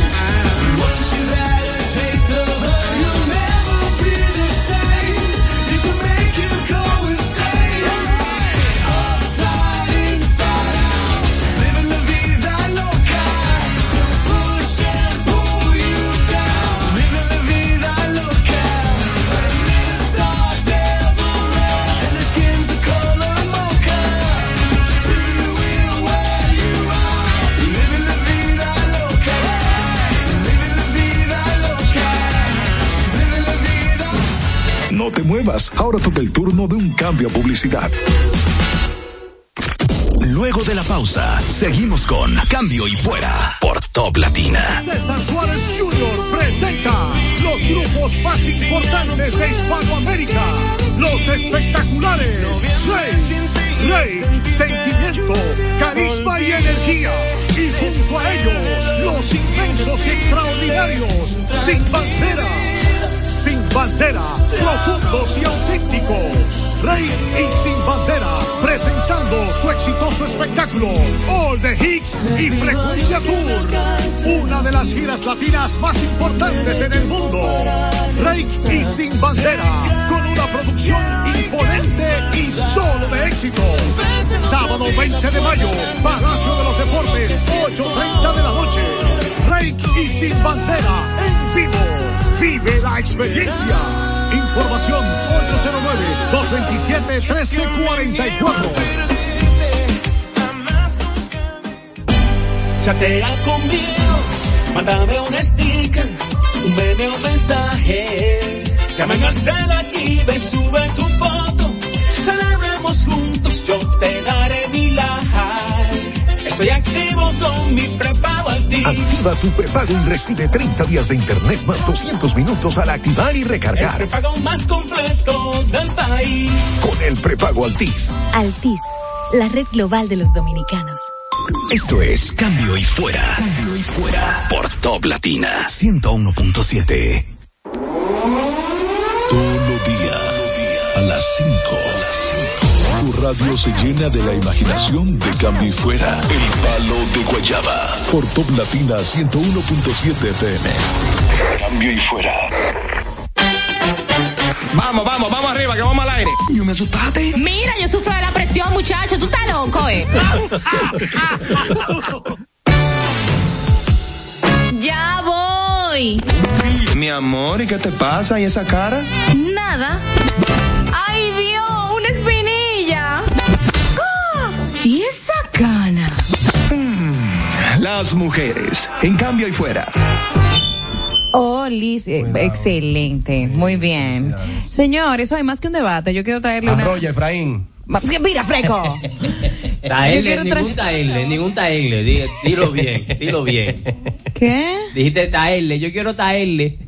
Speaker 7: Once you've had a taste of her, you'll never be the same. You should make you go insane. Upside, inside out, living la vida loca. She'll push and pull you down, living la vida loca. Her lips are devil red and her skin's the color mocha. She will wear you out, living la vida loca, living la vida loca. She's living la vida.
Speaker 5: No te muevas, ahora toca el turno de un cambio a publicidad.
Speaker 17: Luego de la pausa, seguimos con Cambio y Fuera por Top Latina.
Speaker 22: César Suárez Jr. presenta los grupos más importantes de Hispanoamérica. Los espectaculares. Rey, Rey, Sentimiento, Carisma y Energía. Y junto a ellos, los inmensos y extraordinarios. Sin bandera. Sin bandera, profundos y auténticos. Rey y Sin Bandera, presentando su exitoso espectáculo, All the Hits y Frecuencia Tour. Una de las giras latinas más importantes en el mundo. Rey y Sin Bandera, con una producción imponente y solo de éxito. Sábado 20 de mayo, Palacio de los Deportes, 8.30 de la noche. Rey y Sin Bandera, en vivo. Vive la experiencia. Información 809-227-1344.
Speaker 7: Chatea conmigo, mándame un sticker, un meme o mensaje. Llámame al cel aquí, ve y sube tu foto. Celebremos juntos, yo te daré mi like. Estoy activo con mi prepago al día.
Speaker 5: Activa tu prepago y recibe 30 días de internet más 200 minutos al activar y
Speaker 7: El
Speaker 5: recargar.
Speaker 7: prepago más completo del país.
Speaker 5: Con el prepago Altis.
Speaker 23: Altis, la red global de los dominicanos.
Speaker 17: Esto es Cambio y Fuera. Cambio y Fuera por Top Latina 101.7.
Speaker 5: Todos los días a las 5.
Speaker 17: Tu radio se llena de la imaginación de Cambio y Fuera.
Speaker 5: El palo de Guayaba. Por Top Latina 101.7 FM. Cambio y fuera.
Speaker 3: Vamos, vamos, vamos arriba, que vamos al aire.
Speaker 23: ¿Yo me asustaste? Mira, yo sufro de la presión, muchacho. Tú estás loco, eh. ya voy.
Speaker 3: Mi amor, ¿y qué te pasa? ¿Y esa cara?
Speaker 23: Nada. ¡Ay, Dios! ¡Una espinilla! ¡Ah! ¿Y esa cana?
Speaker 3: Las mujeres. En cambio y fuera.
Speaker 11: Oh, Liz, eh, excelente, muy bien. Señor, eso hay más que un debate. Yo quiero traerle una.
Speaker 4: Arroya, Efraín.
Speaker 11: Ma- Mira, freco. Yo
Speaker 8: Taele,
Speaker 11: quiero
Speaker 8: ningún taele, ningún taele. Di- Dilo bien, dilo bien.
Speaker 11: ¿Qué?
Speaker 8: Dijiste taele, yo quiero taele.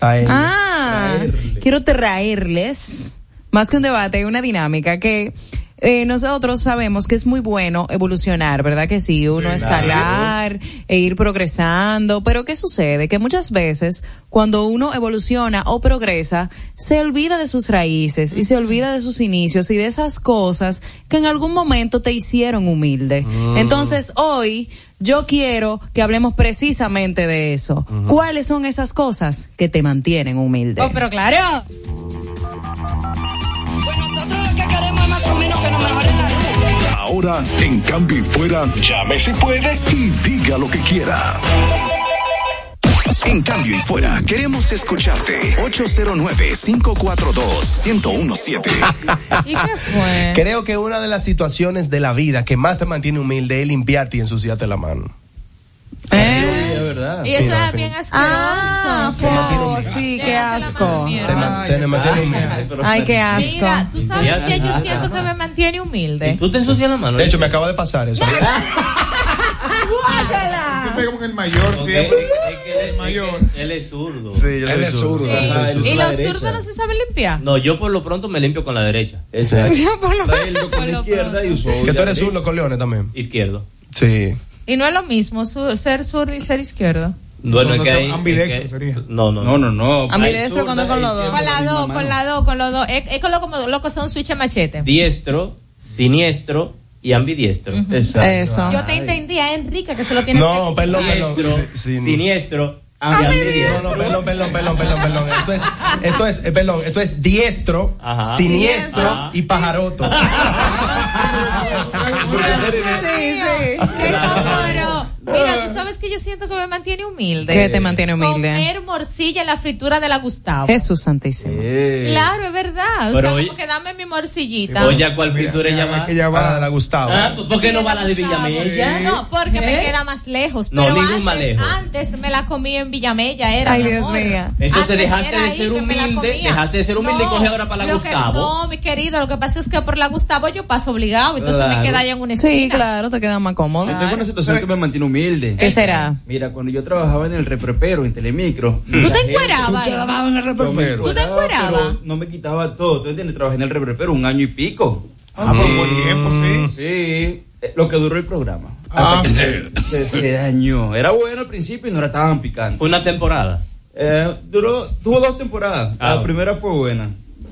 Speaker 11: Ah, quiero traerles más que un debate, hay una dinámica que eh, nosotros sabemos que es muy bueno evolucionar, ¿verdad que sí? Uno escalar e ir progresando, pero ¿qué sucede? Que muchas veces cuando uno evoluciona o progresa, se olvida de sus raíces y se olvida de sus inicios y de esas cosas que en algún momento te hicieron humilde. Entonces hoy... Yo quiero que hablemos precisamente de eso. ¿Cuáles son esas cosas que te mantienen humilde?
Speaker 12: Oh, pero claro.
Speaker 21: Nosotros lo que queremos es más o menos que nos mejoren la luz.
Speaker 5: Ahora, en cambio y fuera, llame si puede y diga lo que quiera.
Speaker 17: En cambio y fuera, queremos escucharte. 809-542-1017.
Speaker 11: ¿Y qué fue?
Speaker 4: Creo que una de las situaciones de la vida que más te mantiene humilde es limpiarte y ensuciarte la mano.
Speaker 8: Es verdad.
Speaker 6: Y eso
Speaker 4: Sí,
Speaker 6: es bien asqueroso.
Speaker 11: Ah,
Speaker 6: o sea,
Speaker 11: po, sí, qué asco.
Speaker 4: Te, ma- te mantiene humilde.
Speaker 11: Ay, qué asco.
Speaker 6: Mira, tú sabes
Speaker 4: Ya,
Speaker 6: que yo
Speaker 4: ya,
Speaker 6: siento que me mantiene humilde.
Speaker 8: Tú te ensucias la mano.
Speaker 4: De hecho, me acaba de pasar eso.
Speaker 9: Siempre como que el mayor, siempre.
Speaker 8: El mayor. Él es zurdo. Sí,
Speaker 4: yo soy Él es zurdo. zurdo, yo soy
Speaker 6: Y los zurdos no se saben limpiar.
Speaker 8: No, yo por lo pronto me limpio con la derecha.
Speaker 6: Yo por lo- por lo pronto.
Speaker 4: Que tú eres zurdo con leones también.
Speaker 8: Izquierdo.
Speaker 4: Sí.
Speaker 6: Y no es lo mismo su- ser zurdo y ser izquierdo.
Speaker 8: Bueno, es que
Speaker 9: Son
Speaker 8: hay-
Speaker 9: ambidextro
Speaker 8: es que- No, no,
Speaker 20: no. No, no,
Speaker 6: Ambidextro
Speaker 8: Hay zurda, hay
Speaker 6: Con
Speaker 8: izquierda,
Speaker 6: las
Speaker 8: misma
Speaker 6: dos,
Speaker 8: mano.
Speaker 6: con las dos, con los dos. Es, es con lo como loco son switch y machete.
Speaker 8: Diestro, siniestro y ambidiestro. Exacto.
Speaker 6: Yo te entendía, Enrique, que se lo tienes
Speaker 4: No,
Speaker 6: que
Speaker 4: perdón,
Speaker 6: explicar.
Speaker 4: perdón.
Speaker 8: Siniestro.
Speaker 4: Ah, No, no, perdón, perdón, perdón, perdón, perdón. Esto es, esto es, eh, perdón, esto es diestro,
Speaker 8: Ajá.
Speaker 4: siniestro
Speaker 8: Ajá.
Speaker 4: y pajaroto.
Speaker 6: Sí, sí. Qué cómodo. Mira, tú sabes que yo siento que me mantiene humilde.
Speaker 11: ¿Qué Ah. te mantiene humilde?
Speaker 6: Comer morcilla en la fritura de la Gustavo.
Speaker 11: Jesús santísimo.
Speaker 6: Claro, es verdad. O
Speaker 11: Pero
Speaker 6: sea,
Speaker 11: oye-
Speaker 6: como que dame mi morcillita.
Speaker 8: Oye, ¿a cuál pintura ella va?
Speaker 4: ya va. la Gustavo.
Speaker 8: Ah, ¿tú- ¿Por qué no va la de Villamella?
Speaker 6: No, porque me
Speaker 8: ¿Eh?
Speaker 6: queda más lejos.
Speaker 8: No,
Speaker 6: pero
Speaker 8: ningún
Speaker 6: antes,
Speaker 8: más lejos.
Speaker 6: antes me la comí en Villamella, era.
Speaker 11: Ay,
Speaker 6: mi
Speaker 11: Dios
Speaker 6: amor.
Speaker 11: mío.
Speaker 8: Entonces
Speaker 6: Antes
Speaker 8: dejaste
Speaker 6: era
Speaker 8: de
Speaker 6: ahí
Speaker 8: ser
Speaker 6: que me la
Speaker 8: humilde,
Speaker 6: comía.
Speaker 8: dejaste de ser humilde y
Speaker 6: No,
Speaker 8: coge ahora para la
Speaker 6: lo que-
Speaker 8: Gustavo.
Speaker 6: no, mi querido, lo que pasa es que por la Gustavo yo paso obligado, entonces
Speaker 13: Claro.
Speaker 6: me queda ahí en una esquina.
Speaker 11: Sí, claro, te queda más cómodo.
Speaker 13: Yo tengo una situación que me mantiene humilde.
Speaker 11: ¿Qué será?
Speaker 13: Mira, cuando yo trabajaba en el reprepero, en Telemicro.
Speaker 6: ¿Tú te encuerabas?
Speaker 13: Yo trabajaba en el reprepero.
Speaker 6: ¿Tú te encuerabas?
Speaker 13: pero No me quitaba todo, ¿tú entiendes? Trabajé en el reprepero un año y pico. Ah, por buen tiempo, sí. Sí, eh, lo que duró el programa. Ah, se, se dañó. Era bueno al principio y no era tan picante. Eh,
Speaker 8: ¿Fue una temporada? Ah,
Speaker 13: duró, tuvo dos temporadas. la primera fue buena.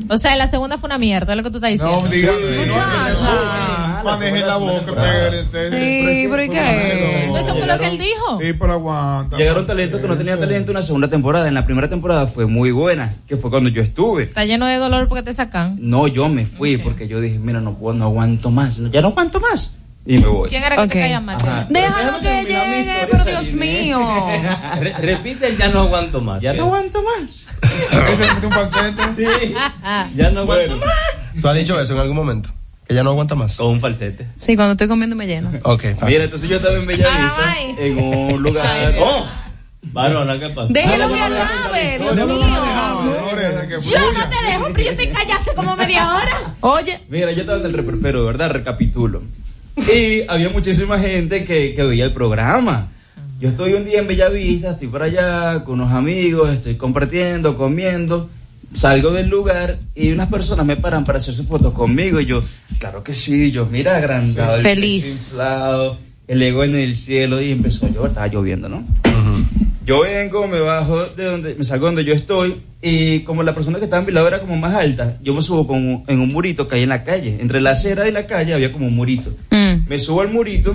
Speaker 6: O sea, la segunda fue una mierda, es lo que tú estás diciendo.
Speaker 13: No, dígame.
Speaker 6: Muchacha.
Speaker 9: Manejen la boca, pégase.
Speaker 6: Sí, pero ¿y qué? Eso fue lo que él dijo.
Speaker 9: Sí, pero aguanta.
Speaker 13: Llegaron talentos que no tenían talento en la segunda temporada. En la primera temporada fue muy buena, que fue cuando yo estuve.
Speaker 6: Está lleno de dolor porque te sacan.
Speaker 13: No, yo me fui porque yo dije, mira, no puedo, no aguanto más, no- ya no aguanto más. Y me voy.
Speaker 6: ¿Quién era que te caía mal?
Speaker 11: Déjalo que llegue, pero Dios mío.
Speaker 8: Re- repite el ya no aguanto más. Ya no
Speaker 13: aguanto más.
Speaker 8: Sí. Ya no aguanto
Speaker 4: más. ¿Tú has dicho eso en algún momento? Que ya no aguanta más. O
Speaker 8: un falsete.
Speaker 11: Sí, cuando estoy comiendo me lleno.
Speaker 4: Ok,
Speaker 13: Mira, entonces yo estaba en Bellavista, en un lugar. ¡Oh!
Speaker 8: Varona, ¿qué pasa?
Speaker 11: Déjelo que acabe, Dios mío. Yo no te dejo, pero yo te callaste como media hora. Oye,
Speaker 13: Mira, yo estaba en el reperpero, de verdad, recapitulo. Y había muchísima gente que, que veía el programa. Yo estoy un día en Bellavista, estoy para allá con unos amigos, estoy compartiendo, comiendo. Salgo del lugar y unas personas me paran para hacerse fotos conmigo. Y yo, claro que sí, yo, mira, agrandado. el
Speaker 11: Feliz.
Speaker 13: pecho inflado, el ego en el cielo. Y empezó a llover, estaba lloviendo, ¿no? Yo vengo, me bajo de donde, me salgo donde yo estoy y como la persona que estaba en mi lado era como más alta, yo me subo con un- en un murito que hay en la calle. Entre la acera y la calle había como un murito. Me subo al murito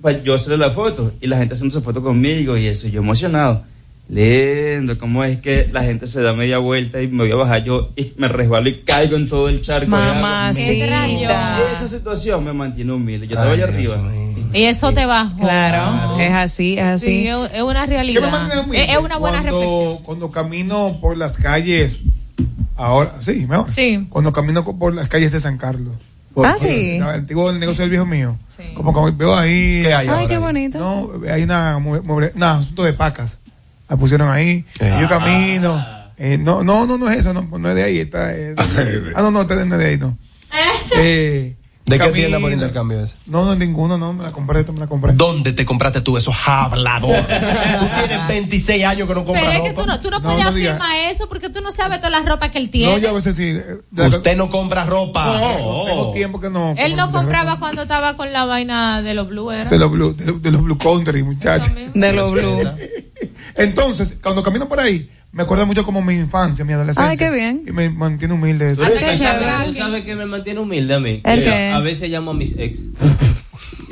Speaker 13: para yo hacerle la foto y la gente haciendo su foto conmigo y eso, y yo emocionado. Lindo, cómo es que la gente se da media vuelta y me voy a bajar yo y me resbalo y caigo en todo el charco. de agua.
Speaker 11: Mamacita.
Speaker 13: Esa situación me mantiene humilde. Yo estaba allá arriba.
Speaker 6: Y eso te bajó.
Speaker 11: Claro, es así, es así.
Speaker 6: Sí, es es una
Speaker 9: Yo me mantengo
Speaker 6: realidad.
Speaker 9: humilde
Speaker 6: Es es una buena
Speaker 9: cuando,
Speaker 6: reflexión.
Speaker 9: Cuando camino por las calles, ahora, sí, mejor.
Speaker 6: Sí.
Speaker 9: Cuando camino co- por las calles de San Carlos. Por-
Speaker 11: Ah,
Speaker 9: por
Speaker 11: sí.
Speaker 9: El, antiguo del negocio del viejo mío. Como que veo ahí.
Speaker 11: Ay, qué bonito.
Speaker 9: No, hay una, mue- mueble- un asunto de pacas. La pusieron ahí. y yo camino. Eh, no, Ah, no, no, no es eso, no, no es de ahí. Está, eh, ah, no, no, está, no es de ahí, no. Eh,
Speaker 4: ¿De qué
Speaker 9: Camina.
Speaker 4: tienda por intercambio es?
Speaker 9: No, no, ninguno, no, me la compré, me la compré.
Speaker 4: ¿Dónde te compraste tú esos habladores? tú tienes 26 años que no
Speaker 6: Pero
Speaker 4: compras
Speaker 6: es que
Speaker 4: ropa.
Speaker 6: tú no, tú no
Speaker 4: No,
Speaker 6: puedes
Speaker 4: no diga.
Speaker 6: afirmar eso porque tú no sabes toda la ropa que él tiene.
Speaker 9: a veces sí.
Speaker 4: Usted no compra ropa.
Speaker 9: No,
Speaker 4: Oh,
Speaker 9: tengo tiempo que no.
Speaker 6: él no compraba cuando estaba con la vaina de los Blue, ¿era?
Speaker 9: De los Blue, de, de los blue Country, muchachos.
Speaker 6: De los Blue.
Speaker 9: Entonces, cuando camino por ahí, me acuerdo mucho como mi infancia, mi adolescencia.
Speaker 11: Ay, qué bien. Ah,
Speaker 9: Y me mantiene humilde eso.
Speaker 8: Tú sabes que me mantiene humilde a mí.
Speaker 11: ¿El
Speaker 8: Que
Speaker 11: qué?
Speaker 8: A veces llamo a mis ex.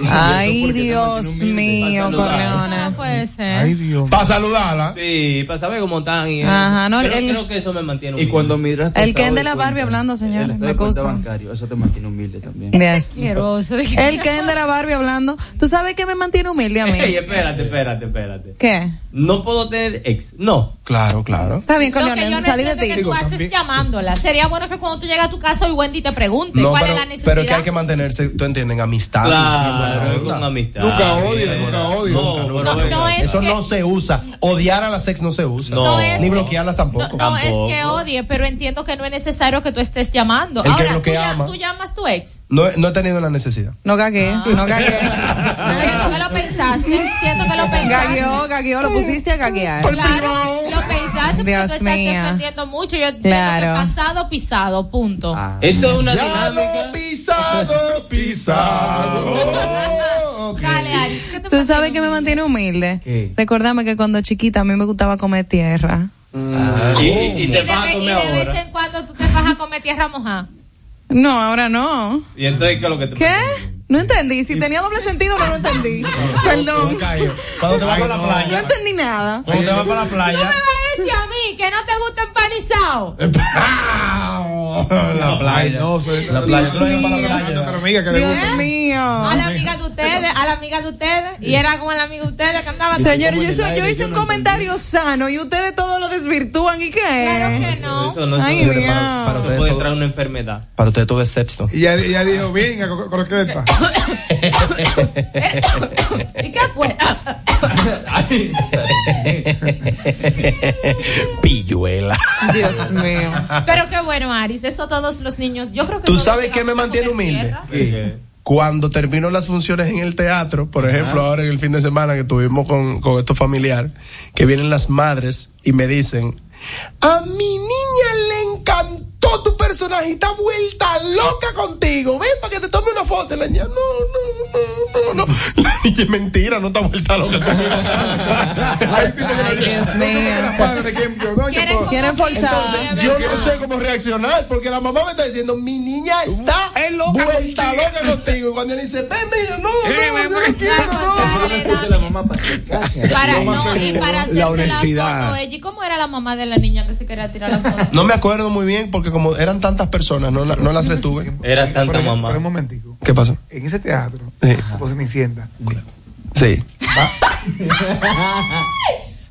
Speaker 11: Ay, Dios mío,
Speaker 8: Eso
Speaker 11: Corleona.
Speaker 6: puede ser.
Speaker 4: Para saludarla.
Speaker 8: Sí, para saber cómo están. Y
Speaker 11: Ajá, no,
Speaker 8: Pero
Speaker 11: el-
Speaker 8: creo que eso me mantiene
Speaker 13: Y
Speaker 8: humilde.
Speaker 13: cuando miras tu
Speaker 11: El
Speaker 13: estado
Speaker 11: Ken de la
Speaker 13: cuenta,
Speaker 11: Barbie hablando,
Speaker 13: el
Speaker 11: señores.
Speaker 13: estado
Speaker 11: Me
Speaker 13: de cuenta
Speaker 11: cosa.
Speaker 13: bancario, eso te mantiene humilde también.
Speaker 11: Yes. El Ken de la Barbie hablando. ¿Tú sabes que me mantiene humilde a mí?
Speaker 8: Ey, espérate, espérate, espérate.
Speaker 11: ¿Qué?
Speaker 8: No puedo tener ex. No.
Speaker 4: Claro, claro.
Speaker 11: Está bien,
Speaker 6: Lo que yo
Speaker 11: Corleona,
Speaker 6: no
Speaker 11: salí de
Speaker 6: entiendo
Speaker 11: ti.
Speaker 6: es que tú haces llamándola. Sería bueno que cuando tú llegas a tu casa hoy Wendy te pregunte
Speaker 4: No,
Speaker 6: cuál
Speaker 4: pero,
Speaker 6: es la necesidad.
Speaker 4: pero es que hay que mantenerse, tú entiendes, amistad.
Speaker 8: Claro,
Speaker 4: Buena
Speaker 8: con
Speaker 4: onda.
Speaker 8: amistad.
Speaker 4: Nunca
Speaker 8: odio, nunca odio. No, pero
Speaker 6: no, no es
Speaker 4: Eso
Speaker 6: que-
Speaker 4: no se usa. Odiar a las ex no se usa.
Speaker 8: No. No es-
Speaker 4: Ni bloquearlas tampoco.
Speaker 6: No es que odie, pero entiendo que no es necesario que tú estés llamando.
Speaker 4: El que
Speaker 6: Ahora,
Speaker 4: es lo
Speaker 6: tú,
Speaker 4: que
Speaker 6: ya-
Speaker 4: ama.
Speaker 6: tú llamas a tu ex. Ah.
Speaker 4: No, he- no he tenido la necesidad.
Speaker 11: No cagué, no cagué.
Speaker 6: Siento que lo pensaste. Siento que lo pensaste.
Speaker 11: Gagueó, gagueó, lo pusiste a gaguear.
Speaker 6: Claro, lo pensaste
Speaker 11: Dios
Speaker 6: porque tú estás
Speaker 11: mío.
Speaker 6: defendiendo mucho. Yo entiendo
Speaker 11: Claro. Ah.
Speaker 6: que pasado, pisado, punto.
Speaker 8: Esto es una
Speaker 4: Ya
Speaker 8: dinámica.
Speaker 4: pisado,
Speaker 6: Dale, Ari.
Speaker 11: Tú sabes que me mantiene humilde. Recordarme que cuando chiquita a mí me gustaba comer tierra.
Speaker 8: Ah, Y, y- y
Speaker 6: Y
Speaker 8: te
Speaker 6: de,
Speaker 8: vas a
Speaker 6: ve- y
Speaker 8: comer
Speaker 6: de vez
Speaker 8: ahora.
Speaker 6: en cuando tú te vas a comer tierra mojada.
Speaker 11: No, ahora no.
Speaker 8: Y entonces, ¿qué es lo que te
Speaker 11: ¿Qué? No entendí. Si tenía doble sentido, no lo entendí. Perdón.
Speaker 4: Cuando te vas para la
Speaker 11: No
Speaker 4: playa.
Speaker 11: entendí nada.
Speaker 4: Cuando te vas para la
Speaker 6: No me
Speaker 4: playa.
Speaker 6: vas a decir a mí que no te gusta empanizado.
Speaker 4: La playa. No, la playa. Tú no ibas para la playa.
Speaker 11: Dios mío.
Speaker 6: ¿Eh? A la amiga de ustedes, a la amiga de usteores. Y era como la amiga de ustedes que andaba.
Speaker 11: Señores, yo, hice- yo hice un comentario sano y ustedes todo lo desvirtúan. ¿Y qué? Claro
Speaker 6: que no.
Speaker 8: Eso no es
Speaker 11: Ay,
Speaker 8: eso.
Speaker 11: Dios.
Speaker 8: Para, para
Speaker 4: ustedes todos.
Speaker 8: puede entrar una enfermedad.
Speaker 4: Para ustedes todo es sexto.
Speaker 9: Y ya, ya dijo, venga, cor- corqueta.
Speaker 6: ¿Y qué fue?
Speaker 4: Pilluela.
Speaker 11: Dios mío.
Speaker 6: Pero qué bueno, Aris. Eso todos los niños. Yo creo que.
Speaker 4: ¿Tú
Speaker 6: todos
Speaker 4: sabes qué me
Speaker 6: llegamos a
Speaker 4: mantiene
Speaker 6: comer
Speaker 4: humilde?
Speaker 6: tierra.
Speaker 4: Cuando termino las funciones en el teatro, por ejemplo, ahora en el fin de semana que tuvimos con, con esto familiar, que vienen las madres y me dicen, a mi niña le encantó tu personaje y está vuelta loca contigo, ven para que te tome una foto. Y La niña, no, no, no, no, no. La niña, mentira, no está vuelta loca conmigo.
Speaker 11: Ay, Dios mío. Quieren forzar.
Speaker 4: Entonces, yo no sé cómo reaccionar porque la mamá me está diciendo mi niña está
Speaker 10: loca
Speaker 4: vuelta
Speaker 10: contigo".
Speaker 4: loca contigo y cuando él dice ven mira, no no, no, no quiero, no".
Speaker 6: Para, no, y para hacerse
Speaker 4: La
Speaker 6: la,
Speaker 4: honestidad.
Speaker 6: foto de ella. ¿Y cómo era la mamá de la niña que se quería tirar la foto?
Speaker 4: No me acuerdo muy bien porque como eran tantas personas no, la- no las retuve
Speaker 8: Era Eh, tanta
Speaker 9: Pero,
Speaker 8: mamá.
Speaker 9: pero un momentico.
Speaker 4: ¿qué pasó?
Speaker 9: En ese teatro,
Speaker 4: Sí.
Speaker 9: pues me sienta.
Speaker 4: sí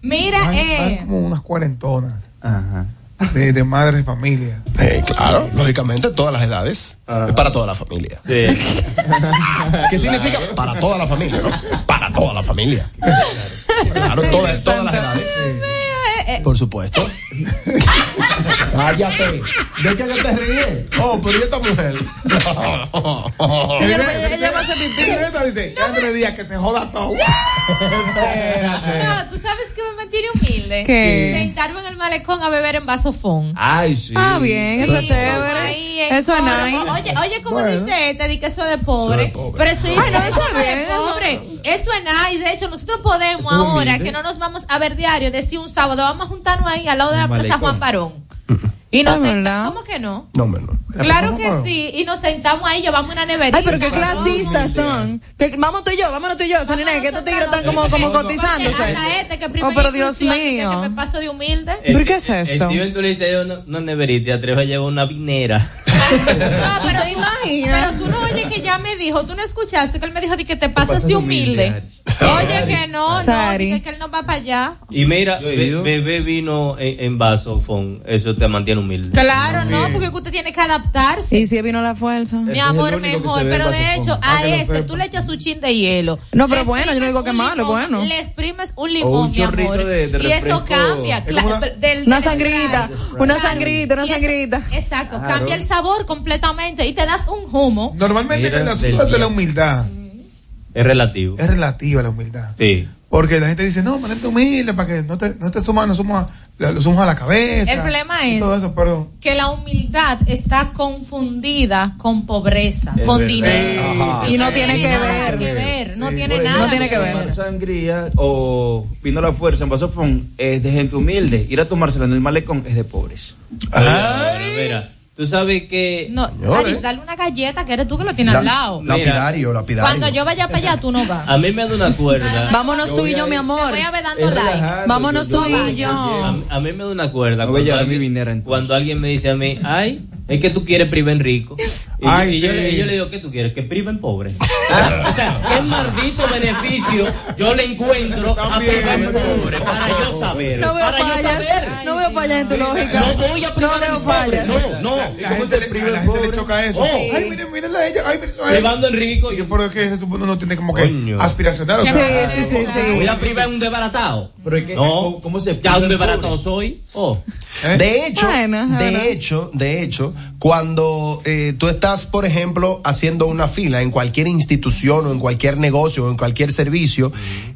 Speaker 6: Mira,
Speaker 9: Van, van
Speaker 6: eh.
Speaker 9: como unas cuarentonas. De, de madres de familia.
Speaker 4: Eh, claro lógicamente todas las edades es para toda la familia ¿qué significa? para toda la familia ¿no? para toda la familia claro todas, todas las edades
Speaker 6: eh, eh.
Speaker 4: por supuesto cállate ¿de qué yo te ríes? oh pero ¿y esta mujer?
Speaker 11: Ella ella va a hacer pipí.
Speaker 9: Andrés Díaz, que se joda todo.
Speaker 6: No, tú sabes que me mantiene humilde.
Speaker 11: ¿Qué?
Speaker 6: Sentarme en el malecón a beber en vasofón.
Speaker 13: Ay, sí.
Speaker 11: Ah, bien, eso es
Speaker 6: Ahí
Speaker 11: chévere.
Speaker 6: en
Speaker 11: Eso es
Speaker 6: coro.
Speaker 11: nice.
Speaker 6: Oye, oye, como dice este, di que eso es de pobre. Pero estoy
Speaker 11: Ay, no, eso
Speaker 6: eso
Speaker 11: es
Speaker 6: de
Speaker 11: bien.
Speaker 6: pobre. Eso es nice. De hecho, nosotros podemos
Speaker 11: es
Speaker 6: ahora,
Speaker 11: humilde.
Speaker 6: que no nos vamos a ver diario, decir un sábado, vamos a juntarnos ahí al lado de la
Speaker 4: Un
Speaker 6: Plaza
Speaker 4: malecón.
Speaker 6: Juan Barón. Y nos
Speaker 11: Ah, ¿verdad?
Speaker 6: sentamos. ¿Cómo que no?
Speaker 4: no menos
Speaker 6: Claro que sí. Y nos sentamos ahí, llevamos una neverita.
Speaker 11: Ay, pero qué clasistas son. Que- vamos tú y yo, vámonos tú y yo. Sonia, que estos tigres están como, como cotizándose.
Speaker 6: Hasta este que primero
Speaker 11: Oh, pero Dios
Speaker 6: inclusión, dije
Speaker 11: mío.
Speaker 6: que me paso de humilde.
Speaker 8: El-
Speaker 11: ¿Pero qué es esto?
Speaker 8: El tío en tu le dice, yo no, no neverita, te atreves a llevar una vinera.
Speaker 11: Ah,
Speaker 6: No, pero tú, pero tú no oye que ya me dijo, tú no escuchaste que él me dijo de que te pasas, de humilde. Oye que no, no,
Speaker 11: Sari.
Speaker 6: dije que él no va para allá.
Speaker 8: Y mira, be- bebé vino en, en vaso, Fon. Eso te mantiene humilde.
Speaker 6: Claro, no, porque usted tiene que adaptarse.
Speaker 11: Y si vino la fuerza.
Speaker 6: Mi amor,
Speaker 8: único que se
Speaker 6: mejor,
Speaker 8: ve
Speaker 6: pero
Speaker 8: en
Speaker 6: de
Speaker 8: vasofón.
Speaker 6: hecho,
Speaker 8: Ah,
Speaker 6: a
Speaker 8: que lo
Speaker 6: ese
Speaker 8: sepa.
Speaker 6: tú le echas su chin de hielo.
Speaker 11: No, pero
Speaker 6: Le
Speaker 11: bueno, yo no
Speaker 6: exprimes
Speaker 11: digo que
Speaker 6: un
Speaker 11: malo,
Speaker 6: limón,
Speaker 11: bueno.
Speaker 6: Le exprimes un
Speaker 11: O
Speaker 6: limón,
Speaker 11: un
Speaker 6: mi amor.
Speaker 11: chorrito de- de
Speaker 6: y eso
Speaker 11: refresco.
Speaker 6: cambia.
Speaker 11: Es como una-
Speaker 6: cla- del-
Speaker 11: una
Speaker 6: del-
Speaker 11: sangrita,
Speaker 6: claro.
Speaker 11: una
Speaker 6: Claro.
Speaker 11: sangrita, una
Speaker 6: Y eso-
Speaker 11: sangrita.
Speaker 6: Exacto,
Speaker 11: Claro.
Speaker 6: cambia el sabor completamente y te das un humo.
Speaker 9: Normalmente
Speaker 8: Mira,
Speaker 9: el asunto
Speaker 8: del
Speaker 9: de la
Speaker 8: día.
Speaker 9: humildad
Speaker 8: Es relativo.
Speaker 9: es relativa a la humildad.
Speaker 8: Sí.
Speaker 9: Porque la gente dice, no, ponerte humilde para que no te, no te sumas, no sumas, a- lo sumas a la cabeza.
Speaker 6: El problema
Speaker 9: y
Speaker 6: es-
Speaker 9: Todo eso, perdón.
Speaker 6: que la humildad está confundida con pobreza,
Speaker 13: Es
Speaker 6: con
Speaker 13: verdad.
Speaker 6: dinero.
Speaker 13: Ajá.
Speaker 6: Eso
Speaker 13: Y no
Speaker 11: tiene que
Speaker 6: nada
Speaker 11: ver.
Speaker 6: que ver, No tiene
Speaker 13: Puede
Speaker 6: nada.
Speaker 13: ser tomar Sangría o vino a la fuerza en vasofón es de gente humilde. Ir a tomársela en el malecón es de pobres.
Speaker 8: Mira, mira, tú sabes que.
Speaker 6: No, Aris, dale una galleta que eres tú que lo tienes al lado.
Speaker 8: Lapidario,
Speaker 6: Cuando yo vaya para allá, tú no vas.
Speaker 8: A mí me da una cuerda.
Speaker 11: Vámonos tú y yo, mi amor.
Speaker 6: Te voy a ver dando
Speaker 11: Es
Speaker 6: like.
Speaker 11: relajante, Vámonos tú y
Speaker 8: Oye, A,
Speaker 11: yo.
Speaker 8: a mí me da una cuerda cuando, alguien, cuando alguien me dice a mí, ay, es que tú quieres priven rico. Y,
Speaker 12: Ay,
Speaker 8: yo, y yo
Speaker 12: sí.
Speaker 8: le, y yo le digo, ¿qué tú quieres? Que priven pobre. Ah, o sea, ¿qué maldito beneficio yo le encuentro a priven pobre para yo saber?
Speaker 11: No veo
Speaker 8: para yo
Speaker 11: fallas.
Speaker 8: saber.
Speaker 11: No veo fallas en tu lógica.
Speaker 8: No voy a privar
Speaker 11: No
Speaker 8: a
Speaker 11: veo
Speaker 8: mi pobre.
Speaker 11: fallas.
Speaker 8: No, no. ¿Cómo se priva el pobre?
Speaker 9: Choca eso.
Speaker 8: Oh,
Speaker 9: Ay, miren, miren la ella. Ay, miren la
Speaker 8: Privando el rico.
Speaker 9: Yo, pero es que ese tipo uno no tiene como que aspiracional. o sea,
Speaker 8: Voy a privar un desbaratado. Pero es que, no, ¿cómo se Ya un desbaratado soy. Oh.
Speaker 4: De hecho,
Speaker 8: Bueno, bueno.
Speaker 4: de hecho, de hecho, cuando eh, tú estás, por ejemplo, haciendo una fila en cualquier institución o en cualquier negocio o en cualquier servicio,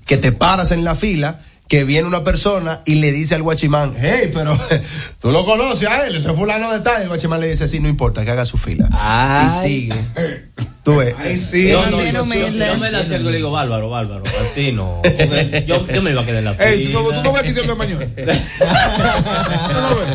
Speaker 4: que te paras en la fila, que viene una persona y le dice al guachimán, hey, pero tú lo conoces a él, ese fulano de tal, y el guachimán le dice, sí, no importa, que haga su fila. Y sigue. Tú ves.
Speaker 8: No, no, yo, yo- yo me la acerco y le digo, bárbaro, bárbaro, así no. Porque Yo, yo me iba a quedar en la
Speaker 9: Ey, tú no-
Speaker 8: fila.
Speaker 9: tú no ves que siempre español.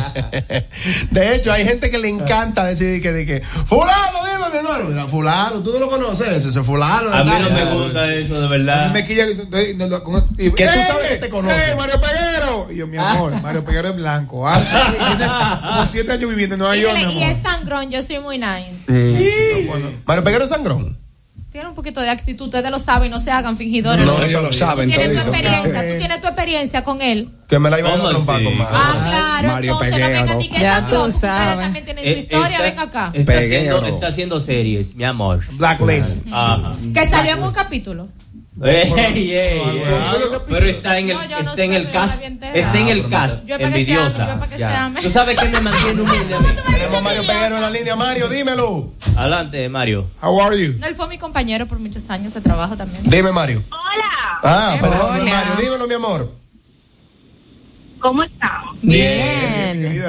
Speaker 4: De hecho, hay gente que le encanta decir que, de que fulano, dime mi nombre. Mira, Fulano, tú no lo conoces, ese fulano.
Speaker 8: A mí
Speaker 4: tal,
Speaker 8: no me
Speaker 4: tal.
Speaker 8: gusta eso, de verdad.
Speaker 9: Me quilla que tú- te- no lo- con ese tipo.
Speaker 4: Que tú
Speaker 9: ¡Eh,
Speaker 4: sabes que te conoce.
Speaker 9: ¡Eh, Mario Peguero! Y yo, mi amor, Mario Peguero es blanco. Ah, tiene como siete años viviendo en Nueva York,
Speaker 6: Dígale,
Speaker 9: mi
Speaker 6: y
Speaker 9: amor.
Speaker 6: es sangrón, yo soy muy nice.
Speaker 4: Sí, sí, no, bueno. Mario Peguero es sangrón.
Speaker 6: Tiene un poquito de actitud, ustedes lo saben, no se hagan fingidores.
Speaker 4: No, eso lo saben
Speaker 6: Tú tienes tu
Speaker 4: todito.
Speaker 6: experiencia, tú tienes tu experiencia con él.
Speaker 4: Que me la iban a trompar con Mario.
Speaker 9: Ah,
Speaker 6: Claro,
Speaker 4: Mario
Speaker 6: entonces no venga
Speaker 4: Peguero.
Speaker 6: ni que
Speaker 11: Ya
Speaker 6: tan
Speaker 11: tú
Speaker 6: loco, ustedes
Speaker 11: sabes.
Speaker 6: también tienen
Speaker 8: Eh,
Speaker 6: su historia,
Speaker 8: esta-
Speaker 6: venga acá.
Speaker 8: Está
Speaker 4: Peguero.
Speaker 8: haciendo, está haciendo series, mi amor.
Speaker 4: Blacklist.
Speaker 8: Ajá.
Speaker 6: Que salió en un capítulo.
Speaker 8: Ey, ey, Pero está en el,
Speaker 6: No, yo no
Speaker 8: está
Speaker 6: sé,
Speaker 8: en
Speaker 6: yo
Speaker 8: el
Speaker 6: la
Speaker 8: cast,
Speaker 6: vi entera.
Speaker 8: está en
Speaker 6: Ah,
Speaker 8: el cast,
Speaker 6: yo es para que se ame, yo es
Speaker 8: envidiosa.
Speaker 6: para que se
Speaker 8: Ya.
Speaker 6: ame.
Speaker 8: ¿Tú sabes qué me mantiene humilde a mí?
Speaker 4: Tenemos Mario Peguero en la línea, Mario, dímelo.
Speaker 8: Adelante, Mario.
Speaker 4: How are you?
Speaker 6: No, él fue mi compañero por muchos años de trabajo también.
Speaker 4: Dime, Mario. Hola. Ah, perdón,
Speaker 6: Hola.
Speaker 4: Mario, dímelo, mi amor.
Speaker 14: ¿Cómo están?
Speaker 4: Bien.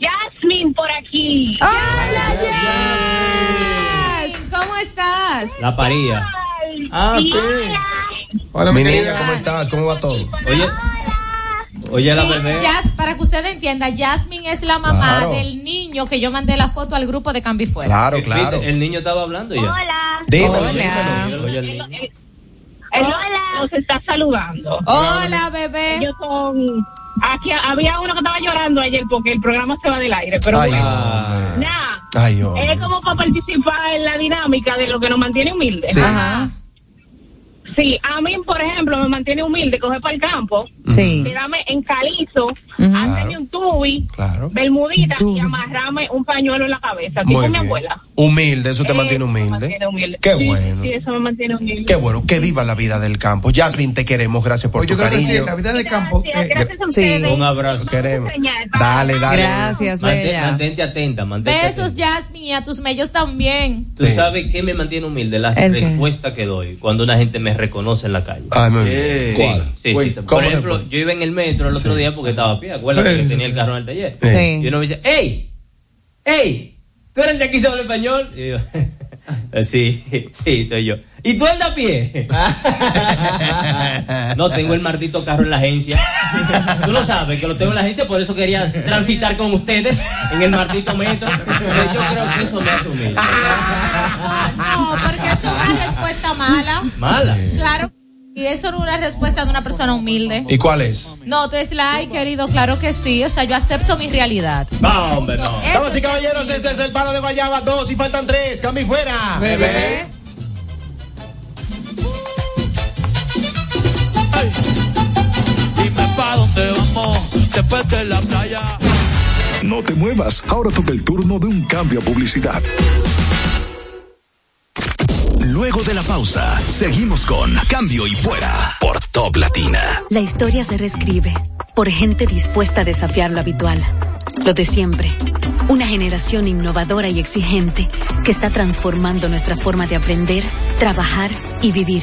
Speaker 14: Jasmine por aquí.
Speaker 6: ¡Hola, Jazz! ¿Cómo estás?
Speaker 8: La paría.
Speaker 4: Ah, sí. Hola, mi niña, ¿cómo estás? ¿Cómo va todo?
Speaker 8: Oye. Oye, la
Speaker 6: Sí,
Speaker 8: bebé.
Speaker 6: Jazz, para que usted entienda, Jasmine es la mamá
Speaker 8: Claro.
Speaker 6: del niño que yo mandé la foto al grupo de Cambi Fuera.
Speaker 8: Eh, ¿Viste? El niño estaba hablando ya.
Speaker 14: Hola.
Speaker 8: Dímelo,
Speaker 14: Hola.
Speaker 8: dímelo. Oye, el niño.
Speaker 14: Hola. Los está saludando.
Speaker 6: Hola, bebé.
Speaker 14: Yo son. Aquí había uno que estaba llorando ayer porque el programa se va del aire, pero
Speaker 4: Ay,
Speaker 14: bueno.
Speaker 4: hombre.
Speaker 14: Nada.
Speaker 4: Ay, hombre.
Speaker 14: Es como para participar en la dinámica de lo que nos mantiene humildes.
Speaker 4: Sí.
Speaker 14: Sí, a mí, por ejemplo, me mantiene humilde coger para el campo,
Speaker 11: Sí.
Speaker 14: quedarme en calizo, hacerme un tubi, bermudita y amarrarme un pañuelo en la cabeza, tipo
Speaker 4: Muy
Speaker 14: mi
Speaker 4: bien.
Speaker 14: abuela. Eh,
Speaker 4: Humilde, eso te mantiene humilde.
Speaker 14: mantiene humilde.
Speaker 4: Qué
Speaker 14: Sí,
Speaker 4: bueno.
Speaker 14: Sí, eso me mantiene humilde.
Speaker 4: Qué bueno, que viva la vida del campo. Jasmine, te queremos, gracias por tu
Speaker 9: Pues Yo creo que sí,
Speaker 4: cariño.
Speaker 9: la vida de campo. eh,
Speaker 14: Gracias a
Speaker 4: Sí.
Speaker 14: ustedes.
Speaker 4: Un
Speaker 8: abrazo.
Speaker 4: Queremos. Dale, dale.
Speaker 11: Gracias,
Speaker 8: Mantén-
Speaker 11: bella.
Speaker 8: Mantente atenta, mantente atenta.
Speaker 6: Besos, Jasmine, y a tus mellos también.
Speaker 8: ¿Tú sabes qué me mantiene humilde? Las
Speaker 11: ¿El qué?
Speaker 8: respuestas que doy cuando una gente me reconoce en la calle.
Speaker 4: Ay, muy
Speaker 8: Sí,
Speaker 4: bien. ¿Cuál?
Speaker 8: sí, sí.
Speaker 4: Cuéntame.
Speaker 8: Por
Speaker 4: ¿Cómo
Speaker 8: ejemplo, yo iba en el metro el otro día porque estaba a pie. Acuérdate
Speaker 4: Sí,
Speaker 8: que
Speaker 4: sí,
Speaker 8: tenía el carro en el taller.
Speaker 4: Sí.
Speaker 8: Y uno me dice, ¡Ey! ¡Ey! ¿Tú eres el de aquí se habla español? Y yo, sí, sí, soy yo. ¿Y tú el de a pie?
Speaker 4: Ah.
Speaker 8: no, tengo el maldito carro en la agencia. tú lo sabes, que lo tengo en la agencia, por eso quería transitar con ustedes en el maldito metro. Yo creo que eso me hace humilde.
Speaker 6: No, porque eso es una respuesta mala.
Speaker 8: Mala.
Speaker 6: Claro. Y eso no es una respuesta de una persona humilde.
Speaker 4: ¿Y cuál es?
Speaker 6: No, tú es la, ay, querido, claro que sí. O sea, yo acepto mi realidad.
Speaker 4: No, hombre,
Speaker 6: no.
Speaker 4: Damas y caballeros, este es el palo de Guayaba. Dos y faltan tres. Cambio y fuera.
Speaker 6: Bebé.
Speaker 1: Dime pa' dónde vamos después de la playa.
Speaker 5: No te muevas, ahora toca el turno de un cambio a publicidad.
Speaker 17: Luego de la pausa, seguimos con Cambio y Fuera por Top Latina.
Speaker 24: La historia se reescribe por gente dispuesta a desafiar lo habitual, lo de siempre. Una
Speaker 12: Una generación innovadora y exigente que está transformando nuestra forma de aprender, trabajar y vivir.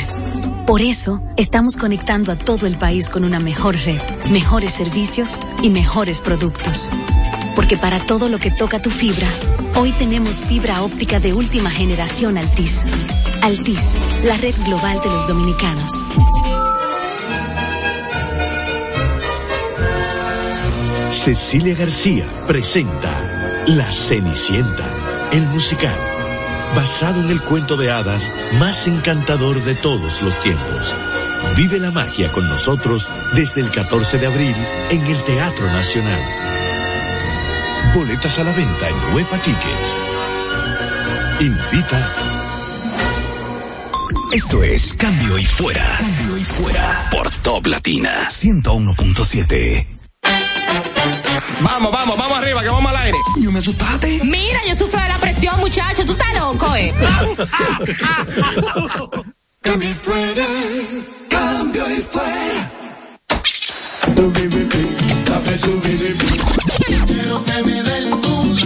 Speaker 12: Por eso, estamos conectando a todo el país con una mejor red, mejores servicios y mejores productos. Porque para todo lo que toca tu fibra, hoy tenemos fibra óptica de última generación Altis. Altis, la red global de los dominicanos.
Speaker 19: Cecilia García presenta La Cenicienta, el musical, basado en el cuento de hadas más encantador de todos los tiempos. Vive la magia con nosotros desde el 14 de abril en el Teatro Nacional. Boletas a la venta en Huepa Tickets. Invita
Speaker 17: Esto es Cambio y Fuera. Cambio y Fuera. Por Top Latina 101.7.
Speaker 25: Vamos, vamos, vamos arriba, que vamos al aire.
Speaker 17: Yo me asustaste.
Speaker 23: Mira, yo sufro de la presión, muchacho. Tú estás loco, eh.
Speaker 7: Cambio y fuera, cambio y fuera. Quiero que me des tu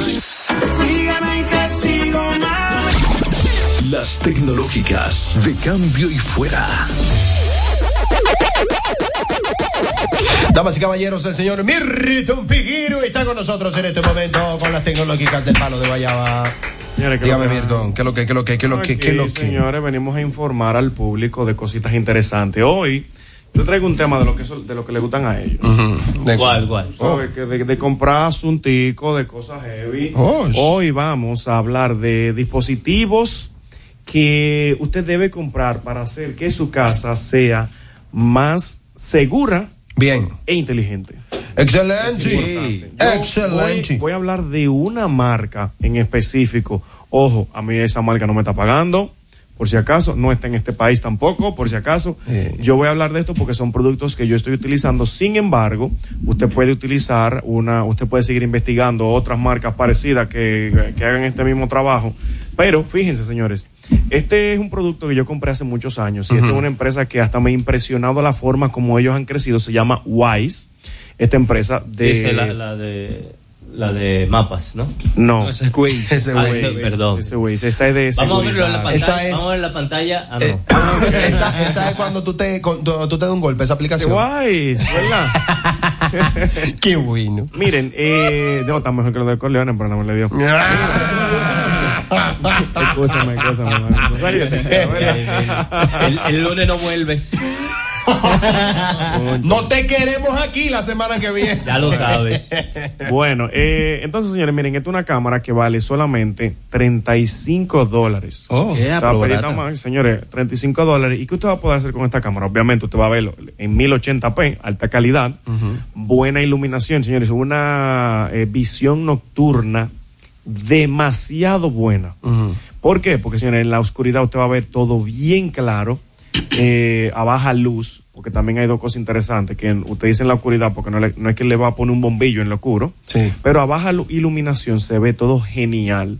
Speaker 7: Sígame y te sigo más.
Speaker 5: Las tecnológicas de cambio y fuera.
Speaker 4: Damas y caballeros, el señor Mirritum Piguiro está con nosotros en este momento con las tecnológicas del palo de Guayaba.
Speaker 26: Señores, ¿qué
Speaker 4: Dígame,
Speaker 26: lo que-
Speaker 4: Mirton, ¿qué es lo que, qué es lo que, qué es lo que, qué es lo
Speaker 26: Aquí,
Speaker 4: que?
Speaker 26: Señores, venimos a informar al público de cositas interesantes. Hoy yo traigo un tema de lo que, son- de lo que le gustan a ellos.
Speaker 8: ¿Cuál, cuál?
Speaker 26: Sobre que de, de comprar asuntico, de cosas heavy. Hoy vamos a hablar de dispositivos que usted debe comprar para hacer que su casa sea más segura
Speaker 4: Bien.
Speaker 26: e inteligente.
Speaker 4: Excelente.
Speaker 26: Excelente. Voy, voy a hablar de una marca en específico. Ojo, a mí esa marca no me está pagando. Por si acaso, no está en este país tampoco, por si acaso. Yo voy a hablar de esto porque son productos que yo estoy utilizando. Sin embargo, usted puede utilizar una, usted puede seguir investigando otras marcas parecidas que, que hagan este mismo trabajo. Pero fíjense, señores, este es un producto que yo compré hace muchos años y esta es una empresa que hasta me ha impresionado la forma como ellos han crecido. Se llama Wise. Esta empresa de.
Speaker 8: Sí, esa es la, la de, la de mapas, ¿no?
Speaker 26: No.
Speaker 8: ese es Waze.
Speaker 26: Ese
Speaker 8: Ah,
Speaker 26: Waze.
Speaker 8: ese, perdón.
Speaker 26: Ese Waze. Esta es de
Speaker 8: Vamos a verlo en la
Speaker 26: seguridad.
Speaker 8: pantalla.
Speaker 26: Esa es- Eh,
Speaker 8: Vamos a ver la pantalla. Ah, no.
Speaker 4: Esa, esa es cuando tú te, cuando tú te das un golpe, esa aplicación.
Speaker 26: Guay, ¿verdad?
Speaker 4: Qué bueno.
Speaker 26: Miren, eh, no, está mejor que lo de Corleone, pero no me le dio.
Speaker 4: Ah.
Speaker 26: Escúchame, escúchame. mano.
Speaker 8: El, el lunes no vuelves.
Speaker 4: No te queremos aquí la semana que viene.
Speaker 8: Ya lo sabes.
Speaker 26: Bueno, eh, entonces señores, miren, esta es una cámara que vale solamente 35 dólares.
Speaker 4: Oh,
Speaker 26: Está
Speaker 4: pero
Speaker 26: pedita
Speaker 4: barata.
Speaker 26: más, señores, 35 dólares. ¿Y qué usted va a poder hacer con esta cámara? Obviamente usted va a verlo en 1080p, alta calidad, buena iluminación, señores, una eh, visión nocturna demasiado buena. ¿Por qué? Porque, señores, en la oscuridad usted va a ver todo bien claro, eh, a baja luz, porque también hay dos cosas interesantes, que en- usted dice en la oscuridad, porque no, le- no es que le va a poner un bombillo en lo oscuro, pero a baja lu- iluminación se ve todo genial.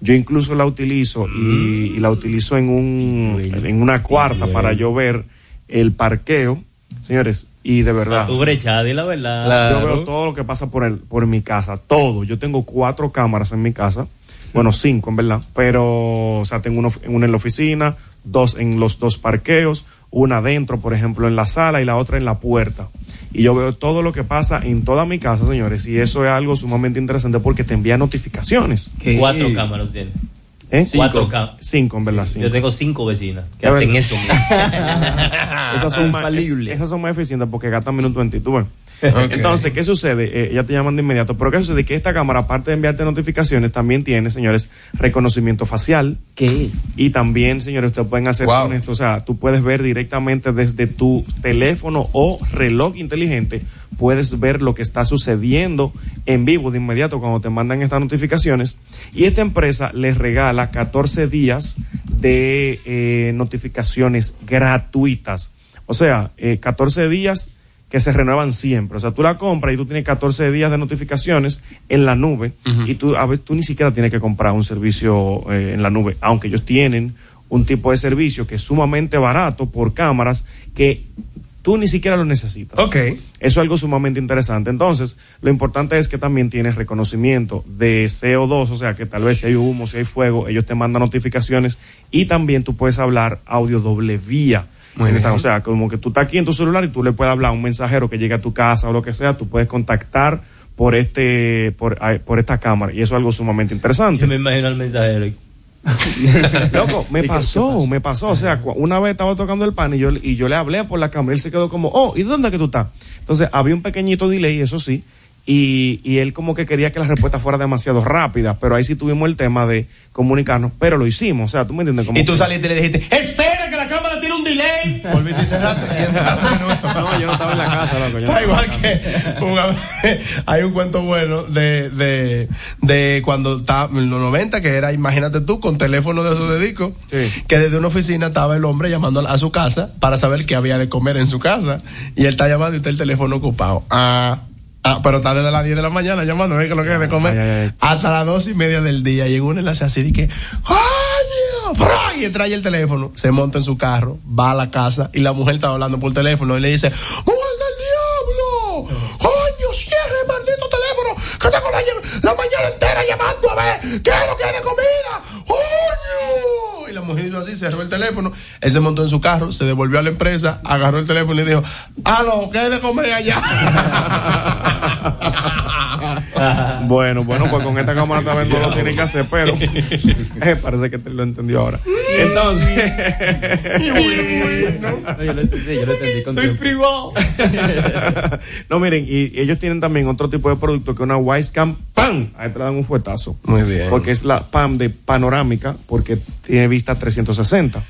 Speaker 26: Yo incluso la utilizo y, y la utilizo en, un, en una cuarta para yo ver el parqueo, señores, y de verdad.
Speaker 8: Tu brechada, Ah, di la verdad.
Speaker 26: Yo veo todo lo que pasa por, el, por mi casa, todo. Yo tengo cuatro cámaras en mi casa, bueno, cinco en verdad, pero, o sea, tengo uno- una en la oficina, dos en los dos parqueos, una adentro, por ejemplo, en la sala y la otra en la puerta. Y yo veo todo lo que pasa en toda mi casa, señores, y eso es algo sumamente interesante porque te envía notificaciones.
Speaker 8: Cuatro cámaras tiene.
Speaker 26: ¿Eh?
Speaker 8: Cuatro cámaras.
Speaker 26: Cinco, en verdad, cinco.
Speaker 8: Yo tengo cinco vecinas que
Speaker 26: Es
Speaker 8: hacen
Speaker 26: verdad.
Speaker 8: eso mismo.
Speaker 26: Esas son, más, es- esas son más eficientes porque gastan menos en ti, tú ves. Entonces, ¿qué sucede? Eh, ya te llaman de inmediato. Pero ¿qué sucede? Que esta cámara, aparte de enviarte notificaciones, también tiene, señores, reconocimiento facial. ¿Qué? Y también, señores, ustedes pueden hacer con esto. O sea, tú puedes ver directamente desde tu teléfono o reloj inteligente, puedes ver lo que está sucediendo en vivo de inmediato cuando te mandan estas notificaciones. Y esta empresa les regala 14 días de eh, notificaciones gratuitas. O sea, eh, 14 días que se renuevan siempre. O sea, tú la compras y tú tienes 14 días de notificaciones en la nube y tú, a veces, tú ni siquiera tienes que comprar un servicio eh, en la nube, aunque ellos tienen un tipo de servicio que es sumamente barato por cámaras que tú ni siquiera lo necesitas.
Speaker 4: Ok.
Speaker 26: Eso es algo sumamente interesante. Entonces, lo importante es que también tienes reconocimiento de CO2, o sea, que tal vez si hay humo, si hay fuego, ellos te mandan notificaciones y también tú puedes hablar audio doble vía.
Speaker 4: Muy
Speaker 26: En esta-
Speaker 4: bien.
Speaker 26: o sea, como que tú estás aquí en tu celular y tú le puedes hablar a un mensajero que llegue a tu casa o lo que sea, tú puedes contactar por este por, ay, por esta cámara y eso es algo sumamente interesante.
Speaker 8: me imagino al mensajero.
Speaker 26: Loco, me pasó, me pasó. O sea, cu- una vez estaba tocando el pan y yo, y yo le hablé por la cámara y él se quedó como, oh, ¿y dónde es que tú estás? Entonces había un pequeñito delay, eso sí, y, y él como que quería que la respuesta fuera demasiado rápida, pero ahí sí tuvimos el tema de comunicarnos, pero lo hicimos, o sea, tú me entiendes como...
Speaker 4: Y tú saliste y le dijiste,
Speaker 26: espera que la cámara tiene un delay.
Speaker 4: Volviste y cerraste. Y entraste de nuevo.
Speaker 26: No, yo no estaba en la casa, loco. yo no
Speaker 4: Está
Speaker 26: estaba
Speaker 4: igual que un- hay un cuento bueno de, de, de cuando estaba en los 90, que era, imagínate tú, con teléfono de esos de disco, que desde una oficina estaba el hombre llamando a su casa para saber qué había de comer en su casa. Y él está llamando y está el teléfono ocupado. Ah, ah, pero está desde las 10 de la mañana llamando, ¿eh? Que lo que de comer. Hasta las 2 y media del día. Llegó un enlace así de que, ¡Coño! ¡Bra! Y trae el teléfono, se monta en su carro, va a la casa y la mujer está hablando por teléfono y le dice, ¡Guarda el diablo! ¡Coño, cierre el maldito teléfono! ¡Que tengo la, lle- la mañana entera llamando a ver qué es lo que hay de comida! ¡Coño! Y la mujer hizo así, cerró el teléfono, él se montó en su carro, se devolvió a la empresa, agarró el teléfono y dijo,
Speaker 9: Ah,
Speaker 4: ¡Aló, qué hay de comer allá!
Speaker 26: Bueno, bueno, pues con esta cámara también no lo tiene que hacer, pero eh, parece que te lo entendió ahora. Entonces,
Speaker 13: yo lo entendí, yo lo entendí con tiempo.
Speaker 26: privado. no, miren, y ellos tienen también otro tipo de producto que es una Wisecam PAM. Ahí te la dan un fuetazo.
Speaker 4: Muy bien.
Speaker 26: Porque es la PAM de panorámica, porque tiene vista 360.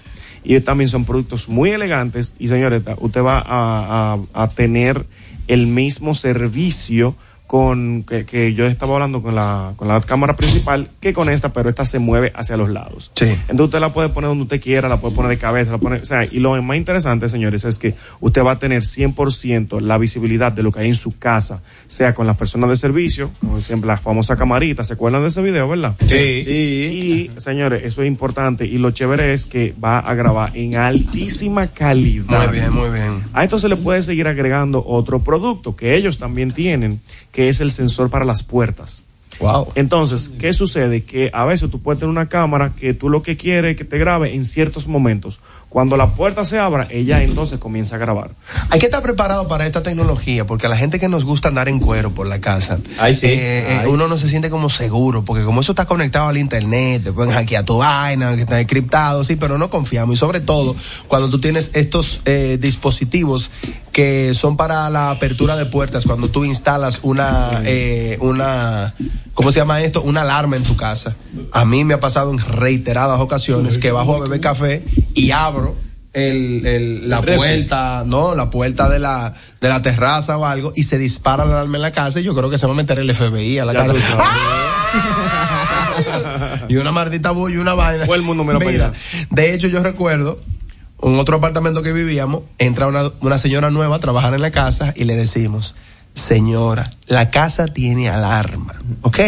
Speaker 26: Y ellos también son productos muy elegantes. Y señores, usted va a, a- a tener el mismo servicio con que, que yo estaba hablando con la, con la cámara principal que con esta, pero esta se mueve hacia los lados. Entonces usted la puede poner donde usted quiera, la puede poner de cabeza, la pone, o sea, y lo más interesante, señores, es que usted va a tener 100% la visibilidad de lo que hay en su casa, sea con las personas de servicio, como siempre la famosa camarita, ¿se acuerdan de ese video, verdad?
Speaker 4: Sí.
Speaker 26: Y, señores, eso es importante y lo chévere es que va a grabar en altísima calidad.
Speaker 4: Muy bien, muy bien.
Speaker 26: A esto se le puede seguir agregando otro producto que ellos también tienen, que es el sensor para las puertas.
Speaker 4: Wow.
Speaker 26: Entonces, ¿qué sucede? Que a veces tú puedes tener una cámara que tú lo que quieres es que te grabe en ciertos momentos. Cuando la puerta se abra, ella entonces comienza a grabar.
Speaker 4: Hay que estar preparado para esta tecnología, porque a la gente que nos gusta andar en cuero por la casa, eh, eh, uno no se siente como seguro, porque como eso está conectado al internet, te pueden hackear tu vaina, que está encriptado, sí, pero no confiamos. Y sobre todo, cuando tú tienes estos eh, dispositivos que son para la apertura de puertas, cuando tú instalas una, eh, una, ¿cómo se llama esto? Una alarma en tu casa. A mí me ha pasado en reiteradas ocasiones que bajo a beber café y abro el, el- la
Speaker 17: El refri.
Speaker 4: puerta, no, la puerta de la, de la terraza o algo, y se dispara la alarma en la casa, y yo creo que se va a meter el FBI a la casa. ¡Ah! y una maldita bulla y una vaina. el mundo
Speaker 26: lo
Speaker 4: Mira, de hecho, yo recuerdo en otro apartamento que vivíamos, entra una, una señora nueva a trabajar en la casa y le decimos, señora, la casa tiene alarma, ¿ok?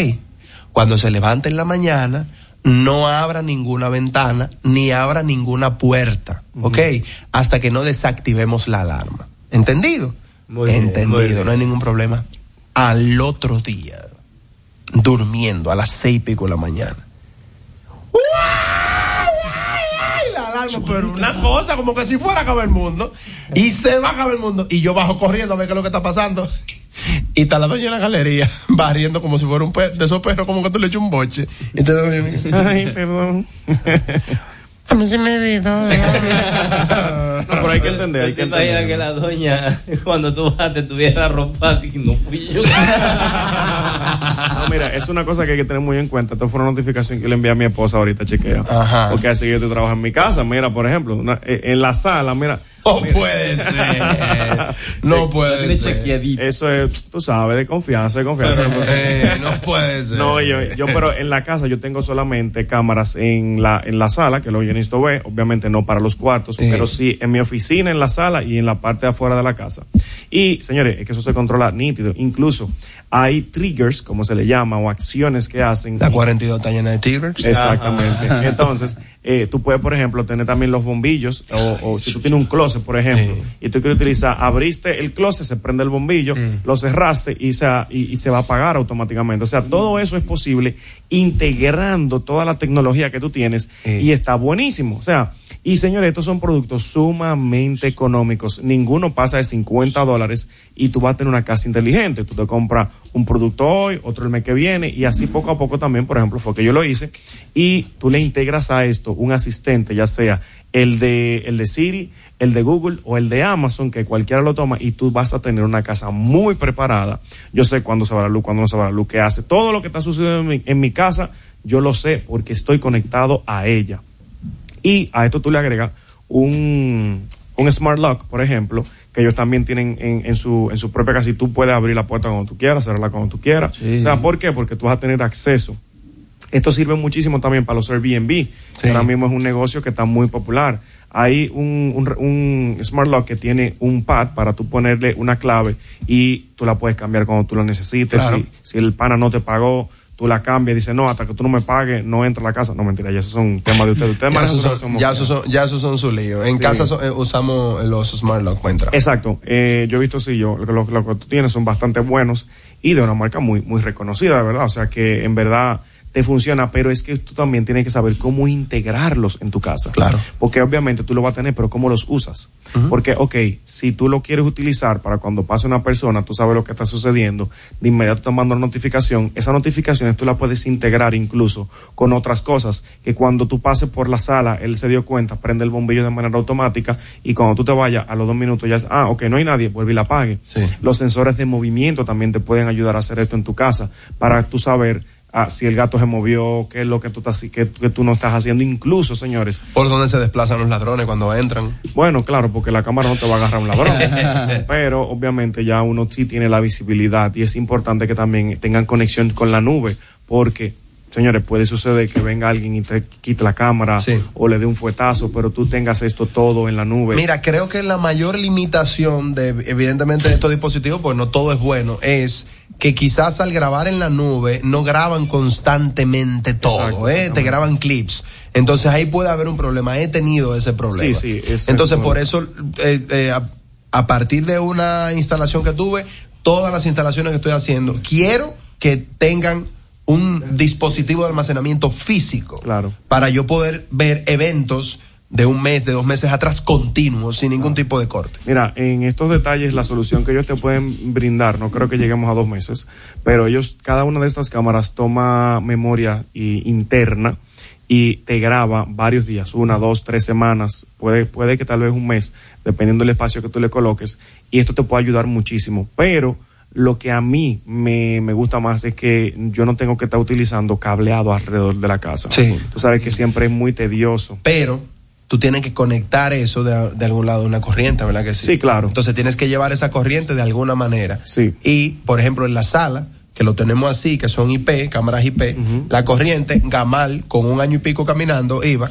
Speaker 4: Cuando se levante en la mañana, no abra ninguna ventana ni abra ninguna puerta, ¿ok? Hasta que no desactivemos la alarma. ¿Entendido? Entendido, no hay ningún problema. Al otro día, durmiendo a las seis y pico de la mañana. ¡Ay, la alarma! Pero una cosa, como que si fuera a acabar el mundo. Y se va a acabar el mundo. Y yo bajo corriendo a ver qué es lo que está pasando. Y está la doña en la galería, barriendo como si fuera un perro, de esos perros, como que tú le echas un boche. Y te
Speaker 26: Ay, perdón.
Speaker 4: A mí se me olvidó.
Speaker 26: No, pero hay que entender. Hay que
Speaker 8: ¿Te imaginas que la doña, cuando tú vas, te tuviera la ropa y no fui yo?
Speaker 26: No, mira, es una cosa que hay que tener muy en cuenta. Esto fue una notificación que le envié a mi esposa ahorita, chequea. Porque así yo te trabajo en mi casa. Mira, por ejemplo, una- eh, en la sala, mira.
Speaker 4: No puede ser. No puede ser.
Speaker 26: Eso es, tú sabes, de confianza, de confianza.
Speaker 4: Eh, no puede ser.
Speaker 26: No, yo, yo, pero en la casa yo tengo solamente cámaras en la, en la sala, que lo yo necesito ver, obviamente no para los cuartos, pero sí en mi oficina, en la sala y en la parte de afuera de la casa. Y, señores, es que eso se controla nítido. Incluso hay triggers, como se le llama, o acciones que hacen.
Speaker 4: La 42 está llena de tigres.
Speaker 26: Exactamente. Entonces, eh, tú puedes, por ejemplo, tener también los bombillos, o, o si tú tienes un closet, closet, por ejemplo, y tú quieres utilizar, abriste el closet, se prende el bombillo, lo cerraste y se, y, y se va a apagar automáticamente. O sea, todo eso es posible integrando toda la tecnología que tú tienes y está buenísimo. O sea, y señores, estos son productos sumamente económicos. Ninguno pasa de 50 dólares y tú vas a tener una casa inteligente. Tú te compras un producto hoy, otro el mes que viene y así poco a poco también, por ejemplo, fue que yo lo hice. Y tú le integras a esto un asistente, ya sea el de, el de Siri, el de Google o el de Amazon, que cualquiera lo toma y tú vas a tener una casa muy preparada. Yo sé cuándo se va la luz, cuándo no se va la luz, qué hace. Todo lo que está sucediendo en mi, en mi casa, yo lo sé porque estoy conectado a ella. Y a esto tú le agregas un, un smart lock, por ejemplo, que ellos también tienen en, en su, en su propia casa y tú puedes abrir la puerta cuando tú quieras, cerrarla cuando tú quieras. O sea, ¿por qué? Porque tú vas a tener acceso. Esto sirve muchísimo también para los Airbnb, que ahora mismo es un negocio que está muy popular. Hay un, un, un smart lock que tiene un pad para tú ponerle una clave y tú la puedes cambiar cuando tú la necesites.
Speaker 4: Claro.
Speaker 26: Si, si el pana no te pagó, tú la cambias. Dice, no, hasta que tú no me pagues, no entra a la casa. No, mentira, ya eso es un tema de ustedes. Ustedes
Speaker 4: Ya
Speaker 26: manejan
Speaker 4: esos
Speaker 26: su
Speaker 4: son,
Speaker 26: relación
Speaker 4: ya
Speaker 26: moral.
Speaker 4: esos son, ya esos son su lío. En
Speaker 26: Sí.
Speaker 4: casa so- eh, usamos los smart lock, cuenta.
Speaker 26: Exacto. Eh, yo he visto, sí, yo, lo, lo que tú tienes son bastante buenos y de una marca muy, muy reconocida, de verdad. O sea que en verdad te funciona, pero es que tú también tienes que saber cómo integrarlos en tu casa. Claro. Porque obviamente tú lo vas a tener, pero ¿cómo los usas? Porque, ok, si tú lo quieres utilizar para cuando pase una persona, tú sabes lo que está sucediendo, de inmediato te manda una notificación. Esas notificaciones tú las puedes integrar incluso con otras cosas, que cuando tú pases por la sala, él se dio cuenta, prende el bombillo de manera automática y cuando tú te vayas a los dos minutos ya es, ah, ok, no hay nadie, vuelve y la apague. Los sensores de movimiento también te pueden ayudar a hacer esto en tu casa para tú saber ah, si el gato se movió, qué es lo que tú, estás, que, que tú no estás haciendo, incluso, señores.
Speaker 4: ¿Por dónde se desplazan los ladrones cuando entran?
Speaker 26: Bueno, claro, porque la cámara no te va a agarrar un ladrón. pero obviamente ya uno sí tiene la visibilidad y es importante que también tengan conexión con la nube, porque, señores, puede suceder que venga alguien y te quite la cámara o le dé un fuetazo, pero tú tengas esto todo en la nube.
Speaker 4: Mira, creo que la mayor limitación de, evidentemente, de estos dispositivos, pues no todo es bueno, es que quizás al grabar en la nube no graban constantemente todo, ¿eh? te graban clips. Entonces ahí puede haber un problema. He tenido ese problema.
Speaker 26: Sí, sí, es-
Speaker 4: Entonces
Speaker 26: es
Speaker 4: por eso, eh, eh, a, a partir de una instalación que tuve, todas las instalaciones que estoy haciendo, quiero que tengan un dispositivo de almacenamiento físico
Speaker 26: Claro.
Speaker 4: para yo poder ver eventos de un mes, de dos meses atrás continuos, sin ningún tipo de corte.
Speaker 26: Mira, en estos detalles la solución que ellos te pueden brindar, no creo que lleguemos a dos meses, pero ellos, cada una de estas cámaras toma memoria y- interna y te graba varios días, una, dos, tres semanas, puede, puede que tal vez un mes, dependiendo del espacio que tú le coloques, y esto te puede ayudar muchísimo, pero lo que a mí me, me gusta más es que yo no tengo que estar utilizando cableado alrededor de la casa. Tú sabes que siempre es muy tedioso.
Speaker 4: Pero tú tienes que conectar eso de, de algún lado, una corriente, ¿verdad que sí? Sí,
Speaker 26: claro.
Speaker 4: Entonces tienes que llevar esa corriente de alguna manera.
Speaker 26: Sí.
Speaker 4: Y, por ejemplo, en la sala, que lo tenemos así, que son IP, cámaras IP, la corriente, Gamal, con un año y pico caminando, iba.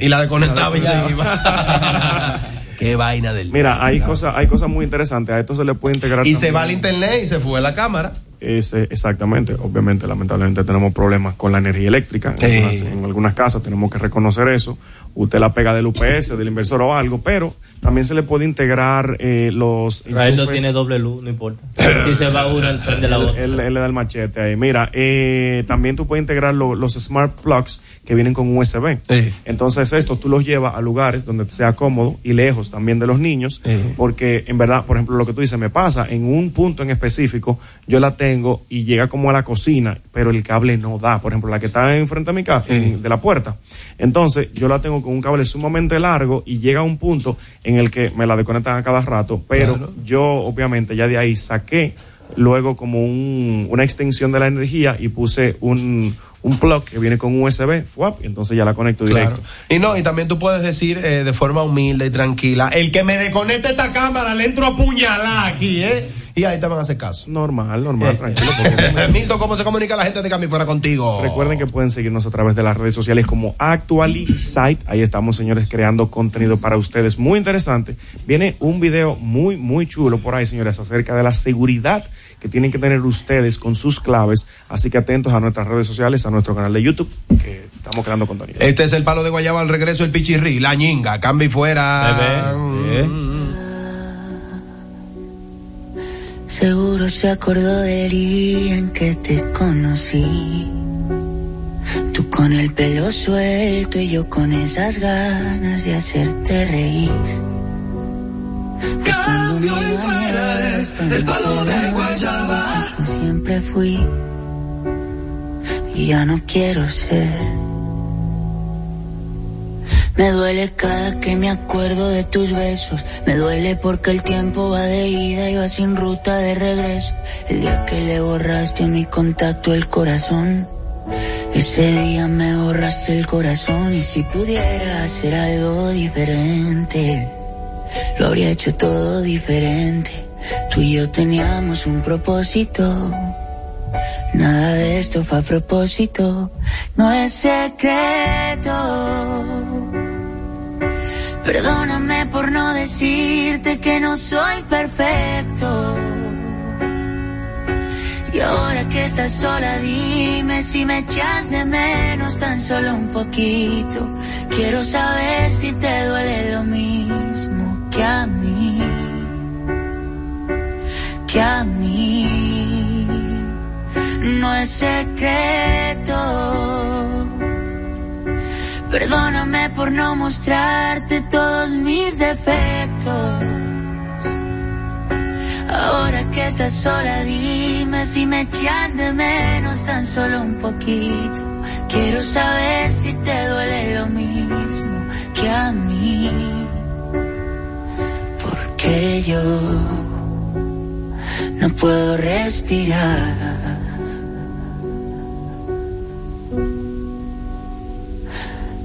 Speaker 4: Y la desconectaba y se iba. Qué vaina del
Speaker 26: Mira, hay cosas, hay cosas muy interesantes. A esto se le puede integrar.
Speaker 4: Y se
Speaker 26: también-
Speaker 4: va al internet y se fue la cámara.
Speaker 26: Ese, exactamente. Obviamente, lamentablemente tenemos problemas con la energía eléctrica. En, algunas, en algunas casas tenemos que reconocer eso. Usted la pega del UPS, del inversor o algo, pero también se le puede integrar eh, los.
Speaker 8: Rael no
Speaker 26: enchufes-
Speaker 8: tiene doble luz, no importa. Si se va una, él prende la
Speaker 26: Él-
Speaker 8: otra.
Speaker 26: Él, él le da el machete ahí. Mira, eh, también tú puedes integrar lo- los smart plugs que vienen con USB. Entonces, estos tú los llevas a lugares donde te sea cómodo y lejos también de los niños. Porque, en verdad, por ejemplo, lo que tú dices, me pasa en un punto en específico, yo la tengo y llega como a la cocina, pero el cable no da. Por ejemplo, la que está enfrente a mi casa, de la puerta. Entonces, yo la tengo con un cable sumamente largo y llega a un punto en el que me la desconectan a cada rato. Pero yo, obviamente, ya de ahí saqué luego como un- una extensión de la energía y puse un, un plug que viene con USB, fuap, y entonces ya la conecto directo.
Speaker 4: Y no, y también tú puedes decir eh, de forma humilde y tranquila, el que me desconecte esta cámara le entro a puñalar aquí, ¿eh? Y ahí te van a hacer caso. Eh,
Speaker 26: Normal, normal, tranquilo.
Speaker 4: Mito, ¿cómo se comunica la gente de Cami fuera contigo?
Speaker 26: Recuerden que pueden seguirnos a través de las redes sociales como Actually Site. Ahí estamos, señores, creando contenido para ustedes muy interesante. Viene un video muy, muy chulo por ahí, señores, acerca de la seguridad que tienen que tener ustedes con sus claves. Así que atentos a nuestras redes sociales, a nuestro canal de YouTube, que estamos creando contenido.
Speaker 4: Este es el palo de Guayaba al regreso, el pichirri, la ñinga, cambio y fuera. Mm.
Speaker 15: Seguro se acordó del día en que te conocí. Tú con el pelo suelto y yo con esas ganas de hacerte reír. Cambio y fuera es el palo de guayaba. Siempre fui y ya no quiero ser. Me duele cada que me acuerdo de tus besos. Me duele porque el tiempo va de ida y va sin ruta de regreso. El día que le borraste a mi contacto el corazón. Ese día me borraste el corazón y si pudiera hacer algo diferente, lo habría hecho todo diferente. Tú y yo teníamos un propósito. Nada de esto fue a propósito, no es secreto. Perdóname por no decirte que no soy perfecto. Y ahora que estás sola, dime si me echas de menos tan solo un poquito. Quiero saber si te duele lo mismo que a mí. Que a mí no es secreto. Perdóname por no mostrarte todos mis defectos. Ahora que estás sola, dime si me echas de menos tan solo un poquito. Quiero saber si te duele lo mismo que a mí. Porque yo no puedo respirar.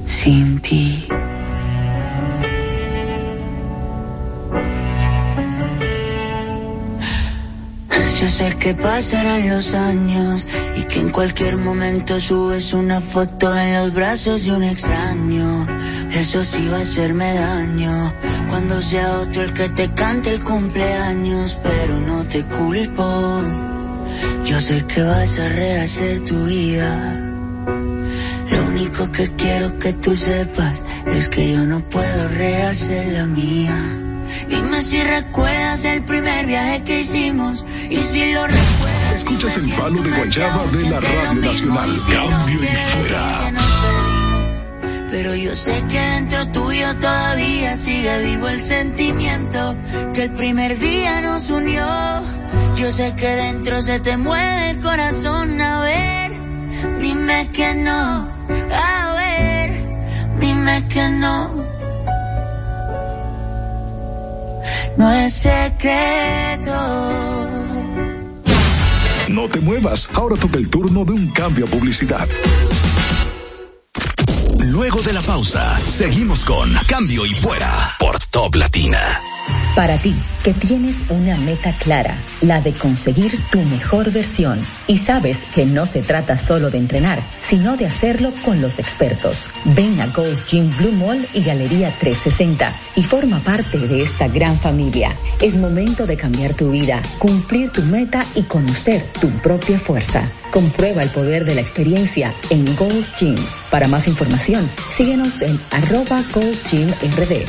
Speaker 15: Sin ti. Yo sé que pasarán los años y que en cualquier momento subes una foto en los brazos de un extraño. Eso sí va a hacerme daño cuando sea otro el que te cante el cumpleaños, pero no te culpo. Yo sé que vas a rehacer tu vida. Lo único que quiero que tú sepas es que yo no puedo rehacer la mía. Dime si recuerdas el primer viaje que hicimos y si lo recuerdas.
Speaker 5: Escuchas el palo de guayaba de la Radio Nacional. Cambio y fuera.
Speaker 15: Pero yo sé que dentro tuyo todavía sigue vivo el sentimiento que el primer día nos unió. Yo sé que dentro se te mueve el corazón, a ver, dime que no, a ver, dime que no. No es secreto.
Speaker 5: No te muevas, ahora toca el turno de un cambio a publicidad.
Speaker 17: Luego de la pausa, seguimos con Cambio y Fuera por Top Latina.
Speaker 25: Para ti, que tienes una meta clara, la de conseguir tu mejor versión, y sabes que no se trata solo de entrenar, sino de hacerlo con los expertos. Ven a Gold's Gym Blue Mall y Galería 360 y forma parte de esta gran familia. Es momento de cambiar tu vida, cumplir tu meta y conocer tu propia fuerza. Comprueba el poder de la experiencia en Gold's Gym. Para más información, síguenos en arroba Gold's Gym RD.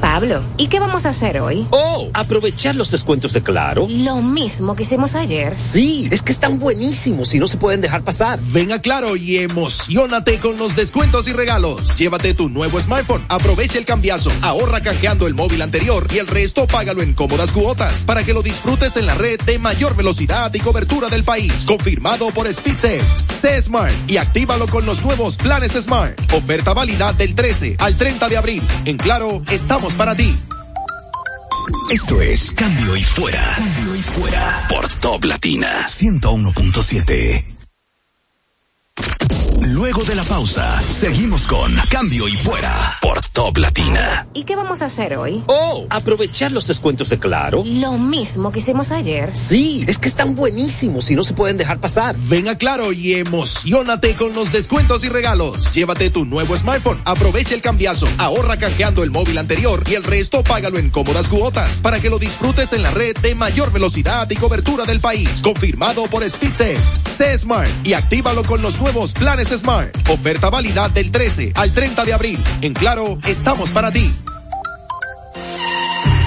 Speaker 18: Pablo, ¿y qué vamos a hacer hoy?
Speaker 24: Oh, aprovechar los descuentos de Claro.
Speaker 18: Lo mismo que hicimos ayer.
Speaker 24: Sí, es que están buenísimos y no se pueden dejar pasar.
Speaker 16: Ven a Claro y emocionate con los descuentos y regalos. Llévate tu nuevo smartphone, aprovecha el cambiazo, ahorra canjeando el móvil anterior y el resto págalo en cómodas cuotas para que lo disfrutes en la red de mayor velocidad y cobertura del país. Confirmado por Speedtest, C Smart y actívalo con los nuevos planes Smart. Oferta válida del 13 al 30 de abril. En Claro, estamos para ti.
Speaker 17: Esto es Cambio y Fuera. Cambio y Fuera por Top Latina 101.7. Luego de la pausa, seguimos con Cambio y Fuera por Top Latina.
Speaker 18: ¿Y qué vamos a hacer hoy?
Speaker 24: Oh, aprovechar los descuentos de Claro.
Speaker 18: Lo mismo que hicimos ayer.
Speaker 24: Sí, es que están buenísimos y no se pueden dejar pasar.
Speaker 16: Ven a Claro y emocionate con los descuentos y regalos. Llévate tu nuevo smartphone, aprovecha el cambiazo, ahorra canjeando el móvil anterior y el resto págalo en cómodas cuotas para que lo disfrutes en la red de mayor velocidad y cobertura del país. Confirmado por Speedtest, C Smart y actívalo con los nuevos planes Smart. Oferta válida del 13 al 30 de abril. En Claro, estamos para ti.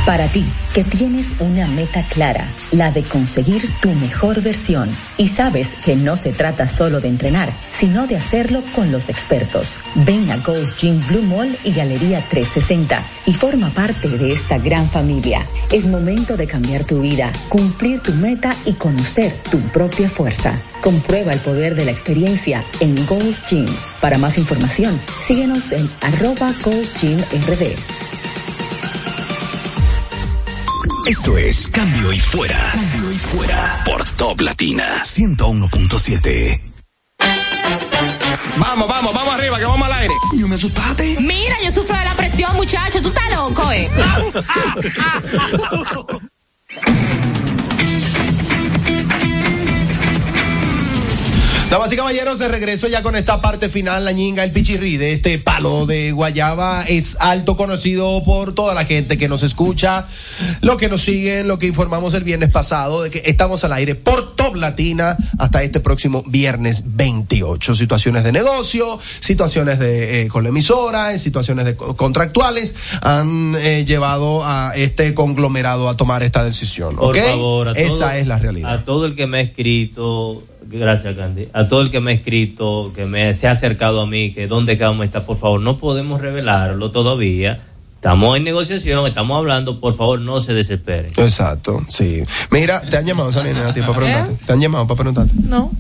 Speaker 25: Para ti, que tienes una meta clara, la de conseguir tu mejor versión, y sabes que no se trata solo de entrenar, sino de hacerlo con los expertos. Ven a Ghost Gym Blue Mall y Galería 360 y forma parte de esta gran familia. Es momento de cambiar tu vida, cumplir tu meta y conocer tu propia fuerza. Comprueba el poder de la experiencia en Ghost Gym. Para más información, síguenos en arroba Gold's Gym RD.
Speaker 17: Esto es Cambio y Fuera. Cambio y Fuera por Top Latina 101.7.
Speaker 3: Vamos, vamos, vamos arriba, que vamos al aire.
Speaker 16: Yo me asustaste.
Speaker 23: Mira, yo sufro de la presión, muchacho. Tú estás loco, eh.
Speaker 4: Damas y caballeros, de regreso ya con esta parte final, la ñinga, el pichirri de este palo de guayaba es alto conocido por toda la gente que nos escucha, lo que nos siguen, lo que informamos el viernes pasado de que estamos al aire por Top Latina hasta este próximo viernes 28. Situaciones de negocio, situaciones de, eh, con la emisora, en situaciones de co- contractuales han eh, llevado a este conglomerado a tomar esta decisión.
Speaker 8: Por
Speaker 4: ¿ok?
Speaker 8: favor, a todo-
Speaker 4: esa es la realidad.
Speaker 8: A todo el que me ha escrito, gracias Candy, a todo el que me ha escrito, que me se ha acercado a mí, que dónde quedamos está, por favor, no podemos revelarlo todavía. Estamos en negociación, estamos hablando, por favor, no se desesperen.
Speaker 4: Exacto, sí. Mira, te han llamado, Salina, a ti, para preguntarte. Te han llamado para preguntarte.
Speaker 6: No.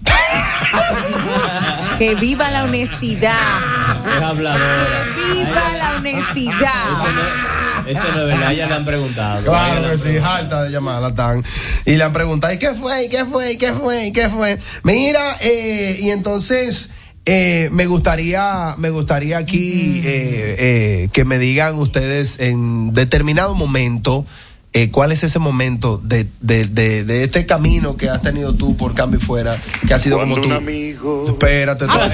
Speaker 11: Que viva la honestidad. Viva la honestidad.
Speaker 8: Esto no es verdad, ya le han preguntado. Ya le
Speaker 4: Claro
Speaker 8: han
Speaker 4: que sí, harta de llamarla tan. Y le han preguntado, ¿y qué fue? ¿Y qué fue? ¿Y qué fue? ¿Y qué fue? Mira, eh, y entonces eh, me gustaría, me gustaría aquí eh, eh, que me digan ustedes en determinado momento. eh, ¿Cuál es ese momento de, de, de, de este camino que has tenido tú por cambio y fuera? Que ha sido
Speaker 19: Cuando
Speaker 4: como tú.
Speaker 19: un
Speaker 4: amigo. Espérate, tú-
Speaker 6: Ah,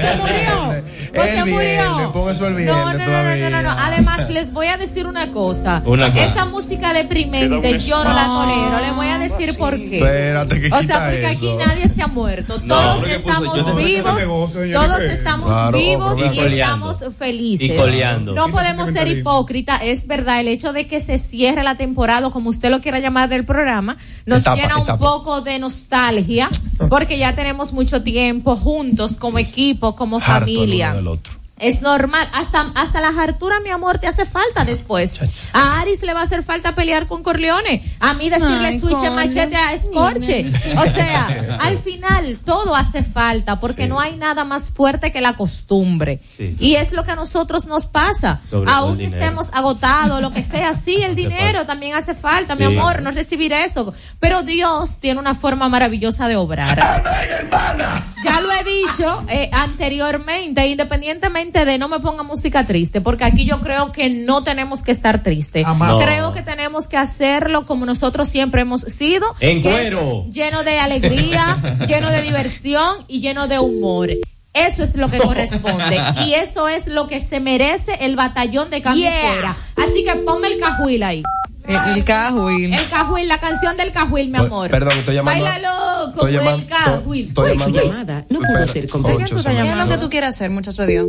Speaker 4: El viernes, pon eso el viernes
Speaker 6: No, no, no,
Speaker 4: todavía.
Speaker 6: no, no, no. Además, les voy a decir una cosa.
Speaker 4: Una cosa.
Speaker 6: Esa música
Speaker 4: Queda
Speaker 6: deprimente
Speaker 4: un
Speaker 6: yo no la
Speaker 4: espacio. Ah,
Speaker 6: tolero. Les voy a decir por qué.
Speaker 4: Espérate, que
Speaker 6: o
Speaker 4: quita
Speaker 6: sea, porque aquí
Speaker 4: eso.
Speaker 6: nadie se ha muerto.
Speaker 4: No,
Speaker 6: todos
Speaker 4: porque puso
Speaker 6: estamos
Speaker 4: yo.
Speaker 6: vivos.
Speaker 4: Este Negocio, señores,
Speaker 6: todos
Speaker 4: que-
Speaker 6: estamos
Speaker 4: Claro,
Speaker 6: vivos
Speaker 4: pero
Speaker 6: y
Speaker 4: coleando.
Speaker 6: estamos felices.
Speaker 8: Y coleando.
Speaker 6: No podemos ser
Speaker 8: Comentarismo.
Speaker 6: hipócritas. Es verdad, el hecho de que se cierre la temporada, o como usted lo quiera llamar, del programa, nos
Speaker 4: Etapa,
Speaker 6: llena un
Speaker 4: etapa.
Speaker 6: poco de nostalgia porque ya tenemos mucho tiempo juntos como equipo, como
Speaker 4: Harto el uno
Speaker 6: familia.
Speaker 4: del otro.
Speaker 6: Es normal, hasta, hasta la hartura, mi amor, te hace falta después. A Aris le va a hacer falta pelear con Corleone. A mí decirle
Speaker 11: Ay,
Speaker 6: switch
Speaker 11: Corleone,
Speaker 6: machete a Scorche. O sea, al final todo hace falta porque no hay nada más fuerte que la costumbre.
Speaker 8: Sí, sí.
Speaker 6: Y es lo que a nosotros nos pasa.
Speaker 8: Sobre todo
Speaker 6: Aún
Speaker 8: el dinero.
Speaker 6: estemos agotados, lo que sea, sí, el dinero también hace falta, mi
Speaker 8: Sí.
Speaker 6: amor, no recibir eso. Pero Dios tiene una forma maravillosa de obrar. Ya lo he dicho eh, anteriormente, independientemente de no me ponga música triste, porque aquí yo creo que no tenemos que estar triste.
Speaker 8: Jamás.
Speaker 6: Creo que tenemos que hacerlo como nosotros siempre hemos sido.
Speaker 8: En
Speaker 6: que-
Speaker 8: cuero.
Speaker 6: Lleno de alegría, lleno de diversión y lleno de humor. Eso es lo que corresponde. Y eso es lo que se merece el batallón de cambio y
Speaker 11: Yeah.
Speaker 6: fuera. Así que ponme el cajuil ahí.
Speaker 11: El, el cajuil.
Speaker 6: El cajuil, la canción del cajuil, mi
Speaker 4: Oye,
Speaker 6: amor.
Speaker 4: Pues, perdón, estoy llamando a-
Speaker 6: Baila loco,
Speaker 4: estoy llamando-
Speaker 6: el cajuil.
Speaker 4: estoy
Speaker 6: Uy,
Speaker 4: llamando-
Speaker 6: uy, uy.
Speaker 25: No
Speaker 4: puedo ser
Speaker 11: ¿Qué es lo que tú quieras hacer, muchacho Dios?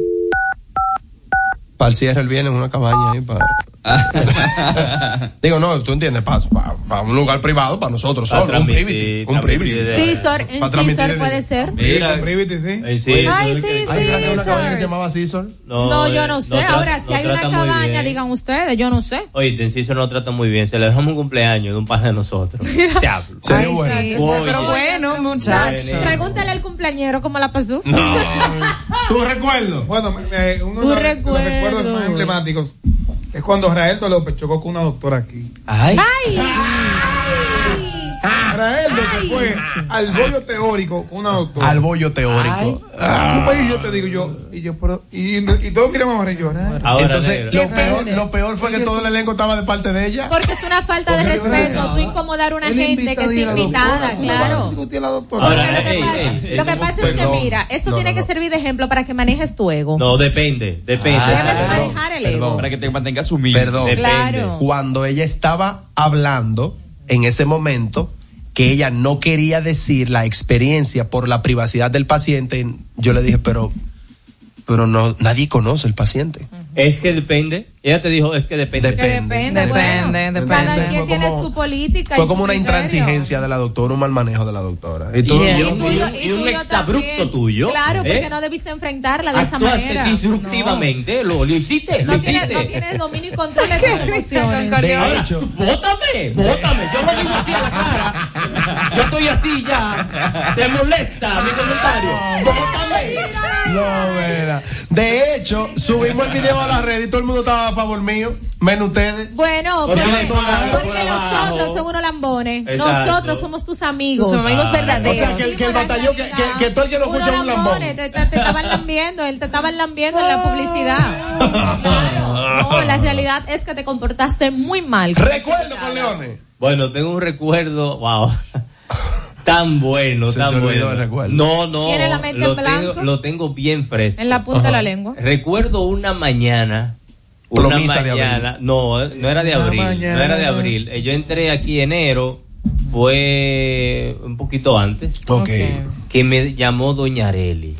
Speaker 4: Para el cierre el viernes en una cabaña ahí para. Digo, no, tú entiendes, para un lugar privado, para nosotros
Speaker 8: Pa'
Speaker 4: solos, un
Speaker 8: transmitir,
Speaker 4: privity, un privity.
Speaker 6: Sí, Sor, en
Speaker 4: Pa'
Speaker 6: sí,
Speaker 4: transmitir
Speaker 6: Sor
Speaker 4: el-
Speaker 6: puede ser.
Speaker 8: Mira.
Speaker 9: Privity, sí.
Speaker 8: Ay, sí.
Speaker 6: Ay, sí,
Speaker 4: Hay una-
Speaker 6: sí,
Speaker 4: una cabaña que se
Speaker 6: Sor.
Speaker 4: llamaba Seasol.
Speaker 8: No,
Speaker 6: No,
Speaker 8: eh,
Speaker 6: yo no sé.
Speaker 8: tra-
Speaker 6: Ahora,
Speaker 8: no
Speaker 6: si hay una
Speaker 8: trata muy
Speaker 6: cabaña,
Speaker 8: bien.
Speaker 6: digan ustedes, yo no sé.
Speaker 8: Oye, Tensiso no trata muy bien. Se le dejamos un cumpleaños de un par de nosotros. Se habla.
Speaker 11: Ay, sí,
Speaker 8: Oye.
Speaker 11: pero bueno, muchacho.
Speaker 8: Bueno.
Speaker 6: Pregúntale al cumpleañero cómo la pasó.
Speaker 9: ¿Tu recuerdo? Bueno, me- me- uno de
Speaker 6: Un
Speaker 9: los, de los
Speaker 6: recuerdo.
Speaker 9: recuerdos más emblemáticos es cuando Raeldo López chocó con una doctora aquí.
Speaker 8: Ay.
Speaker 6: Ay.
Speaker 9: Para él lo que fue al bollo teórico con una doctora.
Speaker 4: Al bollo teórico.
Speaker 9: ¿Qué país yo te digo yo? Y yo, pero, y, y todos miramos a yo,
Speaker 4: Ahora, Entonces, negro. lo peor, lo peor fue que todo el elenco estaba de parte de ella.
Speaker 6: Porque es una falta de respeto tú incomodar a una
Speaker 9: Él
Speaker 6: gente
Speaker 9: invita
Speaker 6: que
Speaker 9: a
Speaker 6: es
Speaker 9: ir a la
Speaker 6: invitada,
Speaker 9: doctora, tú no vas a
Speaker 6: claro.
Speaker 9: discutir a la doctora.
Speaker 8: Ahora,
Speaker 6: Porque lo que
Speaker 8: ey,
Speaker 6: pasa,
Speaker 8: ey, ey,
Speaker 6: lo que
Speaker 8: no,
Speaker 6: pasa es que,
Speaker 8: perdón.
Speaker 6: mira, esto
Speaker 8: No,
Speaker 6: tiene
Speaker 8: no,
Speaker 6: que
Speaker 8: no.
Speaker 6: servir de ejemplo para que manejes tu ego.
Speaker 8: No, depende, depende.
Speaker 4: Ah,
Speaker 8: Debes
Speaker 4: perdón,
Speaker 6: manejar el ego.
Speaker 4: Para que te mantengas humilde. Perdón.
Speaker 6: Depende. Claro.
Speaker 4: Cuando ella estaba hablando en ese momento que ella no quería decir la experiencia por la privacidad del paciente, yo le dije, pero pero no nadie conoce el paciente.
Speaker 8: Es que depende. Ella te dijo, es que depende.
Speaker 6: Que depende, bueno, Cada quien tiene su política. y
Speaker 4: Fue
Speaker 6: su
Speaker 4: como una
Speaker 6: criterio.
Speaker 4: intransigencia de la doctora, un mal manejo de la doctora. Y tú-
Speaker 8: Y-
Speaker 4: yo-
Speaker 8: y-
Speaker 6: Tuyo-
Speaker 8: y un
Speaker 6: tuyo
Speaker 8: exabrupto
Speaker 6: también.
Speaker 8: tuyo,
Speaker 6: Claro, porque
Speaker 8: ¿eh?
Speaker 6: no debiste enfrentarla de esa
Speaker 8: Actuaste
Speaker 6: manera.
Speaker 8: disruptivamente, lo, lo hiciste, lo
Speaker 6: No tienes,
Speaker 8: hiciste.
Speaker 6: no tienes dominio y control de tus emociones.
Speaker 8: Ahora, bótame, bótame. Yo no digo así a la cara. Yo estoy así ya. Te molesta mi comentario. Bótame.
Speaker 4: No, vera. De hecho, subimos el video a la red y todo el mundo estaba a favor mío, menos ustedes.
Speaker 6: Bueno,
Speaker 4: Porque
Speaker 6: porque,
Speaker 4: no toman agua
Speaker 6: porque
Speaker 4: por
Speaker 6: nosotros
Speaker 4: abajo.
Speaker 6: somos unos lambones.
Speaker 4: Exacto.
Speaker 6: Nosotros somos tus amigos.
Speaker 4: Tus amigos Ah. verdaderos. O sea, que el- que el batallón, que- que- que todo el que lo
Speaker 6: Unos
Speaker 4: escucha es un lambón.
Speaker 6: lambones, Te, te- te estaban lambiendo, él te estaban lambiendo en la
Speaker 4: Ah.
Speaker 6: publicidad. No, la realidad es que te comportaste muy mal.
Speaker 4: Recuerdo con Leones.
Speaker 8: Bueno, tengo un recuerdo, wow. Tan bueno,
Speaker 4: Se
Speaker 8: tan
Speaker 4: te olvidó
Speaker 8: bueno.
Speaker 4: el recuerdo.
Speaker 8: No, no.
Speaker 6: Tiene la mente
Speaker 8: lo,
Speaker 6: en blanco.
Speaker 8: Tengo, lo tengo bien fresco.
Speaker 6: En la punta de la lengua.
Speaker 8: Recuerdo una mañana. Una
Speaker 4: Promesa de abril.
Speaker 8: mañana. No, no era de
Speaker 4: Una
Speaker 8: abril.
Speaker 4: mañana.
Speaker 8: No era de abril. Eh, Yo entré aquí enero. Fue un poquito antes.
Speaker 4: Ok.
Speaker 8: Que me llamó Doña Areli.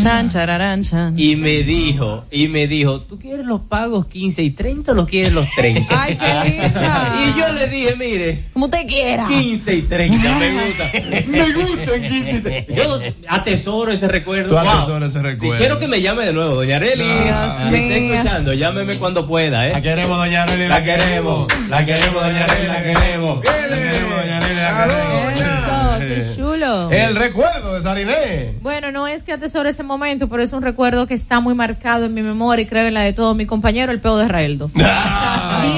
Speaker 11: Chan, chararán, chan.
Speaker 8: Y me dijo, y me dijo, ¿tú quieres los pagos 15 y 30 o los quieres los 30?
Speaker 11: Ay, qué linda.
Speaker 8: y yo le dije, mire,
Speaker 11: Como usted quiera.
Speaker 8: 15 y 30, me gusta. me gusta el 15 y 30. Yo atesoro ese recuerdo.
Speaker 4: Tú
Speaker 8: Wow.
Speaker 4: atesoras ese recuerdo.
Speaker 8: Si quiero que me llame de nuevo, doña Areli.
Speaker 4: Dios
Speaker 8: me está
Speaker 4: mío.
Speaker 8: escuchando, llámeme cuando pueda, ¿eh? La
Speaker 4: queremos, doña Areli,
Speaker 8: la queremos. La queremos, doña Areli, la queremos.
Speaker 6: Eso, qué Oh, chulo.
Speaker 4: El recuerdo de Sariné.
Speaker 6: Bueno, no es que atesoro ese momento, pero es un recuerdo que está muy marcado en mi memoria y creo en la de todo mi compañero, el peo de Raeldo.
Speaker 11: 10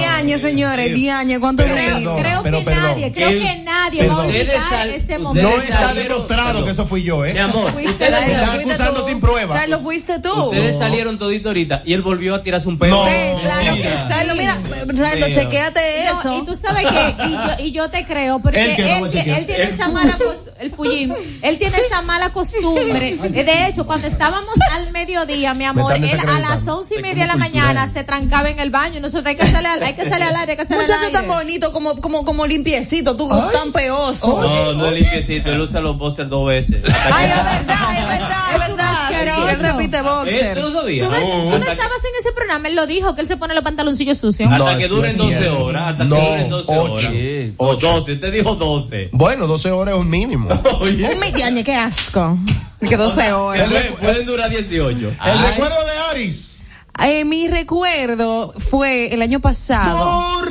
Speaker 11: años, señores, 10 años. ¿Cuánto
Speaker 4: Pero
Speaker 11: nos
Speaker 4: perdón,
Speaker 11: queda?
Speaker 4: Creo pero que perdón. nadie,
Speaker 6: creo que nadie va a
Speaker 4: Ustedes
Speaker 6: olvidar
Speaker 4: sal-
Speaker 6: ese
Speaker 4: No
Speaker 6: momento.
Speaker 4: está demostrado que eso fui yo, ¿eh?
Speaker 8: Mi amor,
Speaker 6: Fuiste
Speaker 8: ustedes
Speaker 6: tú.
Speaker 8: me están
Speaker 6: Fuiste
Speaker 8: acusando
Speaker 6: tú.
Speaker 8: sin prueba.
Speaker 11: Carlos, fuiste tú.
Speaker 8: Ustedes salieron todito ahorita y él volvió a tirarse un pelo.
Speaker 11: Claro que Carlos, mira, Rando,
Speaker 8: Mira.
Speaker 11: chequeate
Speaker 6: No,
Speaker 11: eso.
Speaker 6: y tú sabes que, y yo, y yo te creo, porque
Speaker 11: Él
Speaker 6: él,
Speaker 11: que no va a
Speaker 6: que-
Speaker 11: chequear.
Speaker 6: él tiene
Speaker 11: Él.
Speaker 6: esa mala costumbre, el Fujim, él tiene esa mala costumbre. Eh, De hecho, cuando estábamos al mediodía, mi amor,
Speaker 11: están
Speaker 6: él a las
Speaker 11: desacreditando.
Speaker 6: once y media de la mañana se trancaba en el baño. y Nosotros hay que salir al, hay que salir al aire, hay que salir al
Speaker 11: Muchacho
Speaker 6: aire.
Speaker 11: tan bonito, como, como, como limpiecito, tú tan peoso.
Speaker 8: No, no es limpiecito, él usa los boxers dos veces.
Speaker 11: Es verdad, sí, él repite boxer.
Speaker 8: Eh, tú lo sabías.
Speaker 6: Tú no,
Speaker 8: Oh.
Speaker 6: tú no estabas en ese programa, él lo dijo, que él se pone los pantaloncillos sucios.
Speaker 8: Hasta que duren 12 horas, hasta
Speaker 4: No,
Speaker 8: que duren 12 horas. O 12, usted dijo 12.
Speaker 4: Bueno, 12 horas es un mínimo.
Speaker 11: Un mediañe, qué asco. Que 12 horas.
Speaker 8: Pueden, pueden durar 18.
Speaker 4: El recuerdo de Aris.
Speaker 11: Eh, mi recuerdo fue el año pasado.
Speaker 4: Tu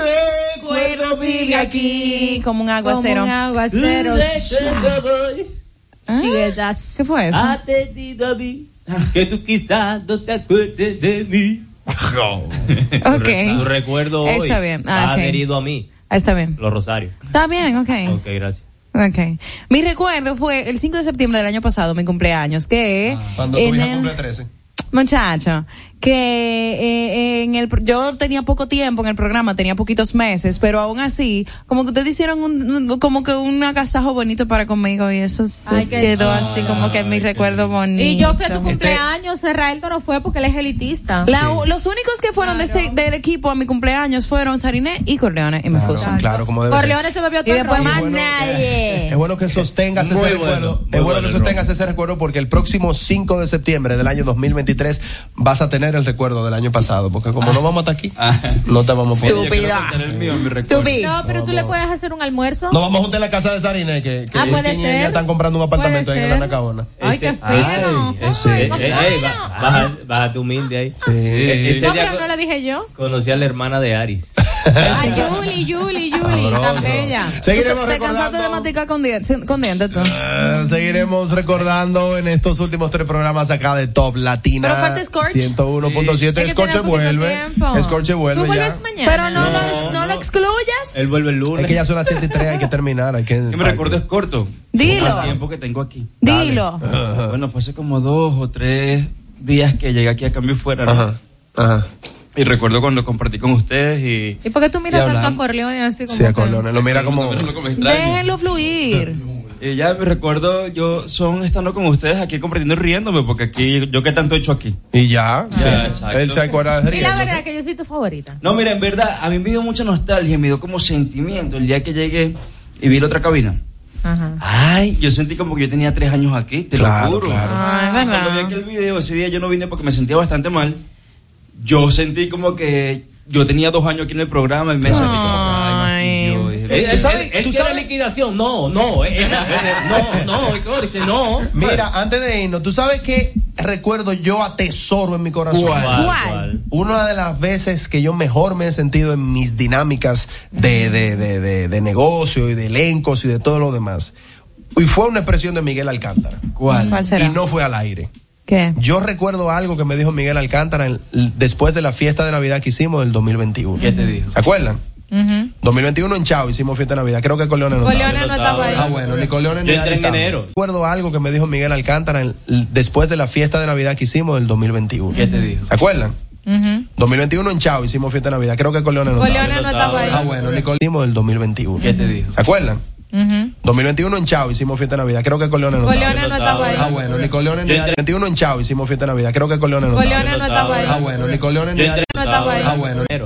Speaker 11: recuerdo sigue aquí. Como un aguacero.
Speaker 6: Como un aguacero.
Speaker 3: Ah.
Speaker 6: Chiguetas.
Speaker 11: ¿Qué fue eso?
Speaker 8: Ah. Que tú quizás no te acuerdes de mí.
Speaker 11: Ok.
Speaker 8: Oh. Tu recuerdo hoy
Speaker 11: Está bien, ah,
Speaker 8: ha
Speaker 11: ok.
Speaker 8: adherido a mí,
Speaker 11: Ah, está bien.
Speaker 8: los rosarios.
Speaker 11: Está bien, ok.
Speaker 8: Ok, gracias.
Speaker 11: Ok. Mi recuerdo fue el 5 de septiembre del año pasado, mi cumpleaños, que
Speaker 4: Cuando tu
Speaker 11: en
Speaker 4: hija
Speaker 11: el-
Speaker 4: cumple 13.
Speaker 11: Muchacho, que eh, en el pro- yo tenía poco tiempo en el programa, tenía poquitos meses, pero aún así, como que ustedes hicieron un, un- como que un agasajo bonito para conmigo y eso se
Speaker 6: Ay, qué
Speaker 11: quedó
Speaker 6: lindo.
Speaker 11: así como que en mi recuerdo bonito.
Speaker 6: Y yo fui a tu cumpleaños, Raeldo no fue porque él es elitista.
Speaker 11: La- Los únicos que fueron de ese- del equipo a mi cumpleaños fueron Sariné y Corleone y me excusan.
Speaker 4: Claro, como debe ser.
Speaker 11: Corleone
Speaker 6: se bebió
Speaker 11: todo Y después
Speaker 4: ron.
Speaker 11: más
Speaker 4: Y bueno,
Speaker 11: nadie.
Speaker 4: Es bueno que sostengas
Speaker 8: Muy
Speaker 4: ese
Speaker 8: bueno,
Speaker 4: recuerdo.
Speaker 8: muy
Speaker 4: es bueno,
Speaker 8: bueno
Speaker 4: que
Speaker 8: el
Speaker 4: sostengas ese recuerdo porque el próximo 5 de septiembre del año 2023 vas a tener el recuerdo del año pasado. Porque como no vamos hasta aquí,
Speaker 8: Ah.
Speaker 4: no te vamos a poder.
Speaker 11: Estúpida.
Speaker 6: No, pero tú le puedes hacer un almuerzo.
Speaker 4: Nos vamos juntos en la casa de Sarine, que, que
Speaker 6: Ah, puede
Speaker 4: Justin y ella
Speaker 6: ser.
Speaker 4: están comprando un apartamento
Speaker 6: Puede
Speaker 4: en
Speaker 6: ser. Ah,
Speaker 4: la Nacaona.
Speaker 6: Ay, qué fino.
Speaker 8: Ese, eh, eh, ba- baja- Bájate humilde ahí. Eh, Ese
Speaker 6: No,
Speaker 8: día
Speaker 6: pero no
Speaker 8: co-
Speaker 6: lo dije yo.
Speaker 8: conocí a la hermana de Aris.
Speaker 6: Ay, Yuli, Yuli, Yuli, tan bella.
Speaker 4: Seguiremos
Speaker 11: ¿Tú
Speaker 4: recordando-
Speaker 11: te, te cansaste de masticar con dientes, con dientes tú?
Speaker 4: Eh, Seguiremos recordando en estos últimos tres programas acá de Top Latina.
Speaker 11: Pero falta Scorch.
Speaker 4: 101.7.
Speaker 11: Sí.
Speaker 4: Scorch
Speaker 11: Hay que tener
Speaker 4: vuelve.
Speaker 11: poquito tiempo.
Speaker 4: Scorch vuelve ya. Eh,
Speaker 11: mañana. Pero no, lo, no lo excluyas.
Speaker 13: Él vuelve el lunes.
Speaker 4: Es que ya son las 7 y 3, hay que terminar. Hay que,
Speaker 13: Yo me recuerdo es corto.
Speaker 11: Dilo.
Speaker 13: Con El tiempo que tengo aquí.
Speaker 11: Dilo.
Speaker 13: Bueno, fue hace como dos o tres días que llegué aquí a cambio y fuera. ¿no? Y recuerdo cuando compartí con ustedes y.
Speaker 6: ¿Y por qué tú miras
Speaker 13: Y
Speaker 6: tanto a
Speaker 13: hablando.
Speaker 6: Corleone así como? que-
Speaker 4: Corleone, lo mira como.
Speaker 11: Déjenlo fluir.
Speaker 13: Y ya me recuerdo yo son estando con ustedes aquí compartiendo y riéndome porque aquí yo qué tanto he hecho aquí.
Speaker 4: Y ya,
Speaker 13: ya
Speaker 4: él se acuerda
Speaker 6: Y la verdad que yo soy tu favorita.
Speaker 13: No, mira, en verdad, a mí me dio mucha nostalgia, me dio como sentimiento el día que llegué y vi la otra cabina.
Speaker 6: Ajá.
Speaker 13: Ay, yo sentí como que yo tenía tres años aquí, te
Speaker 4: Claro,
Speaker 13: lo juro.
Speaker 4: claro.
Speaker 6: Ah, es
Speaker 13: Cuando vi aquel video, ese día yo no vine porque me sentía bastante mal. Yo sentí como que yo tenía dos años aquí en el programa y me sentí como que, ay, eh, Dios, Dios.
Speaker 8: Él,
Speaker 13: ¿Tú
Speaker 8: él-
Speaker 13: sabes?
Speaker 8: él- él quiere liquidación. No, no. eh, eh, eh, no, no, eh, Corte, no.
Speaker 4: Mira, antes de irnos, ¿tú sabes qué recuerdo yo atesoro en mi corazón?
Speaker 8: ¿Cuál? ¿Cuál?
Speaker 4: Una de las veces que yo mejor me he sentido en mis dinámicas de, de, de, de- de negocio y de elencos y de todo lo demás. Y fue una expresión de Miguel Alcántara.
Speaker 13: ¿Cuál?
Speaker 11: ¿Cuál será?
Speaker 4: Y no fue al aire.
Speaker 11: ¿Qué?
Speaker 4: Yo recuerdo algo que me dijo Miguel Alcántara en- después de la fiesta de Navidad que hicimos del 2021.
Speaker 13: ¿Qué te dijo?
Speaker 4: ¿Se acuerdan?
Speaker 6: Ujú.
Speaker 4: 2021 en Chao hicimos fiesta de Navidad. Creo que con Leones no
Speaker 6: Con
Speaker 4: estaba.
Speaker 6: Leones no estaba ahí.
Speaker 4: Ah, bueno, ni con Leones
Speaker 8: Yo
Speaker 4: ni
Speaker 8: entré
Speaker 4: Ari
Speaker 8: en
Speaker 4: estaba.
Speaker 8: enero.
Speaker 4: Recuerdo algo que me dijo Miguel Alcántara en- después de la fiesta de Navidad que hicimos del 2021.
Speaker 13: ¿Qué te dijo?
Speaker 4: ¿Se acuerdan?
Speaker 6: Ujú.
Speaker 4: 2021 en Chao hicimos fiesta de Navidad. Creo que con Leones no
Speaker 6: Con
Speaker 4: estaba.
Speaker 6: Leones no estaba ahí.
Speaker 4: Ah, bueno, ni con hicimos del 2021.
Speaker 13: ¿Qué te dijo?
Speaker 4: ¿Se acuerdan?
Speaker 6: Ujú.
Speaker 4: 2021 en Chao hicimos fiesta de Navidad. Creo que con Leones no
Speaker 6: Con
Speaker 4: estaba.
Speaker 6: Leones no estaba
Speaker 4: Ah,
Speaker 6: ahí.
Speaker 4: bueno, ni con Leones ni
Speaker 8: Yo entré-
Speaker 4: Ari- 2021 en Chao hicimos fiesta de Navidad. Creo que con Leones no
Speaker 6: Con
Speaker 4: estaba.
Speaker 6: Leones no estaba ahí.
Speaker 4: Ah, bueno, ni con Leones ni
Speaker 8: Yo entré-
Speaker 4: Ari-
Speaker 6: No estaba ahí.
Speaker 4: Ah, bueno. Bueno,